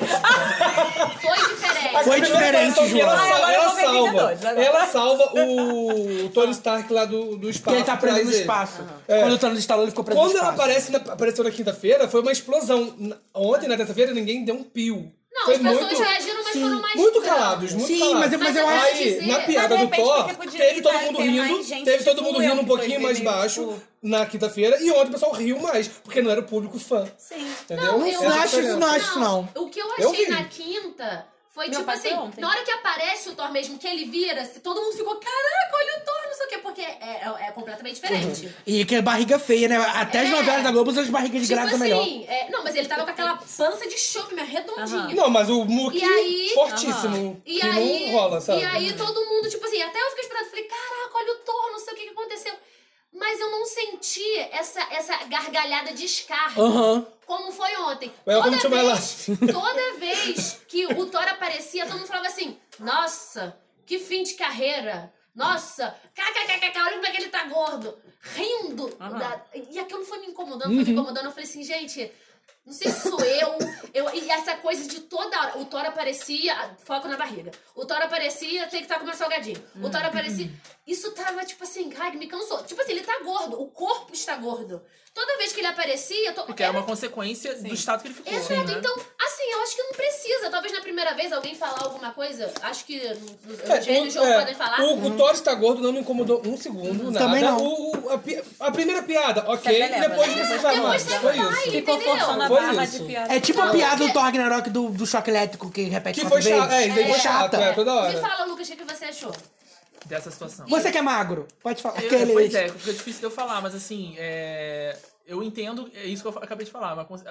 Speaker 3: Foi diferente.
Speaker 7: Foi
Speaker 1: A primeira
Speaker 7: diferente,
Speaker 1: aparição que
Speaker 7: João.
Speaker 1: Ela,
Speaker 7: Ah,
Speaker 1: salva-
Speaker 6: agora eu vou ver
Speaker 1: ela
Speaker 3: é
Speaker 6: Vingadores,
Speaker 1: salva.
Speaker 6: agora.
Speaker 1: Ela salva o, o Tony Stark lá do, do
Speaker 7: Que
Speaker 1: espaço.
Speaker 7: ele tá preso no
Speaker 1: traz ele.
Speaker 7: espaço.
Speaker 1: É.
Speaker 7: Quando o Thanos instalou, ele ficou preso
Speaker 1: Quando
Speaker 7: no
Speaker 1: ela
Speaker 7: espaço.
Speaker 1: aparece na- apareceu na quinta-feira, foi uma explosão. Na- Ontem, na terça-feira, ninguém deu um pio.
Speaker 3: Não,
Speaker 1: foi
Speaker 3: as pessoas reagiram, mas foram mais...
Speaker 1: Muito calados, muito
Speaker 7: Sim,
Speaker 1: calados.
Speaker 7: mas
Speaker 6: é-
Speaker 7: eu- mas eu
Speaker 1: Aí,
Speaker 3: acho que-
Speaker 1: na piada
Speaker 6: Mas, de
Speaker 1: do
Speaker 6: repente,
Speaker 1: Thor,
Speaker 6: porque podia
Speaker 1: teve todo
Speaker 6: evitar
Speaker 1: mundo
Speaker 6: ter mais
Speaker 1: rindo,
Speaker 6: gente,
Speaker 1: teve todo
Speaker 6: tipo
Speaker 1: mundo
Speaker 6: eu,
Speaker 1: rindo um
Speaker 6: que
Speaker 1: pouquinho
Speaker 6: foi
Speaker 1: mais
Speaker 6: meio,
Speaker 1: baixo
Speaker 6: tipo-
Speaker 1: na quinta-feira, e ontem o pessoal riu mais, porque não era o público fã.
Speaker 6: Sim.
Speaker 1: Entendeu?
Speaker 3: eu
Speaker 1: Essa é a
Speaker 7: acho isso,
Speaker 1: diferença.
Speaker 7: não acho isso, não.
Speaker 3: O que eu
Speaker 1: Eu
Speaker 3: achei
Speaker 1: vi.
Speaker 3: na quinta foi,
Speaker 6: Meu
Speaker 3: tipo
Speaker 6: pai foi
Speaker 3: assim,
Speaker 6: ontem.
Speaker 3: na hora que aparece o Thor mesmo, que ele vira, todo mundo ficou, caraca, olha o Thor, não sei o quê, porque é, é- é completamente
Speaker 1: Uhum.
Speaker 3: diferente.
Speaker 7: E que é barriga feia, né? Até as
Speaker 3: É.
Speaker 7: novelas da Globo, as barrigas de
Speaker 3: Tipo
Speaker 7: graça
Speaker 3: assim,
Speaker 7: melhor.
Speaker 3: é, não, mas ele tava com aquela pança de chope, mas redondinha.
Speaker 1: Não, mas o Muki,
Speaker 3: E aí-
Speaker 1: fortíssimo,
Speaker 3: E
Speaker 1: que
Speaker 3: aí,
Speaker 1: não rola, sabe?
Speaker 3: e aí todo mundo, tipo assim, até eu fiquei esperando, falei, caraca, olha o Thor, não sei o que, que aconteceu. Mas eu não senti essa, essa gargalhada de escarro.
Speaker 7: Aham.
Speaker 3: Como foi ontem.
Speaker 1: Welcome to
Speaker 3: toda,
Speaker 1: my
Speaker 3: vez, toda vez que o Thor aparecia, todo mundo falava assim: Nossa, que fim de carreira! Nossa, kkkk, olha como é que ele tá gordo! Rindo! da- E aquilo foi me incomodando, foi me incomodando. Eu falei assim, gente. Não sei se sou eu, eu. E essa coisa de toda hora. O Thor aparecia, ah, foco na barriga. O Thor aparecia, tem que estar comendo salgadinho. O Thor aparecia. Isso tava tipo assim, ai, me cansou. Tipo assim, ele tá gordo, o corpo está gordo. Toda vez que ele aparecia, to...
Speaker 8: Porque é uma consequência do estado que ele ficou.
Speaker 3: Exato,
Speaker 8: né?
Speaker 3: então, assim, eu acho que não precisa. Talvez na primeira vez alguém falar alguma coisa. Acho que no, no,
Speaker 1: É,
Speaker 3: no
Speaker 1: o-
Speaker 3: jogo
Speaker 1: é,
Speaker 3: podem falar.
Speaker 1: O, o
Speaker 6: Uhum.
Speaker 1: Thor está gordo não me incomodou um segundo, nada.
Speaker 7: Também não.
Speaker 1: O- o- a, pi- a primeira piada, ok.
Speaker 6: Você até lembra,
Speaker 1: depois
Speaker 6: né?
Speaker 1: você
Speaker 6: Depois
Speaker 1: já vai.
Speaker 3: você
Speaker 1: Foi
Speaker 3: vai.
Speaker 1: isso.
Speaker 6: Ficou
Speaker 3: Entendeu?
Speaker 6: forçando a
Speaker 1: Foi
Speaker 6: barra
Speaker 1: isso.
Speaker 6: de piada.
Speaker 7: É tipo a
Speaker 3: Não,
Speaker 7: piada
Speaker 3: porque-
Speaker 7: do Thor Ragnarok do, do choque elétrico que repete
Speaker 1: Que
Speaker 7: quatro
Speaker 1: foi chato. É,
Speaker 7: vezes.
Speaker 1: ele foi
Speaker 7: É.
Speaker 1: chato, é, toda
Speaker 3: Me
Speaker 1: hora.
Speaker 3: fala, Lucas, o que que você achou?
Speaker 8: Dessa situação.
Speaker 7: Você que é magro, pode falar.
Speaker 8: Eu-
Speaker 7: Aquele-
Speaker 8: pois é, fica difícil de eu falar, mas assim, é, eu entendo, é isso que eu fa- acabei de falar. uma conse-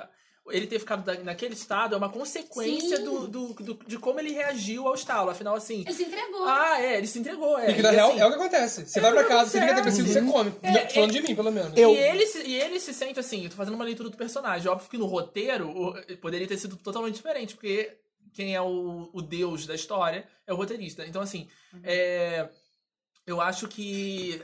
Speaker 8: ele ter ficado da- naquele estado é uma consequência
Speaker 3: Sim.
Speaker 8: do, do- do- de como ele reagiu ao estalo. Afinal, assim.
Speaker 3: Ele se entregou.
Speaker 8: Ah, é, ele se entregou. É,
Speaker 1: E que na
Speaker 8: E,
Speaker 1: real
Speaker 8: assim,
Speaker 1: é o que acontece. Você
Speaker 8: é
Speaker 1: vai
Speaker 8: o
Speaker 1: pra
Speaker 8: que
Speaker 1: casa, você devia ter
Speaker 8: acontece.
Speaker 1: preciso,
Speaker 6: Uhum.
Speaker 1: você come.
Speaker 8: É,
Speaker 1: Não, Falando
Speaker 8: é-
Speaker 1: de mim, pelo menos.
Speaker 7: Eu-
Speaker 8: E ele, se, e ele se sente assim, eu tô fazendo uma leitura do personagem. Óbvio que no roteiro o- poderia ter sido totalmente diferente, porque quem é o, o deus da história é o roteirista. Então, assim, é, eu acho que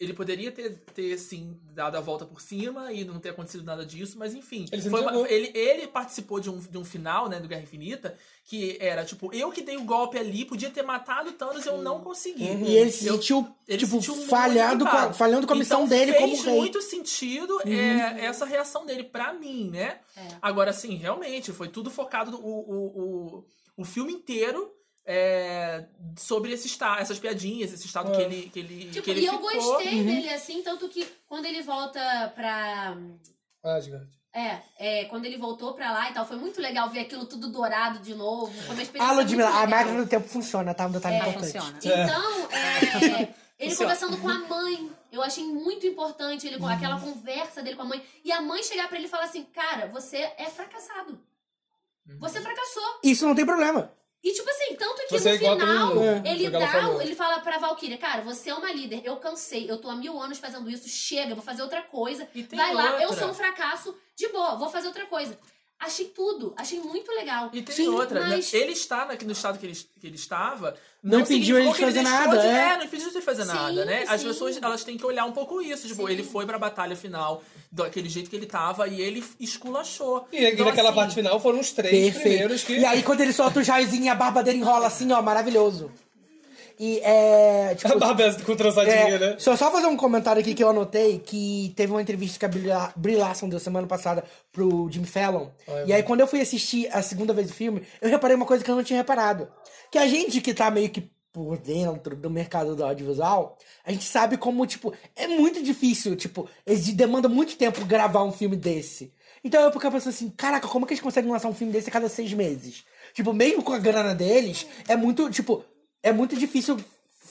Speaker 8: ele poderia ter, ter, sim, dado a volta por cima e não ter acontecido nada disso, mas enfim.
Speaker 1: Ele se
Speaker 8: foi uma-
Speaker 1: entregou.
Speaker 8: ele, ele participou de um, de um final, né, do Guerra Infinita, que era tipo, eu que dei o golpe ali, podia ter matado o Thanos, eu não consegui.
Speaker 7: Uhum. E ele se
Speaker 8: Eu-
Speaker 7: sentiu,
Speaker 8: ele se
Speaker 7: tipo,
Speaker 8: sentiu muito
Speaker 7: falhado com a,
Speaker 8: culpado.
Speaker 7: falhando com a missão
Speaker 8: então,
Speaker 7: dele
Speaker 8: fez
Speaker 7: como rei. Uhum.
Speaker 8: muito sentido é, essa reação dele pra mim, né?
Speaker 3: É.
Speaker 8: Agora, assim, realmente, foi tudo focado o, o, o, o filme inteiro é, sobre esse estado, essas piadinhas, esse estado
Speaker 7: É.
Speaker 8: que ele que ele,
Speaker 3: Tipo,
Speaker 8: que ele
Speaker 3: e eu
Speaker 8: ficou.
Speaker 3: gostei dele assim, tanto que quando ele volta pra.
Speaker 1: Asgard.
Speaker 3: É, é, quando ele voltou pra lá e tal, foi muito legal ver aquilo tudo dourado de novo. Foi uma experiência.
Speaker 7: Ah, Ludmilla,
Speaker 3: muito
Speaker 7: a
Speaker 3: legal.
Speaker 7: máquina do tempo funciona, tá? Um
Speaker 3: Ah,
Speaker 8: É,
Speaker 7: detalhe importante.
Speaker 2: Funciona.
Speaker 3: Então, é, ele
Speaker 1: Assim,
Speaker 8: Funciona.
Speaker 3: conversando com a mãe, eu achei muito importante ele, aquela conversa dele com a mãe. E a mãe chegar pra ele e falar assim: Cara, você é fracassado. Você fracassou.
Speaker 7: Isso não tem problema.
Speaker 3: E tipo assim, tanto que
Speaker 1: Uhum. Você é
Speaker 3: no
Speaker 1: igual a todo
Speaker 3: final,
Speaker 1: mundo, né?
Speaker 3: ele
Speaker 1: Foi o que ela
Speaker 3: dá,
Speaker 1: falou.
Speaker 3: o- ele fala pra Valkyria, cara, você é uma líder, eu cansei, eu tô há mil anos fazendo isso, chega, vou fazer outra coisa.
Speaker 8: E tem
Speaker 3: Vai lá, eu
Speaker 8: outra.
Speaker 3: sou um fracasso, de boa, vou fazer outra coisa. Achei tudo, achei muito legal.
Speaker 8: E tem
Speaker 3: Sim,
Speaker 8: outra, né?
Speaker 1: é
Speaker 3: mas-
Speaker 8: ele está na- no estado que ele, que ele estava,
Speaker 7: Não
Speaker 8: não,
Speaker 7: impediu ele de
Speaker 8: significou que
Speaker 7: fazer
Speaker 8: deixou
Speaker 7: nada,
Speaker 8: de-
Speaker 7: é.
Speaker 8: é, não impediu de fazer
Speaker 3: Sim,
Speaker 8: nada, né? As
Speaker 3: sim.
Speaker 8: pessoas, elas têm que olhar um pouco isso, tipo, ele foi pra batalha final daquele jeito que ele tava e ele esculachou.
Speaker 7: é
Speaker 1: E aqui
Speaker 8: Então,
Speaker 1: naquela
Speaker 8: assim,
Speaker 1: parte final foram É os três primeiros
Speaker 7: Perfeito.
Speaker 1: que.
Speaker 7: E aí, quando ele solta o raiozinho, a barba dele enrola assim, ó, maravilhoso. E é. Tipo,
Speaker 1: A Barbie com
Speaker 7: é,
Speaker 1: trançadinha, né?
Speaker 7: Só só fazer um comentário aqui que eu anotei que teve uma entrevista que a Brie La- Brie Larson deu semana passada pro Jim Fallon. e aí, quando eu fui assistir a segunda vez o filme, eu reparei uma coisa que eu não tinha reparado. Que a gente que tá meio que por dentro do mercado do audiovisual, a gente sabe como, tipo, é muito difícil, tipo, exi- demanda muito tempo gravar um filme desse. Então eu ficava pensando assim, caraca, como que eles conseguem lançar um filme desse a cada seis meses? Tipo, mesmo com a grana deles, é muito, tipo, é muito difícil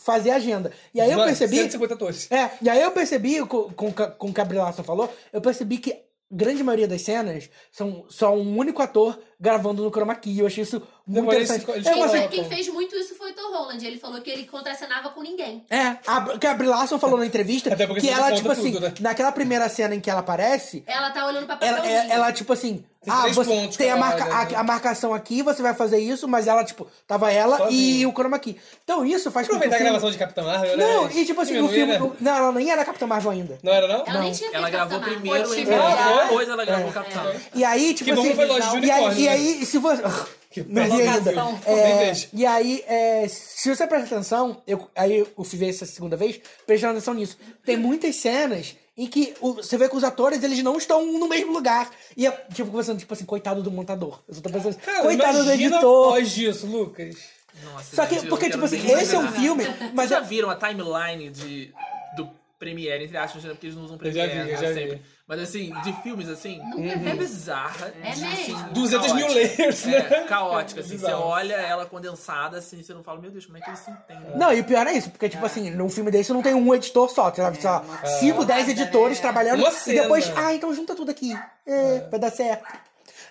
Speaker 7: fazer agenda. E aí eu
Speaker 1: Mano,
Speaker 7: percebi...
Speaker 1: 150 torres.
Speaker 7: É, e aí eu percebi, com, com, o que- com o que a Brie Larson falou, eu percebi que a grande maioria das cenas são só um único ator gravando no chroma key. Eu achei isso muito
Speaker 1: Demorei
Speaker 7: interessante.
Speaker 1: cinco- eles
Speaker 7: Eu
Speaker 3: Quem,
Speaker 7: falei,
Speaker 1: colocam.
Speaker 3: quem fez muito isso foi o Tom Holland. Ele falou que ele contracenava com ninguém.
Speaker 7: É, a, que a Brie Larson falou na entrevista
Speaker 1: Até porque
Speaker 7: que
Speaker 1: você
Speaker 7: ela,
Speaker 1: conta
Speaker 7: tipo assim,
Speaker 1: tudo, né?
Speaker 7: naquela primeira cena em que ela aparece,
Speaker 3: Ela tá olhando pra
Speaker 7: ela,
Speaker 3: papelzinho.
Speaker 7: ela, ela, tipo assim,
Speaker 1: Tem
Speaker 7: ah,
Speaker 1: três
Speaker 7: você
Speaker 1: pontos,
Speaker 7: tem a,
Speaker 1: caralho,
Speaker 7: marca- a-
Speaker 1: né?
Speaker 7: a marcação aqui, você vai fazer isso, mas ela, tipo, tava ela
Speaker 1: Sozinha.
Speaker 7: e o chroma key. Então isso faz com que o
Speaker 1: Aproveitar a
Speaker 7: filme-
Speaker 1: gravação de Capitão Marvel, né?
Speaker 7: Não, e tipo assim,
Speaker 1: Sim,
Speaker 7: no
Speaker 1: não
Speaker 7: filme... É
Speaker 1: ia, né?
Speaker 7: o- Não, ela nem era Capitã Marvel ainda.
Speaker 1: Não era, não?
Speaker 3: Ela nem tinha
Speaker 8: Ela
Speaker 3: feito Tipo,
Speaker 8: gravou
Speaker 3: Capitão
Speaker 8: primeiro,
Speaker 3: Marvel.
Speaker 8: e
Speaker 1: Ah,
Speaker 8: depois ela gravou o Capitão.
Speaker 7: E aí, tipo
Speaker 1: Que bom
Speaker 7: assim.
Speaker 1: que foi longe de
Speaker 7: e, aí,
Speaker 1: unicórnio,
Speaker 7: e
Speaker 1: né?
Speaker 7: aí, se você.
Speaker 1: Que
Speaker 7: Não vi ainda.
Speaker 1: belo
Speaker 7: É,
Speaker 1: Nem vejo.
Speaker 7: e aí, é, se você presta atenção, eu, aí eu fui ver essa segunda vez, prestando atenção nisso. Tem muitas cenas em que o- você vê que os atores, eles não estão no mesmo lugar. E eu, tipo, conversando, tipo assim, coitado do montador. Eu só tô pensando,
Speaker 1: Cara,
Speaker 7: coitado do
Speaker 1: imagina
Speaker 7: editor.
Speaker 1: após disso, Lucas.
Speaker 8: Nossa,
Speaker 7: Só que,
Speaker 8: gente, eu
Speaker 7: porque,
Speaker 8: quero
Speaker 7: tipo assim,
Speaker 8: nem
Speaker 7: esse é um
Speaker 8: imaginar.
Speaker 7: filme,
Speaker 8: Vocês
Speaker 7: mas
Speaker 8: já viram a timeline de, do Premiere, entre aspas, né? porque eles não usam
Speaker 1: Eu já
Speaker 8: Premiere
Speaker 1: vi, eu
Speaker 8: né,
Speaker 1: já
Speaker 8: sempre.
Speaker 1: vi.
Speaker 8: Mas assim, de filmes assim, é bizarra. assim,
Speaker 3: É mesmo.
Speaker 1: 200 mil
Speaker 8: caótica.
Speaker 1: layers,
Speaker 8: É,
Speaker 1: né?
Speaker 8: caótica, assim, você
Speaker 1: Bizarro.
Speaker 8: olha ela condensada, assim, você não fala, meu Deus, como é que eles se entendem?
Speaker 7: Não, e o pior é isso, porque, tipo assim, num filme desse não tem um editor só, tem lá, sei lá, 5, 10 editores trabalhando
Speaker 1: Uma
Speaker 7: e
Speaker 1: É. cena.
Speaker 7: depois, ah, então junta tudo aqui, é, vai dar certo.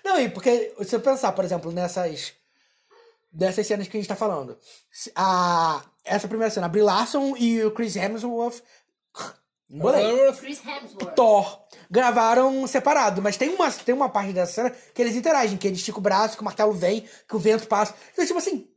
Speaker 7: Não, e porque, se eu pensar, por exemplo, nessas, dessas cenas que a gente tá falando, se- a, essa primeira cena, a Brie Larson e o Chris Hemsworth, Bolei.
Speaker 3: Chris Hemsworth.
Speaker 7: Thor, gravaram separado, mas tem uma, tem uma parte dessa cena que eles interagem, que ele estica o braço, que o martelo vem, que o vento passa. Então, tipo assim,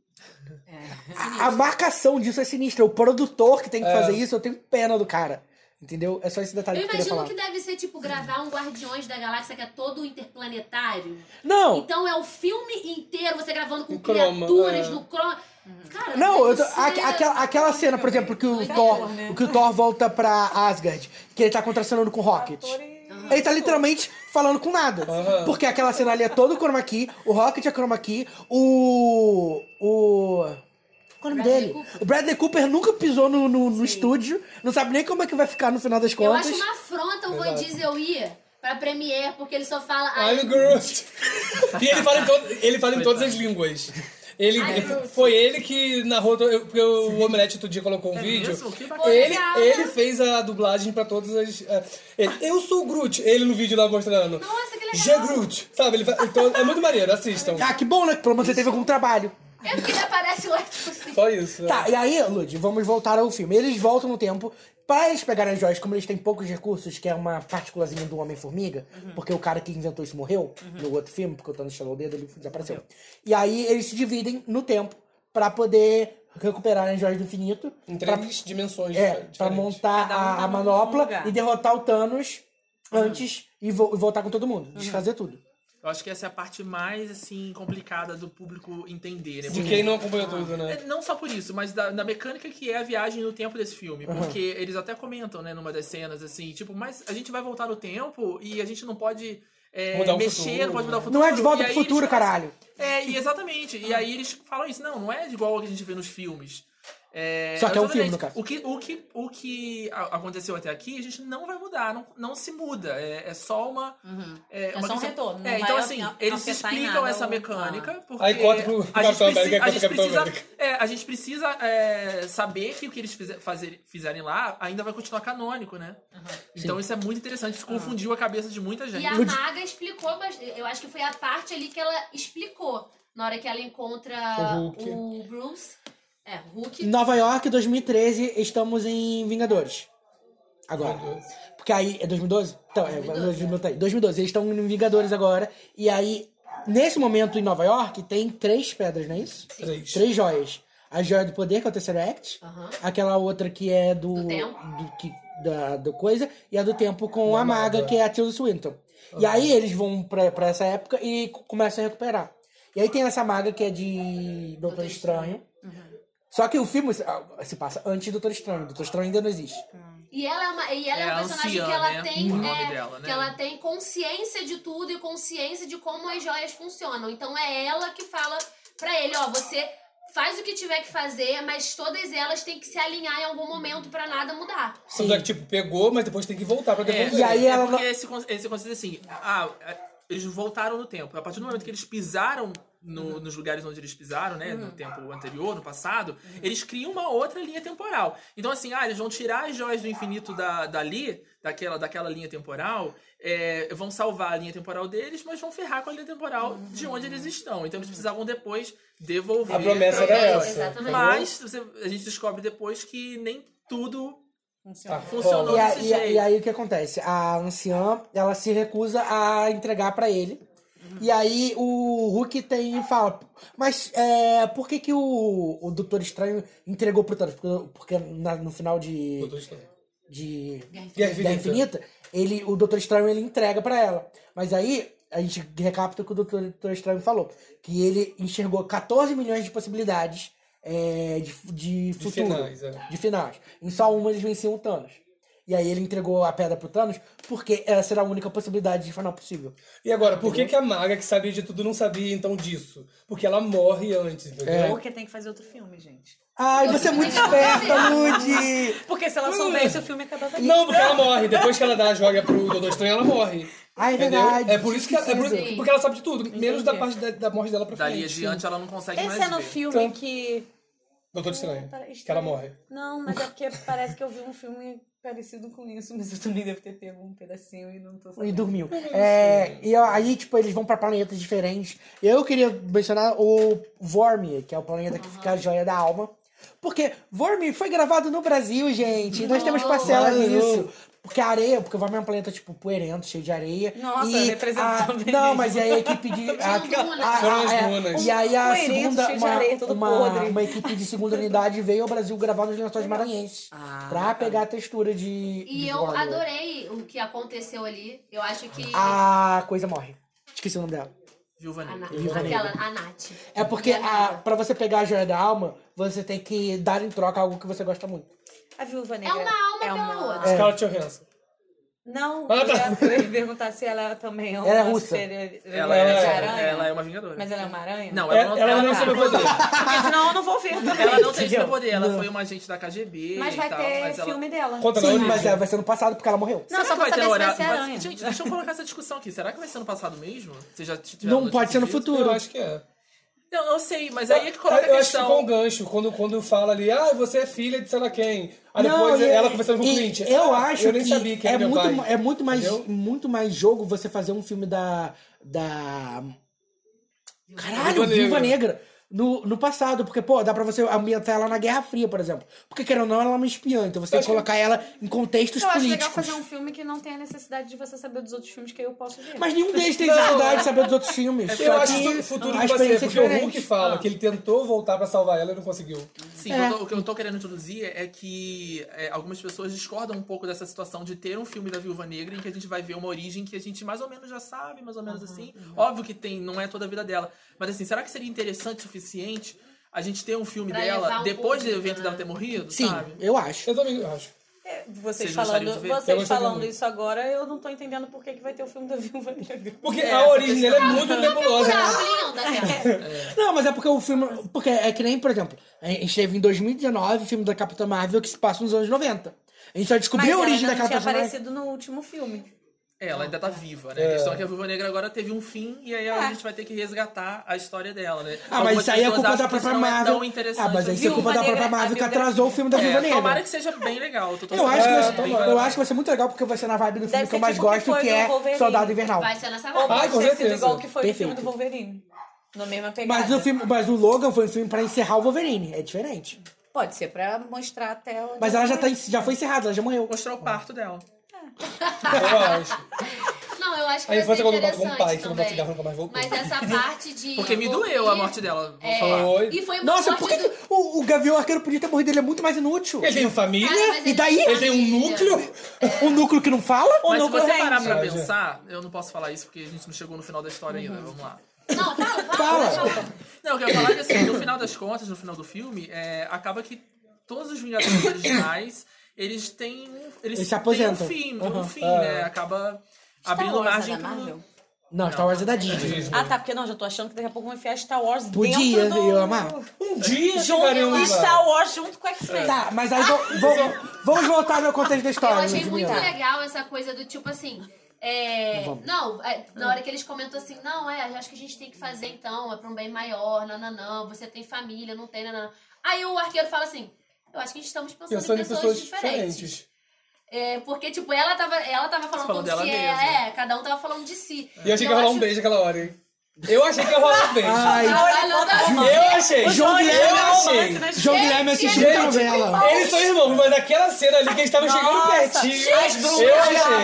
Speaker 3: É,
Speaker 7: a, a marcação disso é sinistra. O produtor que tem que fazer isso, eu tenho pena do cara. Entendeu? É só esse detalhe
Speaker 3: Eu
Speaker 7: que eu queria falar.
Speaker 3: imagino que deve ser tipo gravar um Guardiões da Galáxia que é todo interplanetário.
Speaker 7: Não,
Speaker 3: Então é o filme inteiro você gravando com
Speaker 1: Em croma,
Speaker 3: criaturas
Speaker 1: é.
Speaker 3: no croma. Cara, é
Speaker 7: não, eu tô-
Speaker 3: deve
Speaker 7: a-
Speaker 3: ser-
Speaker 7: aquela, aquela cena, por exemplo, que
Speaker 3: é
Speaker 7: o Thor,
Speaker 3: né?
Speaker 7: que o Thor volta pra Asgard, que ele tá contracionando com o Rocket. Ele tá literalmente falando com nada. Porque aquela cena ali é todo chroma key, o Rocket é chroma key, o. O. Qual é o nome
Speaker 3: Bradley
Speaker 7: dele?
Speaker 3: Cooper.
Speaker 7: O Bradley Cooper nunca pisou no, no- no estúdio, não sabe nem como é que vai ficar no final das
Speaker 3: Eu
Speaker 7: contas.
Speaker 3: acho uma afronta o Van Diesel ir pra Premiere, porque ele só fala.
Speaker 1: I'm Groot. e ele fala, em todo- ele fala em todas as línguas. Ele,
Speaker 3: Groot.
Speaker 1: foi ele que narrou. to- eu- Porque o Omelete outro dia colocou um vídeo.
Speaker 8: É mesmo? Que bacana.
Speaker 3: Pô,
Speaker 1: Ele,
Speaker 3: legal,
Speaker 1: ele
Speaker 3: né?
Speaker 1: fez a dublagem pra todas as. é, ele, eu sou o Groot. Ele no vídeo lá mostrando.
Speaker 3: Nossa, que legal.
Speaker 1: G Groot. Sabe? Ele, fa- então, é muito maneiro, assistam.
Speaker 7: Ah, que bom, né? Pelo menos você teve algum trabalho.
Speaker 3: É porque ele aparece lá, tipo assim.
Speaker 1: Só isso.
Speaker 7: Tá, e aí, Lud, vamos voltar ao filme. Eles voltam no tempo. Pra eles pegarem as joias, como eles têm poucos recursos, que é uma partículazinha do Homem-Formiga,
Speaker 6: Uhum.
Speaker 7: porque o cara que inventou isso morreu no outro filme, porque o Thanos estalou o dedo, ele desapareceu. E aí eles se dividem no tempo pra poder recuperar as joias do infinito.
Speaker 1: Em
Speaker 7: pra-
Speaker 1: é um três dimensões.
Speaker 7: é,
Speaker 1: diferentes.
Speaker 7: pra montar
Speaker 6: Cada um
Speaker 7: a,
Speaker 6: tá num
Speaker 7: a manopla
Speaker 6: lugar. Uhum.
Speaker 7: e derrotar o Thanos antes e, vo- e voltar com todo mundo, desfazer tudo.
Speaker 8: Eu acho que essa é a parte mais, assim, complicada do público entender, né?
Speaker 1: De quem não acompanhou tudo, né?
Speaker 8: É, Não só por isso, mas da, da mecânica que é a viagem no tempo desse filme. Porque eles até comentam, né, numa das cenas, assim, tipo, mas a gente vai voltar no tempo e a gente não pode é,
Speaker 1: Mudar o
Speaker 8: mexer,
Speaker 1: futuro,
Speaker 8: não pode mudar o futuro.
Speaker 7: um Não é de volta
Speaker 8: E
Speaker 7: pro
Speaker 8: aí eles
Speaker 7: futuro,
Speaker 8: começam-
Speaker 7: caralho.
Speaker 8: É, e exatamente. E aí eles falam isso, não, não é igual ao que a gente vê nos filmes. É,
Speaker 7: Só que é um
Speaker 8: exatamente.
Speaker 7: filme, no caso.
Speaker 8: O que, o que, o que a- aconteceu até aqui, a gente não vai mudar, não, não se muda. É, é só uma. É, uma
Speaker 6: só um
Speaker 8: questão-
Speaker 6: retorno, não
Speaker 8: É,
Speaker 6: vai
Speaker 8: então, assim,
Speaker 6: afetar
Speaker 8: eles se
Speaker 6: em nada
Speaker 8: explicam
Speaker 6: o-
Speaker 8: essa
Speaker 6: ah.
Speaker 8: mecânica, porque.
Speaker 1: Aí corta pro
Speaker 8: a gente
Speaker 1: Capitão América,
Speaker 8: precisa, a
Speaker 1: corta o
Speaker 8: gente
Speaker 1: Capitão
Speaker 8: precisa-
Speaker 1: América.
Speaker 8: é, a gente precisa é, saber que o que eles fizer- fazer- fizerem lá ainda vai continuar canônico, né?
Speaker 6: Uhum.
Speaker 8: Então isso é muito interessante, isso confundiu a cabeça de muita gente.
Speaker 3: E a Maga explicou, mas eu acho que foi a parte ali que ela explicou. Na hora que ela encontra
Speaker 1: O Hulk.
Speaker 3: o Bruce. É, Hulk.
Speaker 7: Nova York, 2013, estamos em Vingadores. Agora. Porque aí. É 2012? Então, é 2012. 2012. Eles estão em Vingadores agora. E aí, nesse momento em Nova York, tem três pedras, não é isso?
Speaker 1: Três.
Speaker 7: Três joias. A joia do poder, que é o Tesseract.
Speaker 3: Aham.
Speaker 7: Aquela outra que é do.
Speaker 3: Do tempo.
Speaker 7: do que, da, do coisa. E a do tempo com a maga, que é a Tilda Swinton. E aí eles vão pra, pra essa época e c- começam a recuperar. E aí tem essa maga que é de Doutor Estranho. Só que o filme se ah, se passa antes do Doutor Estranho. Doutor Estranho ainda não existe.
Speaker 3: E ela é uma, e ela é
Speaker 8: É
Speaker 3: uma
Speaker 8: a
Speaker 3: personagem
Speaker 8: anciã,
Speaker 3: que ela
Speaker 8: né?
Speaker 3: tem.
Speaker 8: O nome
Speaker 3: é,
Speaker 8: dela, né?
Speaker 3: Que ela tem consciência de tudo e consciência de como as joias funcionam. Então é ela que fala pra ele, ó, você faz o que tiver que fazer, mas todas elas têm que se alinhar em algum momento pra nada mudar.
Speaker 1: Só que, tipo, pegou, mas depois tem que voltar pra devolver.
Speaker 7: E aí
Speaker 8: é
Speaker 7: ela
Speaker 8: porque
Speaker 7: não-
Speaker 8: esse, con- esse conceito é assim, ah, eles voltaram no tempo. A partir do momento que eles pisaram no- nos lugares onde eles pisaram, né, no tempo anterior, no passado, eles criam uma outra linha temporal. Então assim, ah, eles vão tirar as joias do infinito da, dali, daquela, daquela linha temporal, é, vão salvar a linha temporal deles, mas vão ferrar com a linha temporal de onde eles estão. Então eles precisavam depois devolver.
Speaker 1: A promessa era
Speaker 3: É,
Speaker 1: essa.
Speaker 3: exatamente.
Speaker 8: Mas você- a gente descobre depois que nem tudo
Speaker 1: Tá,
Speaker 8: Funcionou.
Speaker 7: E, a-
Speaker 8: desse
Speaker 7: e a-
Speaker 8: jeito.
Speaker 7: e aí o que acontece? A anciã, ela se recusa a entregar pra ele. E aí o Hulk tem e fala, mas é, por que que o, o Doutor Estranho entregou pro Thanos? Porque, porque na- no final de,
Speaker 1: Doutor Estranho.
Speaker 7: de
Speaker 1: Guerra
Speaker 7: Guerra Infinita, ele, o Doutor Estranho ele entrega pra ela. Mas aí a gente recapita o que o Doutor, Doutor Estranho falou, que ele enxergou 14 milhões de possibilidades é, de, fu- de futuro,
Speaker 1: finais, é.
Speaker 7: de finais. Em só uma eles venciam o Thanos. E aí ele entregou a pedra pro Thanos porque essa era a única possibilidade de final possível.
Speaker 1: E agora, por que, que a maga que sabia de tudo não sabia então disso? Porque ela morre antes,
Speaker 7: É.
Speaker 1: entendeu?
Speaker 6: Porque tem que fazer outro filme, gente.
Speaker 7: Ai, você é muito esperta, Lud!
Speaker 6: Porque se ela soubesse, o filme acabava ali.
Speaker 1: Não, porque ela morre. Depois que ela dá a joia pro Doutor Estranho, ela morre.
Speaker 7: Ah, é
Speaker 1: entendeu?
Speaker 7: verdade.
Speaker 1: É por isso que ela, é por isso-
Speaker 3: Sim.
Speaker 1: porque ela sabe de tudo, menos da parte da, da morte dela pra
Speaker 8: dali
Speaker 1: frente.
Speaker 8: adiante ela não consegue mais
Speaker 6: Esse é no
Speaker 8: ver.
Speaker 6: filme
Speaker 1: Então-
Speaker 6: que.
Speaker 1: Doutor Estranho.
Speaker 6: Tá
Speaker 1: Que ela morre.
Speaker 6: Não, mas é porque parece que eu vi um filme parecido com isso, mas eu também devo ter pego um pedacinho e não tô
Speaker 7: E
Speaker 6: sabendo.
Speaker 7: dormiu. É, e aí, tipo, eles vão pra planetas diferentes. Eu queria mencionar o Vormir, que é o planeta que fica a joia da alma. Porque Vormir foi gravado no Brasil, gente. E Nós temos parcela
Speaker 1: Olha,
Speaker 7: nisso. Porque a areia, porque o Vormir é um planeta, tipo, poeirento, cheio de areia.
Speaker 6: Nossa,
Speaker 7: e
Speaker 6: representando
Speaker 7: a-
Speaker 6: mesmo.
Speaker 7: Não, mas e aí a equipe de... a-
Speaker 3: dunas.
Speaker 7: a- a-
Speaker 1: Foram as
Speaker 7: é,
Speaker 1: dunas.
Speaker 7: E aí a
Speaker 6: Poeirento,
Speaker 7: segunda...
Speaker 6: cheio de
Speaker 7: Uma,
Speaker 6: areia, todo
Speaker 7: uma,
Speaker 6: podre.
Speaker 7: uma equipe de segunda unidade veio ao Brasil gravar nos lençóis maranhenses.
Speaker 6: Ah,
Speaker 7: pra pegar a textura de
Speaker 3: E
Speaker 7: de
Speaker 3: eu
Speaker 7: Vormir.
Speaker 3: adorei o que aconteceu ali. Eu acho que.
Speaker 7: A coisa morre. Esqueci o nome dela.
Speaker 6: Ah,
Speaker 8: Viúva
Speaker 3: a
Speaker 8: Negra.
Speaker 3: Na-
Speaker 7: Viva
Speaker 3: aquela, a Nath.
Speaker 7: É porque
Speaker 3: E
Speaker 7: a,
Speaker 3: Nath.
Speaker 7: pra você pegar a joia da alma, você tem que dar em troca algo que você gosta muito.
Speaker 6: A viúva
Speaker 3: É
Speaker 6: negra.
Speaker 3: uma alma pela outra.
Speaker 7: É.
Speaker 1: Scarlett Johansson.
Speaker 6: Não,
Speaker 1: Ah,
Speaker 6: eu
Speaker 1: tá.
Speaker 6: ia perguntar se ela também é uma
Speaker 7: Ela é russa.
Speaker 6: super-
Speaker 8: Ela
Speaker 6: uma
Speaker 8: é,
Speaker 6: aranha.
Speaker 8: ela é uma vingadora.
Speaker 6: Mas ela é uma aranha?
Speaker 8: Não,
Speaker 1: Ela, ela,
Speaker 8: ela, não, ela,
Speaker 1: não
Speaker 8: não,
Speaker 1: sabe o poder.
Speaker 6: Porque senão eu não vou ver também.
Speaker 8: ela não tem
Speaker 7: Entendeu?
Speaker 8: superpoder, ela
Speaker 7: Não.
Speaker 8: foi uma agente da KGB
Speaker 6: Mas
Speaker 8: e
Speaker 6: vai
Speaker 8: tal.
Speaker 6: ter
Speaker 8: mas ela...
Speaker 6: filme dela.
Speaker 1: Conta pra
Speaker 7: Sim,
Speaker 1: origem.
Speaker 7: mas é, vai ser no passado porque ela morreu.
Speaker 6: Não,
Speaker 8: Será
Speaker 6: só
Speaker 8: que
Speaker 6: pra
Speaker 8: vai ter
Speaker 6: saber se vai
Speaker 8: horário?
Speaker 6: ser
Speaker 8: vai-
Speaker 6: aranha.
Speaker 8: Gente, deixa eu colocar essa discussão aqui. Será que vai ser no passado mesmo? Vocês já tiveram
Speaker 7: Não pode ser no
Speaker 8: notícia disso?
Speaker 7: futuro.
Speaker 1: Eu acho que é.
Speaker 8: Não, não sei, mas aí é que coloca
Speaker 1: eu
Speaker 8: a
Speaker 1: acho que ficou um
Speaker 8: questão.
Speaker 1: gancho quando, quando fala ali, ah, você é filha de sei lá quem. Aí
Speaker 7: Não,
Speaker 1: depois
Speaker 7: e- é-
Speaker 1: ela conversando com o
Speaker 7: e
Speaker 1: cliente.
Speaker 7: Eu
Speaker 1: "Ah,
Speaker 7: acho
Speaker 1: eu nem
Speaker 7: que,
Speaker 1: sabia que
Speaker 7: é,
Speaker 1: era meu
Speaker 7: muito,
Speaker 1: pai."
Speaker 7: ma- é muito mais
Speaker 1: Entendeu?
Speaker 7: muito mais jogo você fazer um filme da da caralho,
Speaker 1: Viúva
Speaker 7: Viva
Speaker 1: Negra.
Speaker 7: Negra. No, no passado, porque, pô, dá pra você ambientar ela na Guerra Fria, por exemplo. Porque, querendo ou não, ela é uma espiã, então você tem que colocar ela em contextos
Speaker 6: Eu acho
Speaker 7: políticos.
Speaker 6: legal fazer um filme que não tenha necessidade de você saber dos outros filmes que eu posso ver.
Speaker 7: Mas nenhum deles tem dificuldade de saber dos outros
Speaker 8: É
Speaker 7: filmes.
Speaker 1: Eu
Speaker 7: Só
Speaker 1: acho
Speaker 7: que
Speaker 1: que o futuro
Speaker 7: a
Speaker 1: que vai ser,
Speaker 7: experiência é
Speaker 1: porque o
Speaker 7: diferente.
Speaker 1: Hulk fala que ele tentou voltar pra salvar ela e não conseguiu.
Speaker 8: Sim,
Speaker 3: É.
Speaker 8: o que eu tô- o que eu tô querendo introduzir é que é, algumas pessoas discordam um pouco dessa situação de ter um filme da Viúva Negra em que a gente vai ver uma origem que a gente mais ou menos já sabe, mais ou menos assim. Óbvio que tem, não é toda a vida dela. Mas assim, será que seria interessante o suficiente a gente ter um filme
Speaker 3: Pra levar
Speaker 8: dela
Speaker 3: um
Speaker 8: depois do
Speaker 3: público,
Speaker 8: evento
Speaker 3: né?
Speaker 8: dela ter morrido,
Speaker 7: Sim,
Speaker 8: sabe?
Speaker 7: eu acho.
Speaker 1: Eu também acho.
Speaker 6: É, Vocês,
Speaker 8: Vocês gostariam
Speaker 6: falando,
Speaker 8: de ver?
Speaker 1: Eu
Speaker 6: vocês
Speaker 1: gostaria
Speaker 6: falando
Speaker 1: muito.
Speaker 6: isso agora, eu não tô entendendo por que, que vai ter o filme da Viúva Negra.
Speaker 1: Porque
Speaker 8: É,
Speaker 1: a
Speaker 8: essa
Speaker 1: origem dela é
Speaker 8: questão.
Speaker 1: muito nebulosa. né?
Speaker 3: Tá linda, cara.
Speaker 7: Não, mas é porque o filme. Porque é que nem, por exemplo, a gente teve em 2019 o filme da Capitã Marvel que se passa nos anos 90. A gente só
Speaker 6: Mas
Speaker 7: descobriu a
Speaker 6: ela
Speaker 7: origem
Speaker 6: ainda
Speaker 7: daquela
Speaker 6: não tinha
Speaker 7: personagem.
Speaker 6: aparecido no último filme.
Speaker 8: É, ela ainda tá viva, né? A questão é que a Viúva Negra agora teve um fim e aí
Speaker 3: É.
Speaker 8: a gente vai ter que resgatar a história dela, né?
Speaker 7: Ah, mas isso aí é
Speaker 8: Algumas
Speaker 7: culpa
Speaker 8: pessoas
Speaker 7: da
Speaker 8: acham que isso
Speaker 7: própria
Speaker 8: não é
Speaker 7: Marvel.
Speaker 8: tão interessante
Speaker 7: ah, mas aí isso é
Speaker 6: Viúva
Speaker 7: culpa da própria
Speaker 6: Negra, a
Speaker 7: Marvel que
Speaker 6: biografia.
Speaker 7: atrasou o filme da
Speaker 8: É,
Speaker 7: Viúva
Speaker 8: tomara
Speaker 7: Negra.
Speaker 8: que seja bem legal. Eu, tô
Speaker 7: Eu acho, que vai
Speaker 8: torcendo
Speaker 7: ser,
Speaker 8: bem,
Speaker 7: eu
Speaker 8: vai.
Speaker 7: acho que vai ser muito legal porque vai ser na vibe do filme
Speaker 6: Deve
Speaker 7: que eu
Speaker 6: ser
Speaker 7: mais
Speaker 6: tipo o que
Speaker 7: gosto,
Speaker 6: foi
Speaker 7: que
Speaker 6: do
Speaker 7: é
Speaker 6: Wolverine.
Speaker 7: Soldado Invernal.
Speaker 3: Vai ser nessa
Speaker 6: Ou
Speaker 3: vibe.
Speaker 1: Ah, com
Speaker 6: pode ter sido
Speaker 1: certeza.
Speaker 6: igual que foi o filme
Speaker 7: Perfeito.
Speaker 6: do Wolverine. No mesma pegada.
Speaker 7: Mas o, filme, mas o Logan foi um filme pra encerrar o Wolverine. É diferente.
Speaker 6: Uhum.
Speaker 10: Pode ser pra mostrar até o.
Speaker 7: Mas ela já, tá, en- já foi encerrada, ela já morreu.
Speaker 8: Mostrar o parto dela.
Speaker 1: Eu acho.
Speaker 3: Não, eu acho que
Speaker 1: A
Speaker 3: vai ser
Speaker 1: infância quando bate com
Speaker 3: interessante
Speaker 1: o pai, que não vai
Speaker 3: também.
Speaker 1: cigarro nunca mais voltou.
Speaker 3: Mas essa parte de...
Speaker 8: Porque me
Speaker 3: envolver-
Speaker 8: doeu a morte dela,
Speaker 3: é.
Speaker 8: vou falar.
Speaker 1: Foi.
Speaker 3: E foi uma
Speaker 7: Nossa,
Speaker 3: morte
Speaker 7: por que
Speaker 3: do-
Speaker 7: que o, o Gavião Arqueiro podia ter morrido? Ele é muito mais inútil. Né?
Speaker 1: Ele tem família.
Speaker 3: Cara, mas
Speaker 7: E
Speaker 3: ele-
Speaker 7: daí?
Speaker 1: Ele tem um núcleo.
Speaker 7: Um núcleo que não fala? Ou
Speaker 8: Mas se
Speaker 7: não
Speaker 8: você parar
Speaker 7: corrente?
Speaker 8: pra
Speaker 1: Mas, é.
Speaker 8: pensar, eu não posso falar isso porque a gente não chegou no final da história ainda, vamos lá.
Speaker 3: Não, fala, fala.
Speaker 7: Fala.
Speaker 3: deixa eu falar.
Speaker 8: Não, eu quero falar que assim, no final das contas, no final do filme, é, acaba que todos os Vingadores originais, eles têm. um-
Speaker 7: Eles
Speaker 8: Eles,
Speaker 7: se
Speaker 8: têm
Speaker 7: aposentam.
Speaker 8: um fim,
Speaker 7: Aham.
Speaker 8: um fim, né? Acaba abrindo
Speaker 11: Wars é
Speaker 8: margem
Speaker 11: da
Speaker 8: pro-
Speaker 11: Marvel?
Speaker 7: Não, Star Wars é da Disney.
Speaker 6: Ah, tá, porque não, já tô achando que daqui a pouco vão enfiar Star Wars
Speaker 7: Podia,
Speaker 6: dentro do...
Speaker 7: eu amava.
Speaker 1: Um dia chegaremos
Speaker 6: Junto
Speaker 1: lá.
Speaker 6: Star Wars junto com X-Men.
Speaker 7: Tá, mas aí vou- vou- vamos voltar no contexto da história.
Speaker 3: Eu achei
Speaker 7: meus
Speaker 3: muito
Speaker 7: meninos.
Speaker 3: legal essa coisa do tipo assim. é, não, é, na hora que eles comentam assim, não, é, acho que a gente tem que fazer então, é pra um bem maior, não, não, não, você tem família, não tem, não, não. não. Aí o arqueiro fala assim, eu acho que estamos pensando,
Speaker 1: Pensando
Speaker 3: em pessoas, diferentes. É, porque, tipo, ela tava, ela tava falando
Speaker 8: Falou
Speaker 3: como
Speaker 8: dela
Speaker 3: se é,
Speaker 8: mesma.
Speaker 3: é, cada um tava falando de si.
Speaker 1: E eu achei que ia
Speaker 3: Eu
Speaker 1: rolar
Speaker 3: acho- Ah,
Speaker 1: um beijo naquela hora, hein? Eu achei que ia rolar um beijo.
Speaker 7: Ai,
Speaker 1: eu achei.
Speaker 7: João Guilherme,
Speaker 1: eu achei.
Speaker 6: né?
Speaker 7: João Guilherme assistiu muita novela.
Speaker 1: Eles são irmãos, mas naquela cena ali que eles estavam chegando pertinho, eu achei.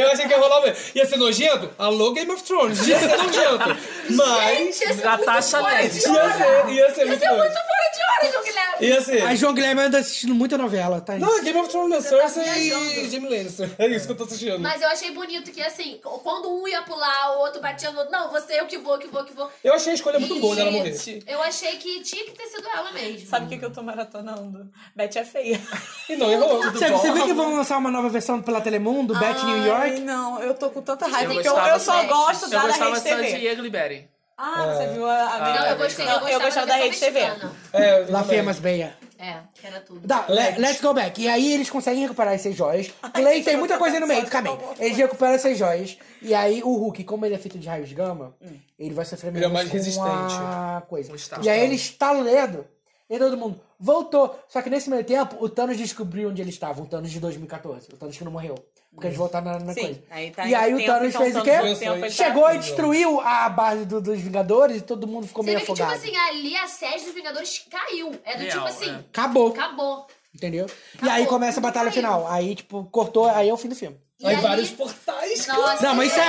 Speaker 1: Eu achei que ia rolar um beijo. Ia ser nojento? Alô, Game of Thrones. Ia ser nojento. Mas...
Speaker 3: Gente, isso é muito
Speaker 8: Natasha
Speaker 3: fora
Speaker 8: Ned.
Speaker 3: de
Speaker 1: Ia ser, ia ser muito
Speaker 3: Isso é muito
Speaker 1: nojento.
Speaker 3: fora de hora, João Guilherme.
Speaker 1: Ia ser.
Speaker 7: Mas João Guilherme anda assistindo muita novela, tá?
Speaker 1: Não, é Game of Thrones da Cersei
Speaker 3: tá
Speaker 1: e
Speaker 3: viajando.
Speaker 1: Jamie Lannister. É isso que eu tô assistindo.
Speaker 3: Mas eu achei bonito que, assim, quando um ia pular, o outro batia no outro. Não, você, eu que vou, que vou, que vou.
Speaker 1: Eu achei a escolha
Speaker 7: é
Speaker 1: muito boa
Speaker 7: né,
Speaker 1: dela morrer.
Speaker 6: Gente,
Speaker 3: Eu achei que tinha que ter sido ela mesmo.
Speaker 6: Sabe o que, que eu tô maratonando? Beth é feia.
Speaker 1: E não errou.
Speaker 7: Você, você vê que vão lançar uma nova versão pela Telemundo, Bat New
Speaker 6: Ai,
Speaker 7: York?
Speaker 6: não, eu tô com tanta raiva
Speaker 8: Eu
Speaker 6: que eu,
Speaker 8: gostava
Speaker 6: eu só
Speaker 3: só-
Speaker 6: gosto
Speaker 8: Eu
Speaker 6: da, da
Speaker 8: gostava
Speaker 6: Rede
Speaker 8: só de
Speaker 6: TV.
Speaker 8: Diego Liberi.
Speaker 6: Ah, você viu a, a
Speaker 3: Não, eu gostei, eu
Speaker 6: Não,
Speaker 3: gostava,
Speaker 6: da,
Speaker 3: versão
Speaker 6: Rede TV.
Speaker 3: mexicana.
Speaker 1: É, eu
Speaker 7: La
Speaker 1: também.
Speaker 7: Fea Mas Beia.
Speaker 3: É, que era tudo.
Speaker 7: Tá, le- let's go back. E aí eles conseguem recuperar essas joias. Clay tem muita coisa aí no meio do caminho. Eles recuperam essas joias. E aí o Hulk, como ele é feito de raios de gama, ele vai sofrer menos
Speaker 1: é mais
Speaker 7: com
Speaker 1: resistente.
Speaker 7: a coisa.
Speaker 8: Um estalo.
Speaker 7: E aí ele está no dedo. E todo mundo voltou. Só que nesse meio tempo, o Thanos descobriu onde ele estava. O Thanos de 2014. O Thanos que não morreu. Porque eles voltaram na, na
Speaker 6: Sim,
Speaker 7: coisa.
Speaker 11: aí tá
Speaker 7: e aí
Speaker 6: em
Speaker 7: o
Speaker 6: tempo,
Speaker 7: Thanos
Speaker 6: então,
Speaker 7: fez o
Speaker 6: Thanos
Speaker 1: em tempo,
Speaker 7: quê?
Speaker 1: ele
Speaker 6: tá-
Speaker 7: Chegou e destruiu a base do- dos Vingadores e todo mundo ficou
Speaker 3: Você
Speaker 7: meio
Speaker 3: vê que, tipo
Speaker 7: afogado.
Speaker 3: assim, ali a sede dos Vingadores caiu. É do
Speaker 8: Real,
Speaker 3: tipo assim,
Speaker 8: é.
Speaker 7: Acabou.
Speaker 3: acabou.
Speaker 7: Entendeu? E
Speaker 3: Acabou,
Speaker 7: aí começa a
Speaker 3: tudo
Speaker 7: batalha
Speaker 3: caiu.
Speaker 7: final. Aí, tipo, cortou, aí é o fim do filme.
Speaker 3: E
Speaker 1: Aí
Speaker 3: aí-
Speaker 1: vários portais.
Speaker 3: Nossa,
Speaker 7: Não, mas isso é.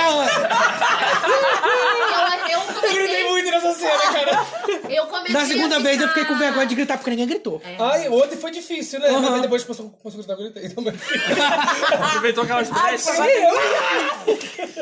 Speaker 3: eu, eu
Speaker 1: Eu gritei
Speaker 3: comecei.
Speaker 1: muito nessa cena, cara.
Speaker 3: Eu comecei
Speaker 7: Na
Speaker 3: a
Speaker 7: segunda vez eu fiquei com
Speaker 3: ficar-
Speaker 7: vergonha de gritar porque ninguém gritou.
Speaker 3: É.
Speaker 1: Ai, o outro foi difícil, né? Mas aí depois passou passou a gritar, eu gritei também.
Speaker 8: Aproveitou aquelas brechas.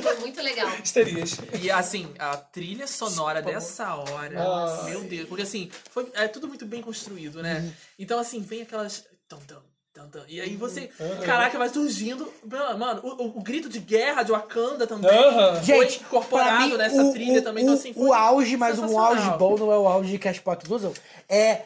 Speaker 3: Foi muito legal.
Speaker 1: Histerias.
Speaker 8: E assim, a trilha sonora dessa hora,
Speaker 1: Nossa. Uhum.
Speaker 8: meu Deus, porque assim, foi, é tudo muito bem construído, né? Então, assim, vem aquelas. Tum, tum, tum, tum. E aí você,
Speaker 1: Uhum.
Speaker 8: caraca, vai surgindo. Mano, mano, o, o- o grito de guerra de Wakanda também
Speaker 1: Aham.
Speaker 8: foi
Speaker 7: Gente, pra
Speaker 8: incorporado
Speaker 7: mim,
Speaker 8: nessa
Speaker 7: o,
Speaker 8: trilha
Speaker 7: o-
Speaker 8: também. Então,
Speaker 7: o-
Speaker 8: assim, foi
Speaker 7: o auge, mas um
Speaker 8: sensacional.
Speaker 7: auge bom não é o auge que as fotos usam. É.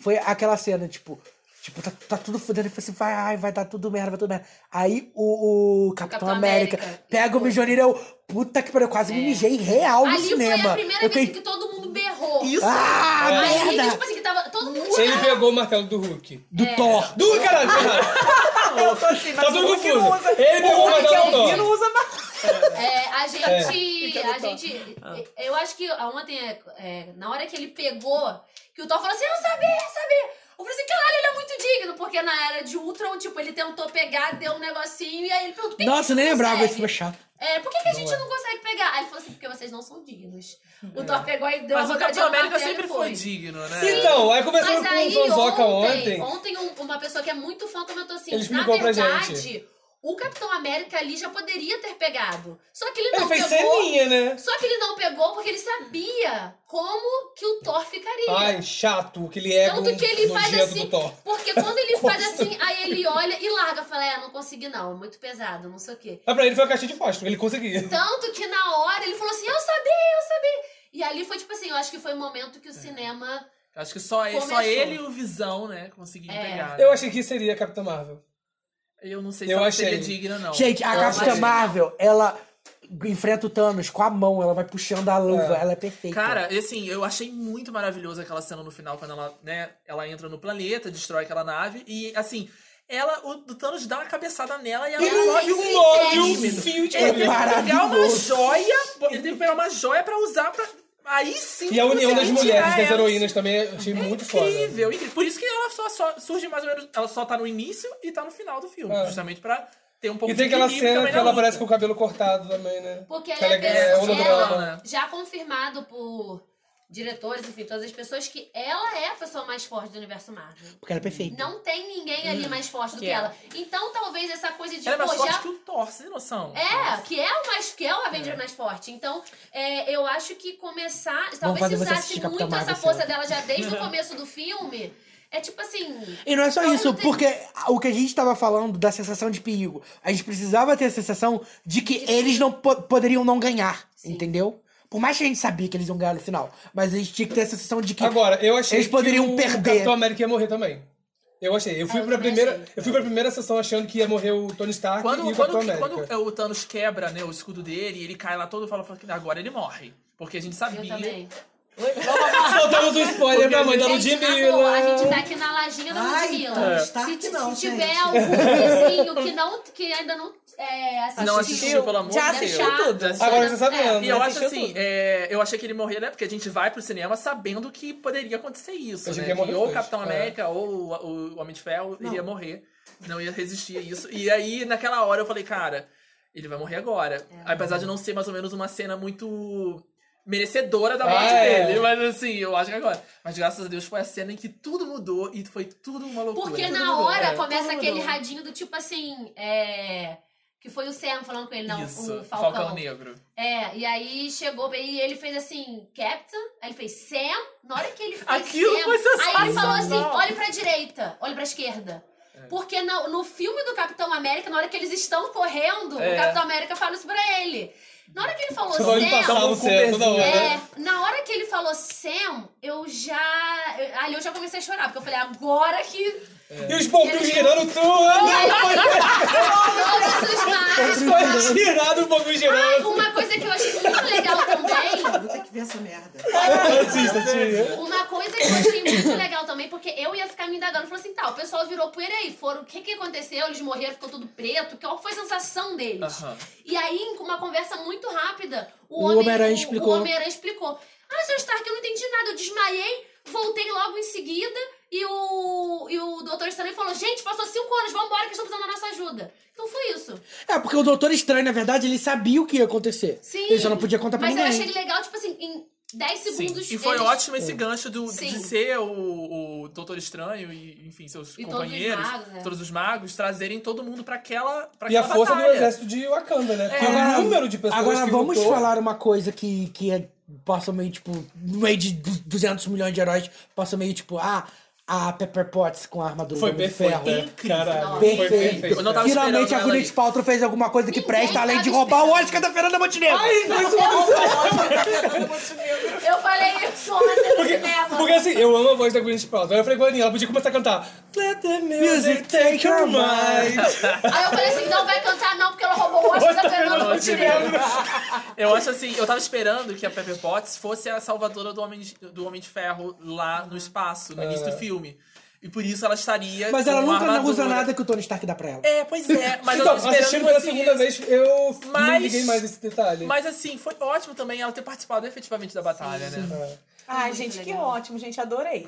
Speaker 7: Foi aquela cena, tipo. Tipo, tá, tá tudo fudendo. Ele falou assim, vai, ai, vai dar tudo merda, vai tudo merda. Aí o, o Capitão,
Speaker 3: Capitão
Speaker 7: América,
Speaker 3: América.
Speaker 7: pega o Mijonir e eu. Puta que pariu, eu quase me mijei real no
Speaker 3: Ali
Speaker 7: cinema.
Speaker 3: foi a primeira
Speaker 7: eu
Speaker 3: vez
Speaker 7: fiquei,
Speaker 3: que todo mundo berrou.
Speaker 8: Isso!
Speaker 7: Ah,
Speaker 3: Aí,
Speaker 7: merda!
Speaker 3: tipo assim, que tava todo mundo
Speaker 1: Ele pegou o martelo do Hulk.
Speaker 7: Do Thor.
Speaker 1: Do caralho, caralho.
Speaker 6: Eu tô assim, mas
Speaker 1: Tá
Speaker 6: o
Speaker 1: tudo
Speaker 6: Hulk não
Speaker 1: confuso.
Speaker 6: usa.
Speaker 1: Ele
Speaker 6: O
Speaker 1: pegou o
Speaker 6: Hulk que
Speaker 1: martelo do
Speaker 6: eu vi não
Speaker 1: Thor.
Speaker 6: usa mais.
Speaker 3: É, a gente.
Speaker 6: Fica
Speaker 3: A
Speaker 6: no tom.
Speaker 3: gente. Eu acho que ontem, é, é, na hora que ele pegou, que o Thor falou assim: eu sabia, eu sabia. Eu falei assim: caralho, ele é muito digno, porque na era de Ultron, tipo, ele tentou pegar, deu um negocinho, e aí ele perguntou: "Por que que
Speaker 7: Nossa, eu
Speaker 3: a gente
Speaker 7: nem
Speaker 3: não
Speaker 7: lembrava, isso
Speaker 3: consegue?"
Speaker 7: foi chato.
Speaker 3: É, por que, que a gente não, consegue pegar? Aí ele falou assim: porque vocês não são dignos. O Thor pegou e deu
Speaker 8: Mas
Speaker 3: uma
Speaker 8: o
Speaker 3: vontade
Speaker 8: Capitão América
Speaker 3: de matar ele
Speaker 8: sempre
Speaker 3: e
Speaker 8: foi digno, né?
Speaker 1: Então, aí conversando
Speaker 3: É. Mas
Speaker 1: com o
Speaker 3: aí
Speaker 1: Zonzoca
Speaker 3: ontem,
Speaker 1: ontem.
Speaker 3: ontem um- uma pessoa que é muito fã comentou assim,
Speaker 1: Ele
Speaker 3: na
Speaker 1: explicou pra
Speaker 3: verdade,
Speaker 1: gente.
Speaker 3: o Capitão América ali já poderia ter pegado. Só que ele
Speaker 1: Ele
Speaker 3: não
Speaker 1: fez
Speaker 3: pegou.
Speaker 1: ceninha, né?
Speaker 3: Só que ele não pegou porque ele sabia como que o Thor ficaria.
Speaker 1: Ai, chato, é aquele ego
Speaker 3: Tanto que ele faz
Speaker 1: nojento
Speaker 3: assim,
Speaker 1: do Thor.
Speaker 3: porque quando ele faz assim, aí ele olha e larga, fala, é, não consegui não, é muito pesado, não sei o quê.
Speaker 1: Mas pra ele foi uma caixa de fósforo, ele conseguia.
Speaker 3: Tanto que na hora ele falou assim, eu sabia, eu sabia. E ali foi tipo assim, eu acho que foi o momento
Speaker 1: É.
Speaker 3: que o cinema...
Speaker 8: Acho que só, ele- só
Speaker 3: Começou.
Speaker 8: ele e o Visão, né, conseguiam
Speaker 3: É.
Speaker 8: pegar.
Speaker 1: Eu achei que seria a Capitã Marvel.
Speaker 8: Eu não sei se
Speaker 1: Eu
Speaker 8: ela
Speaker 1: achei.
Speaker 8: seria digna, não.
Speaker 7: Gente, a
Speaker 8: Eu
Speaker 7: Capitã
Speaker 8: achei.
Speaker 7: Marvel, ela enfrenta o Thanos com a mão, ela vai puxando a luva,
Speaker 1: É.
Speaker 7: ela é perfeita.
Speaker 8: Cara, e assim, eu achei muito maravilhosa aquela cena no final, quando ela, né, ela entra no planeta, destrói aquela nave, e assim, ela, o, o Thanos dá uma cabeçada nela e ela
Speaker 1: Ele
Speaker 8: morre
Speaker 1: um
Speaker 8: um
Speaker 1: ódio,
Speaker 8: ódio.
Speaker 1: um fio de
Speaker 8: Ele teve que pegar uma
Speaker 7: Maravilhoso.
Speaker 8: joia, ele teve que pegar uma joia pra usar pra. Aí sim.
Speaker 1: E a união das
Speaker 8: conseguir
Speaker 1: mulheres,
Speaker 8: tirar
Speaker 1: das
Speaker 8: ela. É
Speaker 1: heroínas também, achei muito
Speaker 3: É
Speaker 1: foda.
Speaker 8: Incrível, incrível. Por isso que ela só, só surge mais ou menos. Ela só tá no início e tá no final do filme.
Speaker 1: É.
Speaker 8: Justamente pra ter um pouco
Speaker 1: E tem
Speaker 8: de
Speaker 1: aquela
Speaker 8: equilíbrio
Speaker 1: cena
Speaker 8: também
Speaker 1: que
Speaker 8: na
Speaker 1: ela
Speaker 8: luta.
Speaker 1: aparece com o cabelo cortado também, né?
Speaker 3: Porque
Speaker 1: Que
Speaker 3: ela é,
Speaker 1: é
Speaker 3: versão
Speaker 1: holograma,
Speaker 3: dela,
Speaker 8: né?
Speaker 3: já confirmado por diretores, enfim, todas as pessoas, que ela é a pessoa mais forte do universo Marvel.
Speaker 7: Porque ela é perfeita.
Speaker 3: Não tem ninguém ali mais forte do que ela. Então talvez essa coisa de,
Speaker 8: é.
Speaker 1: Tipo,
Speaker 8: Ela é mais
Speaker 3: pô,
Speaker 8: forte
Speaker 3: já.
Speaker 8: que o Thor, sem noção.
Speaker 3: É, que é o mais. Que é o Ranger mais forte. Então, é, eu acho que começar. Talvez
Speaker 7: fazer
Speaker 3: se
Speaker 7: você
Speaker 3: usasse
Speaker 7: assistir Capitão
Speaker 3: muito essa
Speaker 7: Marvel
Speaker 3: força
Speaker 7: esse
Speaker 3: dela já desde o começo do filme. É tipo assim.
Speaker 7: E não é só
Speaker 3: Não,
Speaker 7: isso,
Speaker 3: não tem-
Speaker 7: porque o que a gente tava falando da sensação de perigo, a gente precisava ter a sensação de que eles não po- poderiam não ganhar, entendeu? Por mais que a gente sabia que eles iam ganhar no final, mas a gente tinha que ter a sensação de que
Speaker 1: Agora, eu achei
Speaker 7: eles poderiam
Speaker 1: que o
Speaker 7: perder.
Speaker 1: Capitão América ia morrer também. Eu achei. Eu fui,
Speaker 3: eu
Speaker 1: pra,
Speaker 3: também
Speaker 1: primeira,
Speaker 3: achei.
Speaker 1: eu fui pra primeira sessão achando que ia morrer o Tony Stark
Speaker 8: Quando,
Speaker 1: e o
Speaker 8: quando,
Speaker 1: Capitão
Speaker 8: que-
Speaker 1: América.
Speaker 8: quando, é, o Thanos quebra né, o escudo dele, ele cai lá todo e fala, fala que agora ele morre. Porque a gente
Speaker 3: Eu
Speaker 8: sabia.
Speaker 3: também.
Speaker 1: Soltamos um spoiler pra mãe da
Speaker 3: Gente, na boa, a gente
Speaker 1: Ludmilla.
Speaker 3: tá aqui na lajinha da
Speaker 12: Ai,
Speaker 3: Ludmilla.
Speaker 12: Tony
Speaker 3: se,
Speaker 12: Stark
Speaker 3: ti-
Speaker 12: não,
Speaker 3: se
Speaker 12: gente.
Speaker 3: tiver algum vizinho que, não, que ainda não é, assistiu.
Speaker 8: Não assistiu, pelo amor de
Speaker 3: já
Speaker 8: Deus.
Speaker 3: assistiu tudo.
Speaker 8: Já assistiu.
Speaker 1: Agora você sabe
Speaker 3: É.
Speaker 1: mano.
Speaker 8: E eu acho assim, é, eu achei que ele morria, né? Porque a gente vai pro cinema sabendo que poderia acontecer isso,
Speaker 1: Eu achei
Speaker 8: né?
Speaker 1: que ia morrer
Speaker 8: Que ou o
Speaker 1: os dois.
Speaker 8: Capitão
Speaker 1: É.
Speaker 8: América ou o, o Homem de Ferro iria morrer. Não ia resistir a isso. E aí, naquela hora, eu falei, cara, ele vai morrer agora.
Speaker 3: É.
Speaker 8: Apesar de não ser mais ou menos uma cena muito merecedora da
Speaker 1: Ah,
Speaker 8: morte
Speaker 1: é.
Speaker 8: dele. Mas assim, eu acho que agora. Mas graças a Deus foi a cena em que tudo mudou e foi tudo uma loucura.
Speaker 3: Porque
Speaker 8: Tudo
Speaker 3: na
Speaker 8: mudou,
Speaker 3: hora
Speaker 8: é.
Speaker 3: começa
Speaker 8: Tudo
Speaker 3: aquele
Speaker 8: mudou.
Speaker 3: radinho do tipo assim, é, que foi o Sam falando com ele, não,
Speaker 8: Isso,
Speaker 3: o
Speaker 8: Falcão.
Speaker 3: Falcão.
Speaker 8: Negro.
Speaker 3: É, e aí chegou, e ele fez assim, Captain, aí ele fez Sam, na hora que ele fez
Speaker 8: Aquilo
Speaker 3: Sam,
Speaker 8: foi
Speaker 3: aí ele falou assim,
Speaker 8: sensacional.
Speaker 3: olhe pra direita, olhe pra esquerda.
Speaker 8: É.
Speaker 3: Porque no, no filme do Capitão América, na hora que eles estão correndo,
Speaker 8: É.
Speaker 3: o Capitão América fala isso pra ele. Na hora que ele falou
Speaker 1: Você pode
Speaker 3: Sam,
Speaker 1: passar o céu toda hora. né?
Speaker 3: é, na hora que ele falou Sam, eu já. eu- ali eu já comecei a chorar, porque eu falei, agora que.
Speaker 1: E os bombinhos girando
Speaker 8: é
Speaker 1: tudo.
Speaker 3: Todos os mares.
Speaker 1: Foi um tirado os bombinhos girando.
Speaker 3: Uma coisa que eu achei muito legal também.
Speaker 12: Vou ter que ver essa merda.
Speaker 1: Assista, tia.
Speaker 3: Uma coisa que eu achei muito legal também, porque eu ia ficar me indagando. Falei assim, tá, o pessoal virou poeira aí. Foram, o que que aconteceu? Eles morreram, ficou tudo preto. Qual foi a sensação deles?
Speaker 8: Aham.
Speaker 3: E aí, com uma conversa muito rápida, o,
Speaker 7: O
Speaker 3: homem-
Speaker 7: Homem-Aranha
Speaker 3: o-
Speaker 7: explicou.
Speaker 3: O Homem-Aranha explicou. Ah, seu Stark, eu não entendi nada. Eu desmaiei, voltei logo em seguida. E o, e o Doutor Estranho falou, gente, passou cinco anos, vambora que eles estão precisando da nossa ajuda. Então foi isso.
Speaker 7: É, porque o Doutor Estranho, na verdade, ele sabia o que ia acontecer.
Speaker 3: Sim.
Speaker 7: Ele só não podia contar pra
Speaker 3: Mas
Speaker 7: ninguém.
Speaker 3: eu achei legal, tipo assim, em 10 segundos...
Speaker 8: E foi
Speaker 3: um eles-
Speaker 8: ótimo
Speaker 1: É.
Speaker 8: esse gancho do, de
Speaker 3: Sim.
Speaker 8: ser o, o Doutor Estranho e, enfim, seus
Speaker 3: E todos os
Speaker 8: companheiros, todos
Speaker 3: magos,
Speaker 8: os,
Speaker 3: né?
Speaker 8: magos, trazerem todo mundo pra aquela. Pra
Speaker 1: E a
Speaker 8: aquela
Speaker 1: força do
Speaker 8: batalha.
Speaker 1: exército de Wakanda, né? Porque
Speaker 7: Agora-
Speaker 1: o número de pessoas
Speaker 7: Agora
Speaker 1: que
Speaker 7: vamos
Speaker 1: lutou-
Speaker 7: falar uma coisa que, que é, passa meio tipo. No meio de du- 200 milhões de heróis, passa meio tipo. Ah, a Pepper Potts com a armadura
Speaker 1: Foi
Speaker 7: do Homem de
Speaker 1: perfeito.
Speaker 7: Ferro.
Speaker 1: né? Caralho, foi
Speaker 7: Perfeito.
Speaker 1: perfeito.
Speaker 8: Eu não tava
Speaker 7: Finalmente a
Speaker 8: esperando ela
Speaker 7: Gwyneth
Speaker 8: ali.
Speaker 7: Paltrow fez alguma coisa que
Speaker 3: Ninguém
Speaker 7: presta, além
Speaker 3: tava
Speaker 7: de roubar o
Speaker 3: esperando.
Speaker 7: Oscar da Fernanda Montenegro.
Speaker 3: Eu falei isso ontem no cinema.
Speaker 1: Porque assim, eu amo a voz da Gwyneth Paltrow. Aí eu falei, Guaninha, ela podia começar a cantar Let the music take your mind.
Speaker 3: Aí eu falei assim, não vai cantar não, porque ela roubou o Oscar da Fernanda Montenegro.
Speaker 8: Eu acho assim, eu tava esperando que a Pepper Potts fosse a salvadora do Homem de, do Homem de Ferro lá
Speaker 3: Uhum.
Speaker 8: no espaço, no início do
Speaker 1: É.
Speaker 8: filme. E por isso ela estaria.
Speaker 7: Mas
Speaker 8: com
Speaker 7: ela
Speaker 8: uma
Speaker 7: nunca não usa
Speaker 8: armadura.
Speaker 7: nada que o Tony Stark dá pra ela.
Speaker 8: É, pois é, mas
Speaker 1: então,
Speaker 8: eu tava esperando
Speaker 1: assistindo pela
Speaker 8: que fosse
Speaker 1: segunda
Speaker 8: isso.
Speaker 1: vez, eu não
Speaker 8: Mas-
Speaker 1: liguei mais esse detalhe.
Speaker 8: Mas assim, foi ótimo também ela ter participado efetivamente da batalha, né?
Speaker 6: Ai, gente, que ótimo, gente, adorei.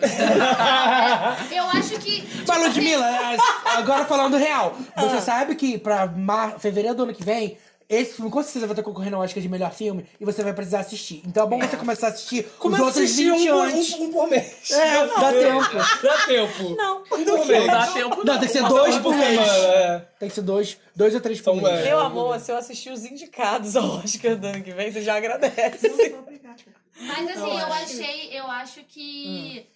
Speaker 3: Eu acho que... tipo assim,
Speaker 7: Mas, Ludmilla, as- agora falando real, você
Speaker 1: Ah.
Speaker 7: sabe que pra mar... fevereiro do ano que vem, esse filme com certeza vai estar concorrendo ao Oscar de melhor filme e você vai precisar assistir. Então é bom você começar a assistir os
Speaker 1: Começa a
Speaker 7: outros
Speaker 1: assistir
Speaker 7: 20
Speaker 1: um, por-
Speaker 7: antes.
Speaker 1: um, um por mês.
Speaker 7: É, dá tempo.
Speaker 1: Dá tempo.
Speaker 6: Não.
Speaker 1: Um por
Speaker 8: Não
Speaker 1: mês.
Speaker 8: dá tempo.
Speaker 7: Não, tem que ser dois por mês.
Speaker 1: É.
Speaker 7: Tem que ser dois, dois ou três por
Speaker 1: Então,
Speaker 7: mês.
Speaker 1: é.
Speaker 6: Meu amor, se eu assistir os indicados ao Oscar do ano que vem, você já agradece.
Speaker 3: Mas assim, eu achei, eu acho que...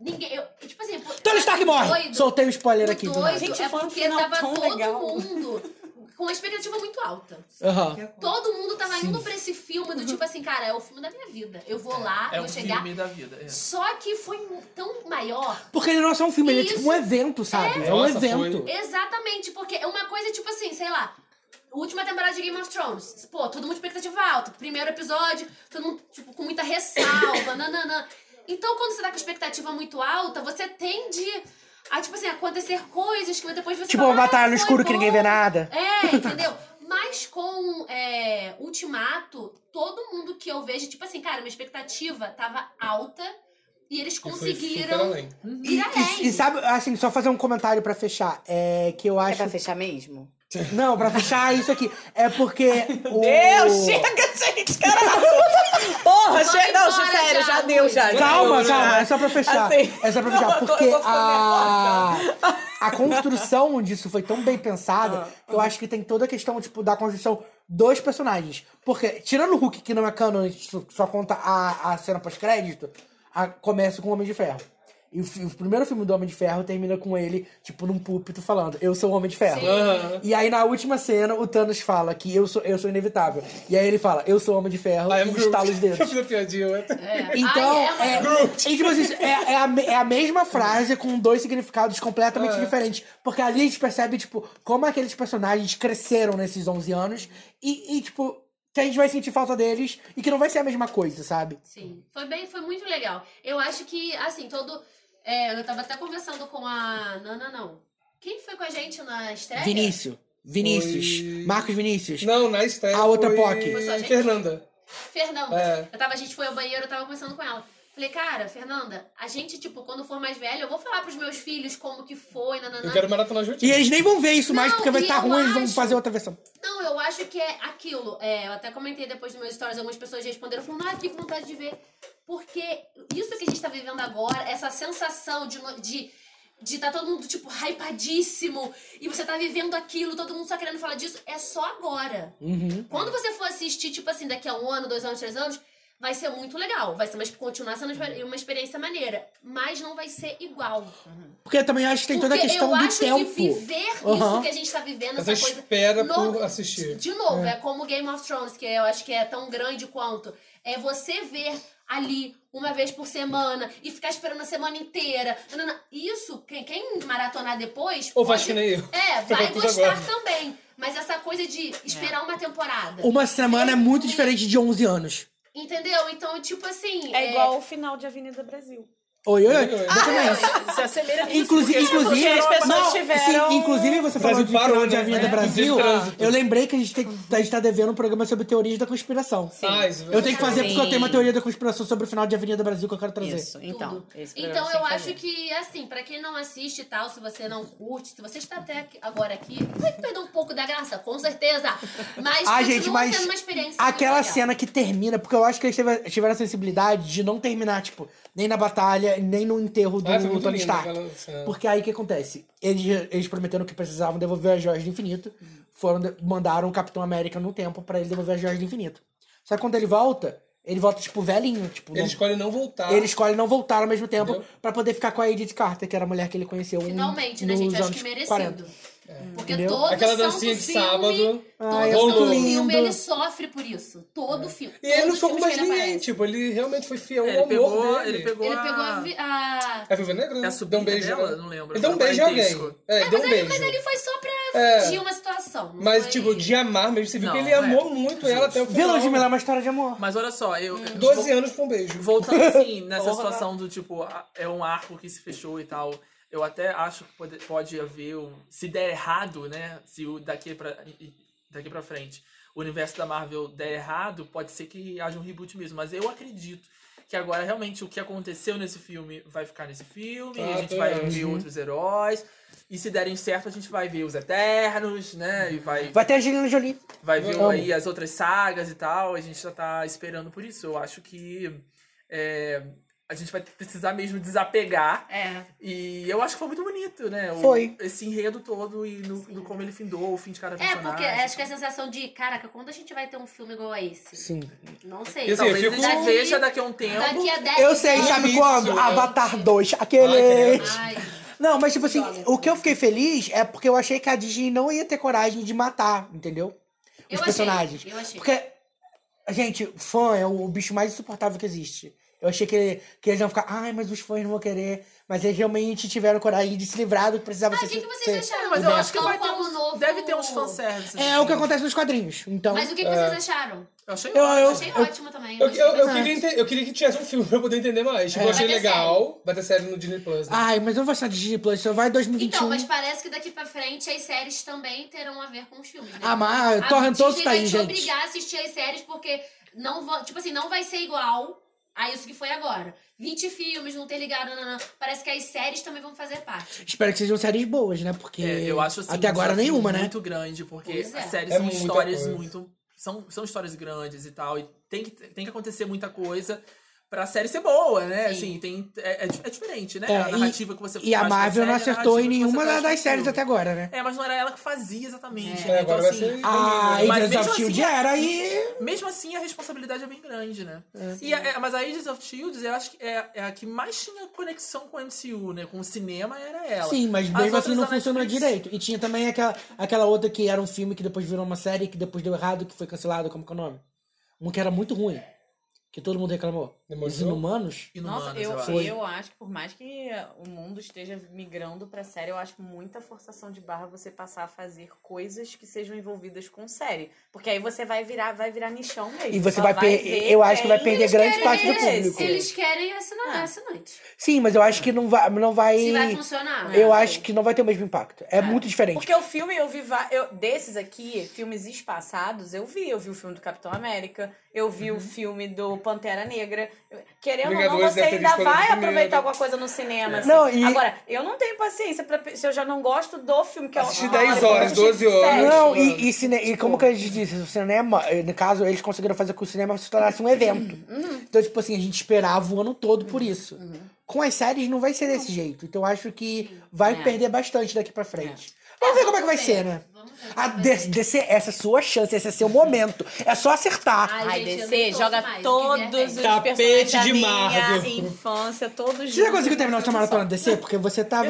Speaker 3: Ninguém, eu, tipo assim... pô,
Speaker 7: Tony Stark
Speaker 3: o
Speaker 7: morre!
Speaker 3: doido-
Speaker 7: Soltei o spoiler
Speaker 3: o
Speaker 7: aqui. do
Speaker 3: doido
Speaker 7: nada.
Speaker 6: Gente,
Speaker 3: é
Speaker 6: foi um
Speaker 3: porque
Speaker 6: final
Speaker 3: tava
Speaker 6: tão
Speaker 3: todo
Speaker 6: legal.
Speaker 3: mundo com uma expectativa muito alta.
Speaker 7: Aham.
Speaker 6: É
Speaker 3: Todo mundo tava indo pra esse filme
Speaker 6: Uhum.
Speaker 3: do tipo assim, cara, é o filme da minha vida. Eu vou lá,
Speaker 8: É
Speaker 3: Ah, vou
Speaker 8: um
Speaker 3: chegar.
Speaker 8: filme da vida. é.
Speaker 3: Só que foi tão maior
Speaker 7: Porque ele não é só um filme, ele é tipo
Speaker 3: Isso.
Speaker 7: um evento, sabe? É, um
Speaker 1: Nossa,
Speaker 7: evento.
Speaker 3: Exatamente, porque é uma coisa tipo assim, sei lá. Última temporada de Game of Thrones. Pô, todo mundo expectativa alta. Primeiro episódio, todo mundo tipo, com muita ressalva, nananã. Então, quando você tá com expectativa muito alta, você tende a, tipo assim, acontecer coisas que depois você
Speaker 7: Tipo
Speaker 3: fala,
Speaker 7: uma batalha no
Speaker 3: "Ah, foi
Speaker 7: escuro que ninguém vê
Speaker 3: bom."
Speaker 7: nada.
Speaker 3: É, entendeu? Mas com é, Ultimato, todo mundo que eu vejo, tipo assim, cara, minha expectativa tava alta e eles
Speaker 1: Foi super
Speaker 3: conseguiram
Speaker 1: além.
Speaker 3: ir além.
Speaker 7: E, e sabe, assim, só fazer um comentário pra fechar. É que eu
Speaker 2: É
Speaker 7: acho.
Speaker 2: pra fechar mesmo?
Speaker 7: Não, pra fechar isso aqui. É porque. o...
Speaker 6: Deus, chega, gente, caralho! Porra,
Speaker 3: Vai
Speaker 6: chega, não,
Speaker 3: embora
Speaker 6: sério,
Speaker 3: já,
Speaker 6: já deu,
Speaker 3: Luiz.
Speaker 6: já. já
Speaker 7: Calma,
Speaker 6: deu, já.
Speaker 7: calma, é só pra fechar.
Speaker 6: Assim,
Speaker 7: é só pra fechar.
Speaker 6: não, eu tô-
Speaker 7: porque
Speaker 6: eu tô ficando
Speaker 7: a,
Speaker 6: Ah,
Speaker 7: a construção disso foi tão bem pensada que eu acho que tem toda a questão, tipo, da construção dois personagens. Porque, tirando o Hulk, que não é canon, a gente só- só conta a, a cena pós-crédito, a- começa com o Homem de Ferro. E o, fi- o primeiro filme do Homem de Ferro termina com ele, tipo, num púlpito falando, eu sou o Homem de Ferro.
Speaker 1: Aham.
Speaker 7: E aí, na última cena, o Thanos fala que eu sou, eu sou inevitável. E aí ele fala, eu sou o Homem de Ferro,
Speaker 1: I
Speaker 7: e
Speaker 1: am é Groot.
Speaker 7: estala os dedos.
Speaker 1: Eu fiz a piadinha, ué.
Speaker 7: Então,
Speaker 3: Ai, é,
Speaker 7: é, e, tipo assim, é, é a, me- é a mesma frase com dois significados completamente
Speaker 1: É.
Speaker 7: diferentes. Porque ali a gente percebe, tipo, como aqueles personagens cresceram nesses 11 anos e, e, tipo, que a gente vai sentir falta deles e que não vai ser a mesma coisa, sabe?
Speaker 3: Sim, foi bem, foi muito legal. Eu acho que, assim, todo. é, eu tava até conversando com a. Não, não, não. Quem foi com a gente na estreia?
Speaker 7: Vinícius. Vinícius.
Speaker 1: Foi-
Speaker 7: Marcos Vinícius.
Speaker 1: Não, na estreia.
Speaker 7: A outra
Speaker 1: foi
Speaker 7: POC.
Speaker 3: Foi só gente?
Speaker 1: Fernanda.
Speaker 3: Fernanda.
Speaker 1: É.
Speaker 3: Eu tava, a gente foi ao banheiro, eu tava conversando com ela. Falei, cara, Fernanda, a gente, tipo, quando for mais velha, eu vou falar pros meus filhos como que foi, nananã.
Speaker 1: Eu quero maratonar
Speaker 7: E
Speaker 1: juntinho.
Speaker 7: eles nem vão ver isso mais
Speaker 3: Não,
Speaker 7: porque vai
Speaker 3: e
Speaker 7: estar
Speaker 3: eu
Speaker 7: ruim, eles vão
Speaker 3: acho-
Speaker 7: fazer outra versão.
Speaker 3: Não, eu acho que é aquilo. É, eu até comentei depois dos meus stories, algumas pessoas responderam, falando, ah, que vontade de ver. Porque isso que a gente tá vivendo agora, essa sensação de. no- de de tá todo mundo, tipo, hypadíssimo e você tá vivendo aquilo, todo mundo só querendo falar disso, é só agora. Quando você for assistir, tipo assim, daqui a um ano, dois anos, três anos, vai ser muito legal. Vai ser uma, continuar sendo uma experiência maneira. Mas não vai ser igual.
Speaker 7: Porque também acho que tem toda a
Speaker 3: Porque
Speaker 7: questão
Speaker 3: eu
Speaker 7: do
Speaker 3: acho
Speaker 7: tempo.
Speaker 3: que viver isso
Speaker 7: Aham.
Speaker 3: que a gente tá vivendo,
Speaker 1: Essa
Speaker 3: essa coisa.
Speaker 1: espera
Speaker 3: No-
Speaker 1: por assistir.
Speaker 3: De novo, é. como Game of Thrones, que eu acho que é tão grande quanto. É você ver ali uma vez por semana e ficar esperando a semana inteira. Nanana. Isso, quem, quem maratonar depois.
Speaker 1: Ou
Speaker 3: pode-
Speaker 1: acho que nem eu.
Speaker 3: É, vai
Speaker 1: Tudo
Speaker 3: gostar
Speaker 1: agora.
Speaker 3: também. Mas essa coisa de esperar uma temporada.
Speaker 7: É. Uma semana é muito diferente de 11 anos.
Speaker 3: Entendeu? Então, tipo assim.
Speaker 6: É igual o final de Avenida Brasil.
Speaker 7: Oi, oi, oi.
Speaker 1: Oi, oi.
Speaker 7: Exatamente.
Speaker 8: Se assemelha a isso,
Speaker 7: Inclusive,
Speaker 8: porque-
Speaker 7: inclusive,
Speaker 6: as pessoas
Speaker 7: não,
Speaker 6: tiveram-
Speaker 7: sim, inclusive você falou
Speaker 1: Brasil
Speaker 7: de
Speaker 1: parou,
Speaker 7: final de
Speaker 1: né?
Speaker 7: Avenida
Speaker 1: É,
Speaker 7: Brasil.
Speaker 1: inclusive trânsito.
Speaker 7: Eu lembrei que a gente, tem, que- a gente tá devendo um programa sobre teorias da conspiração.
Speaker 1: Ah, isso
Speaker 7: assim. Eu tenho que fazer
Speaker 13: Sim.
Speaker 7: porque eu tenho uma teoria da conspiração sobre o final de Avenida Brasil que eu quero trazer.
Speaker 13: Isso, então.
Speaker 3: Tudo.
Speaker 13: esse programa
Speaker 3: Então
Speaker 13: tem
Speaker 3: eu acho
Speaker 13: fazer.
Speaker 3: que, assim, pra quem não assiste e tal, se você não curte, se você está até aqui- agora aqui, vai perder um pouco da graça, com certeza. Mas
Speaker 7: Ah,
Speaker 3: continua
Speaker 7: gente, mas
Speaker 3: sendo uma experiência.
Speaker 7: aquela
Speaker 3: muito legal.
Speaker 7: cena que termina, porque eu acho que eles teve- tiveram a sensibilidade de não terminar, tipo, nem na batalha, nem no enterro do,
Speaker 1: Ah, foi muito
Speaker 7: Tony
Speaker 1: linda
Speaker 7: Stark.
Speaker 1: aquela cena.
Speaker 7: Porque aí o que acontece? Eles, eles prometeram que precisavam devolver as joias do infinito. Foram, de- mandaram o Capitão América no tempo pra ele devolver as joias do infinito. Só que quando ele volta, ele volta, tipo, velhinho. Tipo,
Speaker 1: Ele
Speaker 7: não-
Speaker 1: escolhe não voltar.
Speaker 7: ele escolhe não voltar ao mesmo tempo
Speaker 1: Entendeu?
Speaker 7: pra poder ficar com a Edith Carter, que era a mulher que ele conheceu. em-
Speaker 3: Finalmente, né,
Speaker 7: nos
Speaker 3: gente? Acho
Speaker 7: anos
Speaker 3: que merecido. É.
Speaker 7: 40.
Speaker 3: Porque
Speaker 7: Entendeu?
Speaker 3: todo
Speaker 1: Aquela
Speaker 3: santo
Speaker 1: dancinha de
Speaker 3: filme,
Speaker 1: sábado.
Speaker 3: Todo
Speaker 7: Ai, é
Speaker 3: santo
Speaker 7: muito
Speaker 3: filme,
Speaker 7: lindo. É.
Speaker 3: ele sofre por isso. Todo filme.
Speaker 1: E ele
Speaker 3: todos
Speaker 1: não
Speaker 3: os
Speaker 1: ficou com
Speaker 3: filmes
Speaker 1: mais
Speaker 3: que
Speaker 1: ninguém,
Speaker 3: aparece.
Speaker 1: tipo, ele realmente foi fiel ao
Speaker 8: É, ele,
Speaker 1: amor
Speaker 8: pegou,
Speaker 1: dele.
Speaker 8: ele pegou.
Speaker 7: Ah.
Speaker 3: Ele pegou a. vi- a...
Speaker 1: É a Viva Negra? né?
Speaker 8: É a
Speaker 1: Deu
Speaker 8: sobrinha
Speaker 1: um beijo.
Speaker 8: dela?
Speaker 1: né?
Speaker 8: Não lembro.
Speaker 1: Ele deu um
Speaker 8: Foi
Speaker 1: beijo a alguém.
Speaker 8: parentesco.
Speaker 1: É, ele
Speaker 3: Mas,
Speaker 1: deu um
Speaker 3: ali,
Speaker 1: beijo.
Speaker 3: mas ali foi só pra
Speaker 1: É.
Speaker 3: fingir uma situação. não
Speaker 1: Mas,
Speaker 3: foi-
Speaker 1: tipo, de amar mesmo, você viu
Speaker 8: Não,
Speaker 1: que ele
Speaker 8: é.
Speaker 1: amou muito ela até o
Speaker 7: Vila
Speaker 1: final.
Speaker 7: de Mila é uma história de amor.
Speaker 8: Mas olha só, eu.
Speaker 1: 12 anos com um beijo.
Speaker 8: Voltando assim, nessa situação do tipo, a- é um arco que se fechou e tal. Eu até acho que pode, pode haver um. Se der errado, né? Se o daqui pra, e- e- daqui pra frente o universo da Marvel der errado, pode ser que haja um reboot mesmo. Mas eu acredito que agora realmente o que aconteceu nesse filme vai ficar nesse filme.
Speaker 1: Ah,
Speaker 8: a gente
Speaker 1: tá.
Speaker 8: vai ver outros heróis. E se derem certo, a gente vai ver os Eternos, né? E vai,
Speaker 7: Vai ter a Angelina Jolie.
Speaker 8: vai ver
Speaker 1: Amo.
Speaker 8: aí as outras sagas e tal. A gente já tá esperando por isso. Eu acho que é, a gente vai precisar mesmo desapegar.
Speaker 3: É.
Speaker 8: E eu acho que foi muito bonito, né? O-
Speaker 7: Foi.
Speaker 8: Esse enredo todo e no, no como ele findou, o fim de cada
Speaker 3: É,
Speaker 8: personagem.
Speaker 3: porque acho que a sensação de, caraca, quando a gente vai ter um filme igual a esse?
Speaker 7: Sim.
Speaker 3: Não sei.
Speaker 1: E assim, eu
Speaker 8: Talvez a
Speaker 1: fico-
Speaker 8: gente
Speaker 3: Daqui-
Speaker 8: veja daqui a um tempo.
Speaker 3: Daqui a 10
Speaker 7: Eu sei,
Speaker 3: anos.
Speaker 7: sabe quando? Avatar 2, aquele.
Speaker 3: Ai,
Speaker 7: Não, mas tipo assim, o que eu fiquei feliz é porque eu achei que a Disney não ia ter coragem de matar, entendeu? Os
Speaker 3: eu achei,
Speaker 7: personagens.
Speaker 3: eu achei.
Speaker 7: Porque, gente, fã é o bicho mais insuportável que existe. Eu achei que, que eles iam ficar, ai, mas os fãs não vão querer. Mas eles realmente tiveram coragem de se livrar do que precisava
Speaker 3: Mas
Speaker 7: ser.
Speaker 3: o que, que vocês
Speaker 7: ser-
Speaker 3: acharam?
Speaker 8: Mas eu acho que vai ter
Speaker 3: Como
Speaker 8: uns,
Speaker 3: novo-
Speaker 8: deve ter uns fanservices. assim.
Speaker 7: É o que acontece nos quadrinhos. Então,
Speaker 3: Mas o que, que vocês acharam?
Speaker 8: Eu achei
Speaker 7: eu, eu,
Speaker 3: Eu achei ótimo também.
Speaker 1: Eu, eu- eu
Speaker 3: Mas-
Speaker 1: queria ente- eu queria que tivesse um filme pra eu poder entender mais. Tipo, eu achei
Speaker 3: É. Vai ter Ah,
Speaker 1: legal. Vai ter série no Disney Plus. né?
Speaker 7: Ai, mas eu vou achar de Disney Plus, só vai em 2021.
Speaker 3: Então, mas parece que daqui pra frente as séries também terão a ver com os filmes, né?
Speaker 7: Ah, mas
Speaker 3: A
Speaker 7: Torrentoso
Speaker 3: Disney
Speaker 7: tá
Speaker 3: vai
Speaker 7: aí,
Speaker 3: te
Speaker 7: gente.
Speaker 3: obrigar a assistir as séries porque não vão, tipo assim, não vai ser igual a isso que foi agora. 20 filmes, não ter ligado, não, Parece que as séries também vão fazer parte.
Speaker 7: Espero que sejam séries boas, né? Porque
Speaker 8: É, eu acho assim,
Speaker 7: até agora
Speaker 8: um desafio
Speaker 7: nenhuma, né?
Speaker 8: Muito grande, porque
Speaker 3: Pois é.
Speaker 8: as séries
Speaker 1: É
Speaker 8: são
Speaker 1: muita
Speaker 8: histórias
Speaker 1: coisa.
Speaker 8: muito. São, são histórias grandes e tal. E tem que, tem que acontecer muita coisa pra série ser boa, né?
Speaker 14: Sim.
Speaker 8: Assim, tem, é, é di- é diferente, né?
Speaker 7: É,
Speaker 8: a
Speaker 7: e-
Speaker 8: narrativa que você
Speaker 7: E a é
Speaker 8: faz pra
Speaker 7: Marvel não
Speaker 8: série, é a
Speaker 7: acertou em
Speaker 8: narrativa que você
Speaker 7: nenhuma
Speaker 8: faz
Speaker 7: da-
Speaker 8: pra
Speaker 7: das séries
Speaker 8: filme.
Speaker 7: até agora, né?
Speaker 8: É, mas não era ela que fazia exatamente.
Speaker 1: É,
Speaker 8: né? Então,
Speaker 1: agora vai ser
Speaker 8: assim,
Speaker 3: Ah,
Speaker 7: A
Speaker 8: Mas
Speaker 7: Ah,
Speaker 3: então
Speaker 7: Agents
Speaker 8: mesmo
Speaker 7: of
Speaker 8: assim,
Speaker 7: Shield
Speaker 8: é-
Speaker 7: era e.
Speaker 8: mesmo assim, a responsabilidade é bem grande, né? E a- é- mas a Agents of Shields, eu acho que é, é a que mais tinha conexão com o MCU, né? Com o cinema era ela.
Speaker 7: Sim, mas
Speaker 8: As
Speaker 7: mesmo assim
Speaker 8: outras
Speaker 7: não
Speaker 8: da
Speaker 7: funcionou
Speaker 8: Netflix-
Speaker 7: direito. E tinha também aquela, aquela outra que era um filme que depois virou uma série, que depois deu errado, que foi cancelado, como que é o nome? Um que era muito ruim. Que todo mundo reclamou. Os
Speaker 1: Demolidor?
Speaker 7: Inumanos?
Speaker 8: Inumanos,
Speaker 14: Nossa, eu,
Speaker 8: acho.
Speaker 7: Foi.
Speaker 14: eu acho que por mais que o mundo esteja migrando pra série, eu acho muita forçação de barra você passar a fazer coisas que sejam envolvidas com série. Porque aí você vai virar, vai virar nichão mesmo.
Speaker 7: E você
Speaker 14: Só
Speaker 7: vai perder.
Speaker 14: ver é
Speaker 7: Eu acho que vai
Speaker 14: quem-
Speaker 7: perder grande
Speaker 3: Eles
Speaker 7: parte do
Speaker 3: querem-
Speaker 7: público.
Speaker 3: Eles querem assinar,
Speaker 14: Ah.
Speaker 3: assinante.
Speaker 7: Sim, mas eu acho que não vai. Não vai...
Speaker 3: Se vai funcionar.
Speaker 7: Eu
Speaker 14: né?
Speaker 7: acho que não vai ter o mesmo impacto. É, muito diferente.
Speaker 14: Porque o filme eu vi va- eu, desses aqui, filmes espaçados, eu vi. Eu vi o filme do Capitão América, eu vi
Speaker 7: Uhum.
Speaker 14: o filme do Pantera Negra. Querendo ou não,
Speaker 1: Vingadores
Speaker 14: você
Speaker 1: deve ter
Speaker 14: ainda
Speaker 1: visto
Speaker 14: vai
Speaker 1: primeiro.
Speaker 14: aproveitar alguma coisa no cinema. assim.
Speaker 7: É. Não, e-
Speaker 14: Agora, eu não tenho paciência pra, se eu já não gosto do filme que é eu
Speaker 1: Assistir
Speaker 14: assisti
Speaker 1: 10 horas, 12 horas.
Speaker 6: É,
Speaker 7: Não,
Speaker 6: tipo,
Speaker 7: e, e, cine- e como que a gente disse, o cinema, eh, no caso, eles conseguiram fazer com que o cinema se tornasse um evento. Então, tipo assim, a gente esperava o ano todo por isso. Com as séries não vai ser desse jeito. Então, eu acho que vai
Speaker 14: É.
Speaker 7: perder bastante daqui pra frente. Vamos ver como é que vai ser, né? A D- DC, essa é a sua chance, esse é seu momento. É só acertar.
Speaker 14: Ai,
Speaker 3: gente, eu
Speaker 14: DC,
Speaker 3: nem torço
Speaker 14: joga
Speaker 3: mais, que
Speaker 14: todos
Speaker 3: merda é
Speaker 14: os
Speaker 3: essa?
Speaker 1: Tapete
Speaker 14: personagens da
Speaker 1: de
Speaker 14: minha
Speaker 1: Marvel.
Speaker 14: infância, todos
Speaker 7: Você já
Speaker 14: juntos.
Speaker 7: conseguiu terminar sua maratona DC? Porque você tá.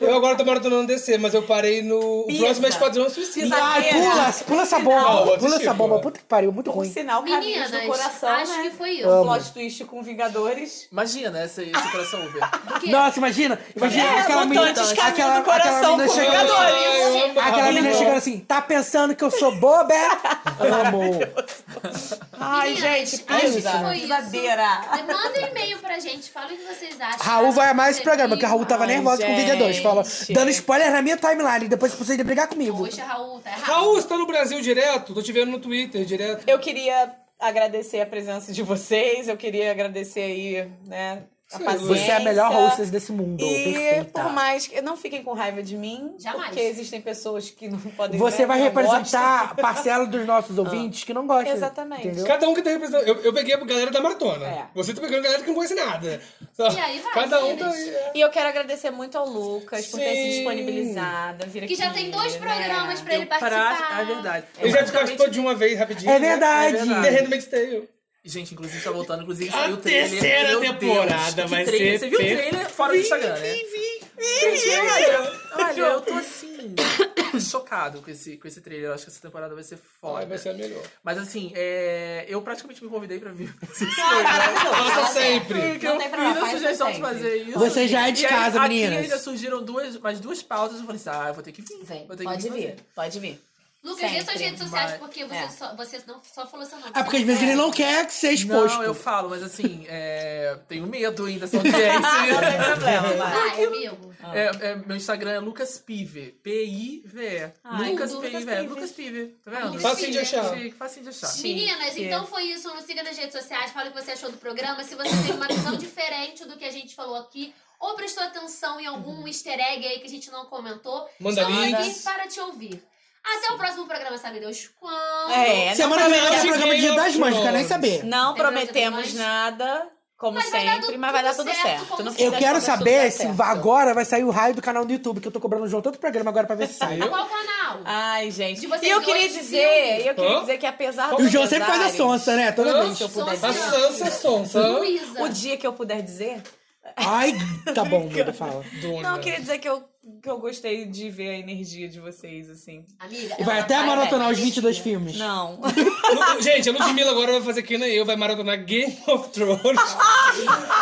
Speaker 1: Eu agora tô maratonando DC, mas eu parei no. O
Speaker 14: Pisa.
Speaker 1: próximo é Esquadrão Suicida.
Speaker 7: Ai, Ah, pula, pula essa
Speaker 1: Não,
Speaker 7: bomba.
Speaker 1: vou
Speaker 7: Pula essa
Speaker 1: assistir,
Speaker 7: bomba.
Speaker 1: pô.
Speaker 7: Puta que pariu, muito
Speaker 6: Por
Speaker 7: ruim.
Speaker 6: sinal, caminhos
Speaker 3: Meninas,
Speaker 6: do coração,
Speaker 3: acho
Speaker 6: né?
Speaker 3: que foi isso.
Speaker 7: Amo.
Speaker 6: Plot twist com Vingadores.
Speaker 8: Imagina essa, esse crossover.
Speaker 3: Porque
Speaker 7: Nossa, imagina, imagina
Speaker 6: É,
Speaker 7: aquela menina,
Speaker 6: mutantes,
Speaker 7: aquela,
Speaker 6: caminho do coração
Speaker 7: aquela menina
Speaker 6: com
Speaker 7: chegando,
Speaker 6: Vingadores.
Speaker 1: Ai, eu amo.
Speaker 7: aquela menina chegando assim, tá pensando que eu sou boba? Amo.
Speaker 6: Ai,
Speaker 3: Meninas,
Speaker 6: gente,
Speaker 3: acho que
Speaker 6: pisa.
Speaker 3: foi isso.
Speaker 6: Pisadeira.
Speaker 3: é Manda um e-mail pra gente, fala o que vocês acham.
Speaker 7: Raul vai amar esse
Speaker 3: Você
Speaker 7: programa,
Speaker 3: viu?
Speaker 7: porque o Raul tá tava
Speaker 14: Ai,
Speaker 7: nervosa com o Vingadores. Fala,
Speaker 14: gente.
Speaker 7: dando spoiler na minha timeline, depois vocês de brigar comigo.
Speaker 3: Poxa, Raul, tá errado.
Speaker 1: Raul, você tá no Brasil direto? Tô te vendo no Twitter direto.
Speaker 6: Eu queria agradecer a presença de vocês, eu queria agradecer aí, né, a paciência.
Speaker 7: Você é a melhor hostess desse mundo,
Speaker 6: E
Speaker 7: perfeita.
Speaker 6: por mais que não fiquem com raiva de mim,
Speaker 3: Jamais.
Speaker 6: porque existem pessoas que não podem
Speaker 7: Você
Speaker 6: né,
Speaker 7: vai
Speaker 6: não
Speaker 7: representar parcela dos nossos ouvintes que não gostam.
Speaker 6: Exatamente.
Speaker 7: Entendeu?
Speaker 1: Cada um que tá representando. Eu, eu peguei a galera da maratona.
Speaker 6: É.
Speaker 1: Você tá pegando a galera que não conhece nada. Só-
Speaker 3: E aí vai,
Speaker 1: Cada um tá
Speaker 3: meninas.
Speaker 1: aí.
Speaker 6: gostam. E eu quero agradecer muito ao Lucas por ter se
Speaker 1: Sim.
Speaker 6: disponibilizado, vir
Speaker 3: Que já
Speaker 6: aqui,
Speaker 3: tem dois
Speaker 14: É,
Speaker 6: né?
Speaker 3: programas pra ele
Speaker 8: Eu pra-
Speaker 3: participar.
Speaker 8: É verdade.
Speaker 1: Ele já te participou de uma vez rapidinho. né?
Speaker 7: É verdade.
Speaker 8: É verdade.
Speaker 1: The Handmaid's Tale.
Speaker 8: Gente, inclusive tá voltando, inclusive
Speaker 1: A
Speaker 8: saiu o trailer.
Speaker 1: terceira
Speaker 8: Meu
Speaker 1: temporada
Speaker 8: Deus, que
Speaker 1: vai ser
Speaker 8: trailer. Você viu o
Speaker 1: per-
Speaker 8: trailer fora do Instagram, né? Olha, eu tô assim, chocado com esse, com esse trailer. Eu acho que essa temporada vai ser
Speaker 1: Ai,
Speaker 8: foda.
Speaker 1: vai ser a melhor.
Speaker 8: Mas assim, é, eu praticamente me convidei pra vir.
Speaker 1: Faça sempre.
Speaker 8: Porque eu
Speaker 6: tem
Speaker 8: fiz
Speaker 6: problema,
Speaker 8: a
Speaker 6: faz
Speaker 8: sugestão de
Speaker 6: sempre.
Speaker 8: fazer isso.
Speaker 7: Você já é de
Speaker 8: E aí,
Speaker 7: casa,
Speaker 8: aqui
Speaker 7: meninas.
Speaker 8: ainda surgiram duas, mais duas pautas. Eu falei assim, ah, eu vou ter que vir.
Speaker 14: Vem,
Speaker 8: vou ter
Speaker 14: pode
Speaker 8: que
Speaker 14: vir,
Speaker 8: fazer.
Speaker 14: pode vir.
Speaker 3: Lucas, dê suas
Speaker 14: Sempre,
Speaker 3: redes sociais,
Speaker 8: mas-
Speaker 3: porque você,
Speaker 14: é.
Speaker 3: só, você não, só falou seu nome.
Speaker 7: É porque às vezes ele não quer que seja exposto.
Speaker 8: Não, eu falo, mas assim, é, tenho medo ainda é dessa audiência.
Speaker 6: Não é tem problema, vai.
Speaker 3: Vai, amigo.
Speaker 8: É, é, meu Instagram é Lucas Pive. P-I-V-E.
Speaker 3: Ah,
Speaker 6: Ai,
Speaker 8: Lucas
Speaker 6: Lucas
Speaker 8: Pive.
Speaker 6: Pive.
Speaker 8: Lucas Pive. Tá vendo?
Speaker 3: é Lucas Facinho
Speaker 1: de Pive. achar.
Speaker 8: Chique, Facinho de achar.
Speaker 3: Meninas, então foi isso. Nos siga nas redes sociais, fala o que você achou do programa. Se você tem uma visão diferente do que a gente falou aqui, ou prestou atenção em algum easter egg aí que a gente não comentou,
Speaker 1: Uhum. Manda
Speaker 3: estamos aqui
Speaker 1: links.
Speaker 3: para te ouvir. Até o próximo programa, sabe Deus quando.
Speaker 6: É, não,
Speaker 7: Semana que vem é o
Speaker 1: prometemos
Speaker 7: programa de Dia das Mães, não quero nem
Speaker 1: Thrones.
Speaker 7: saber.
Speaker 6: não prometemos
Speaker 3: Mas-
Speaker 6: nada, como
Speaker 3: Mas vai dar
Speaker 6: sempre,
Speaker 3: tudo-
Speaker 6: mas vai dar
Speaker 3: tudo
Speaker 6: tudo
Speaker 3: certo,
Speaker 6: certo.
Speaker 3: como
Speaker 6: No fim
Speaker 7: Eu
Speaker 6: das
Speaker 7: quero
Speaker 6: contas, tudo
Speaker 7: saber
Speaker 6: dá
Speaker 7: se
Speaker 6: certo.
Speaker 7: agora vai sair o raio do canal do YouTube, que eu tô cobrando o João todo o programa agora pra ver se sai.
Speaker 3: A qual canal?
Speaker 6: Ai, gente.
Speaker 3: De vocês
Speaker 6: E eu
Speaker 3: dois,
Speaker 6: queria
Speaker 3: de
Speaker 6: dizer,
Speaker 3: filme.
Speaker 6: eu queria
Speaker 1: Hã?
Speaker 6: dizer que apesar
Speaker 7: E o
Speaker 6: dos
Speaker 7: João sempre faz a
Speaker 6: pesares,
Speaker 7: sonsa, né? Toda
Speaker 1: Hã?
Speaker 7: vez.
Speaker 6: Se eu puder
Speaker 1: A
Speaker 6: dizer.
Speaker 1: Sansa Sonsa.
Speaker 3: Luísa.
Speaker 6: O dia que eu puder dizer,
Speaker 7: Ai, tá bom, Duda, fala.
Speaker 1: Dona.
Speaker 6: Não, eu queria dizer que eu, que eu gostei de ver a energia de vocês, assim.
Speaker 3: Amiga,
Speaker 7: E vai
Speaker 3: ela
Speaker 7: até maratonar
Speaker 3: vai- É
Speaker 7: os 22 filmes.
Speaker 6: Não.
Speaker 1: Lu- Gente, a Ludmilla agora vai fazer que nem eu, vai maratonar Game of Thrones.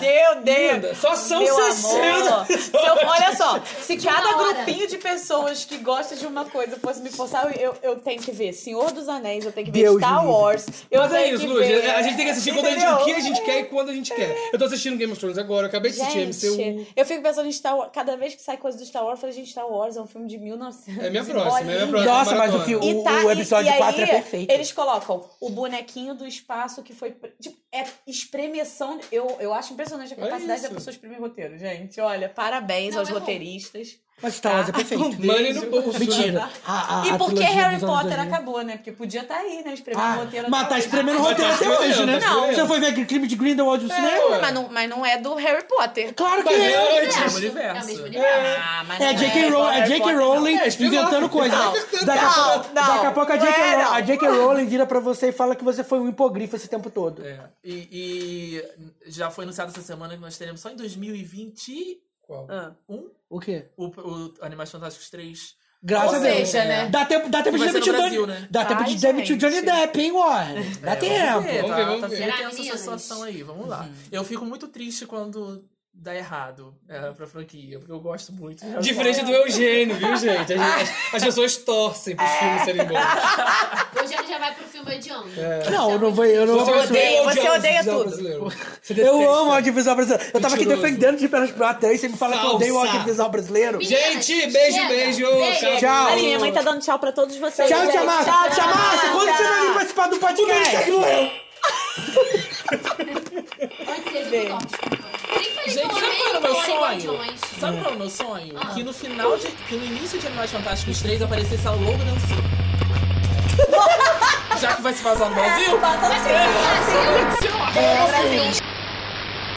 Speaker 6: Meu
Speaker 1: Linda,
Speaker 6: Deus!
Speaker 1: Só são
Speaker 6: Meu
Speaker 1: 60.
Speaker 6: amor! Se eu- olha só, se cada
Speaker 3: hora.
Speaker 6: grupinho de pessoas que gosta de uma coisa fosse me forçar, eu, eu, eu tenho que ver Senhor dos Anéis, eu tenho que ver
Speaker 7: Deus me
Speaker 6: Star
Speaker 7: livre.
Speaker 6: Wars. Eu
Speaker 1: Mas é
Speaker 6: tenho
Speaker 1: isso,
Speaker 6: que
Speaker 1: Lud.
Speaker 6: ver-
Speaker 1: A gente tem que assistir quando a gente, o que
Speaker 6: Entendeu?
Speaker 1: a gente quer e quando a gente quer. Eu tô assistindo Game of Thrones agora, eu acabei de assistir MCU.
Speaker 6: Gente, eu fico pensando em Star Wars. Cada vez que sai coisa do Star Wars, eu falo, gente, Star Wars é um filme de 1900.
Speaker 1: É minha
Speaker 6: e
Speaker 1: próxima, é minha
Speaker 6: bolinha.
Speaker 1: próxima.
Speaker 7: Nossa, mas o
Speaker 1: maratona.
Speaker 7: filme-
Speaker 6: E
Speaker 7: O-
Speaker 6: tá,
Speaker 7: o
Speaker 6: e-
Speaker 7: episódio
Speaker 6: e aí,
Speaker 7: 4 é perfeito.
Speaker 6: Eles colocam o bonequinho do espaço que foi. Tipo, é espremeção. Eu, eu acho impressionante a
Speaker 1: Olha
Speaker 6: capacidade
Speaker 1: isso.
Speaker 6: da pessoa exprimir roteiro, gente. Olha, parabéns
Speaker 3: Não,
Speaker 6: aos
Speaker 3: é bom.
Speaker 6: roteiristas.
Speaker 7: Mas Star Wars é perfeito.
Speaker 1: Money no bolso.
Speaker 7: Mentira. A- a-
Speaker 6: E
Speaker 7: a
Speaker 6: por que
Speaker 7: trilogia
Speaker 6: Harry
Speaker 7: dos anos
Speaker 6: Potter
Speaker 7: 2000.
Speaker 6: acabou, né? Porque podia estar aí, né? Espremendo o
Speaker 7: Ah,
Speaker 6: roteiro.
Speaker 7: mas tá
Speaker 6: até hoje.
Speaker 7: espremendo o
Speaker 1: Mas tá
Speaker 7: roteiro até
Speaker 1: espremendo,
Speaker 7: hoje, né?
Speaker 1: tá espremendo.
Speaker 7: Você foi ver aquele crime de Grindelwald no
Speaker 15: Não,
Speaker 6: Ah,
Speaker 7: cinema?
Speaker 15: mas não, mas não é do Harry Potter.
Speaker 7: Claro que
Speaker 1: Mas
Speaker 7: é.
Speaker 1: é
Speaker 3: É
Speaker 1: antes.
Speaker 3: o mesmo
Speaker 8: universo.
Speaker 3: universo. É o mesmo universo.
Speaker 15: Ah, mas
Speaker 7: É a
Speaker 15: não
Speaker 7: J.K. Rowling, é
Speaker 15: Harry
Speaker 7: J.K.
Speaker 15: Potter, não.
Speaker 7: Rowling
Speaker 1: É,
Speaker 7: inventando
Speaker 1: não,
Speaker 7: coisa.
Speaker 1: não,
Speaker 7: Daqui
Speaker 15: não,
Speaker 7: a pouco- daqui a
Speaker 15: não,
Speaker 7: pouco a
Speaker 15: não
Speaker 7: J.K.
Speaker 15: é,
Speaker 7: Rowling-
Speaker 15: não.
Speaker 7: a J.K. Rowling vira pra você e fala que você foi um hipogrifo esse tempo todo.
Speaker 8: É. E, e já foi anunciado essa semana que nós teremos só em 2021
Speaker 1: Qual?
Speaker 6: Ah.
Speaker 7: O quê?
Speaker 8: o, o Animais Fantásticos 3.
Speaker 7: Graças
Speaker 15: Ou
Speaker 7: a Deus.
Speaker 15: seja, né?
Speaker 7: Dá tempo, dá tempo de
Speaker 8: Vai ser
Speaker 7: demitir o
Speaker 8: no
Speaker 7: Johnny.
Speaker 8: Brasil, né?
Speaker 7: Dá tempo
Speaker 15: Ai,
Speaker 7: de demitir o Johnny
Speaker 15: gente.
Speaker 7: Depp, hein, Warren? Dá tempo.
Speaker 8: É,
Speaker 1: Vamos
Speaker 8: tá,
Speaker 1: ver, vamos
Speaker 8: tá
Speaker 1: ver.
Speaker 8: feia
Speaker 3: Será,
Speaker 8: essa
Speaker 3: meninas? Uhum.
Speaker 8: situação aí, vamos lá. Eu fico muito triste quando dá errado é, pra franquia, porque eu gosto muito. de Harry
Speaker 1: Diferente do Eugênio, viu, gente? As, as- as pessoas torcem
Speaker 6: É.
Speaker 1: pros filmes serem bons.
Speaker 3: Hoje
Speaker 1: É.
Speaker 3: ele já vai pro filme adiando.
Speaker 7: Não, eu não vou. Eu não
Speaker 1: Você
Speaker 7: vou.
Speaker 15: você
Speaker 1: odeia, odiar o
Speaker 15: odeia
Speaker 1: audiovisual
Speaker 15: tudo.
Speaker 1: brasileiro. Você
Speaker 7: Eu
Speaker 1: detesta.
Speaker 7: amo o audiovisual brasileiro. Eu tava aqui
Speaker 1: Mentiroso.
Speaker 7: defendendo de Pernas Pro 3, você me fala que eu odeio o
Speaker 1: Falsa.
Speaker 7: audiovisual brasileiro.
Speaker 1: Gente,
Speaker 3: Meninas,
Speaker 1: beijo,
Speaker 3: chega.
Speaker 1: beijo.
Speaker 3: Beijo.
Speaker 7: Tchau.
Speaker 6: Olha, minha mãe tá dando tchau pra todos vocês.
Speaker 7: Tchau,
Speaker 6: gente.
Speaker 7: Tia Márcia. Tia Márcia, quando você vai vir participar do podcast?
Speaker 3: Antes dele não dorme. Nem falei que
Speaker 8: Gente,
Speaker 3: eu
Speaker 8: sabe
Speaker 3: amei
Speaker 8: qual era o meu
Speaker 3: Glória
Speaker 8: sonho?
Speaker 3: Guardiões.
Speaker 8: Sabe qual é o meu sonho?
Speaker 3: Ah.
Speaker 8: Que no final de. Que no início de Animais Fantásticos 3 aparecesse a logo dançando. Já que vai se passar no Brasil?
Speaker 6: Passa no seu.
Speaker 3: É, Brasil, seu amor.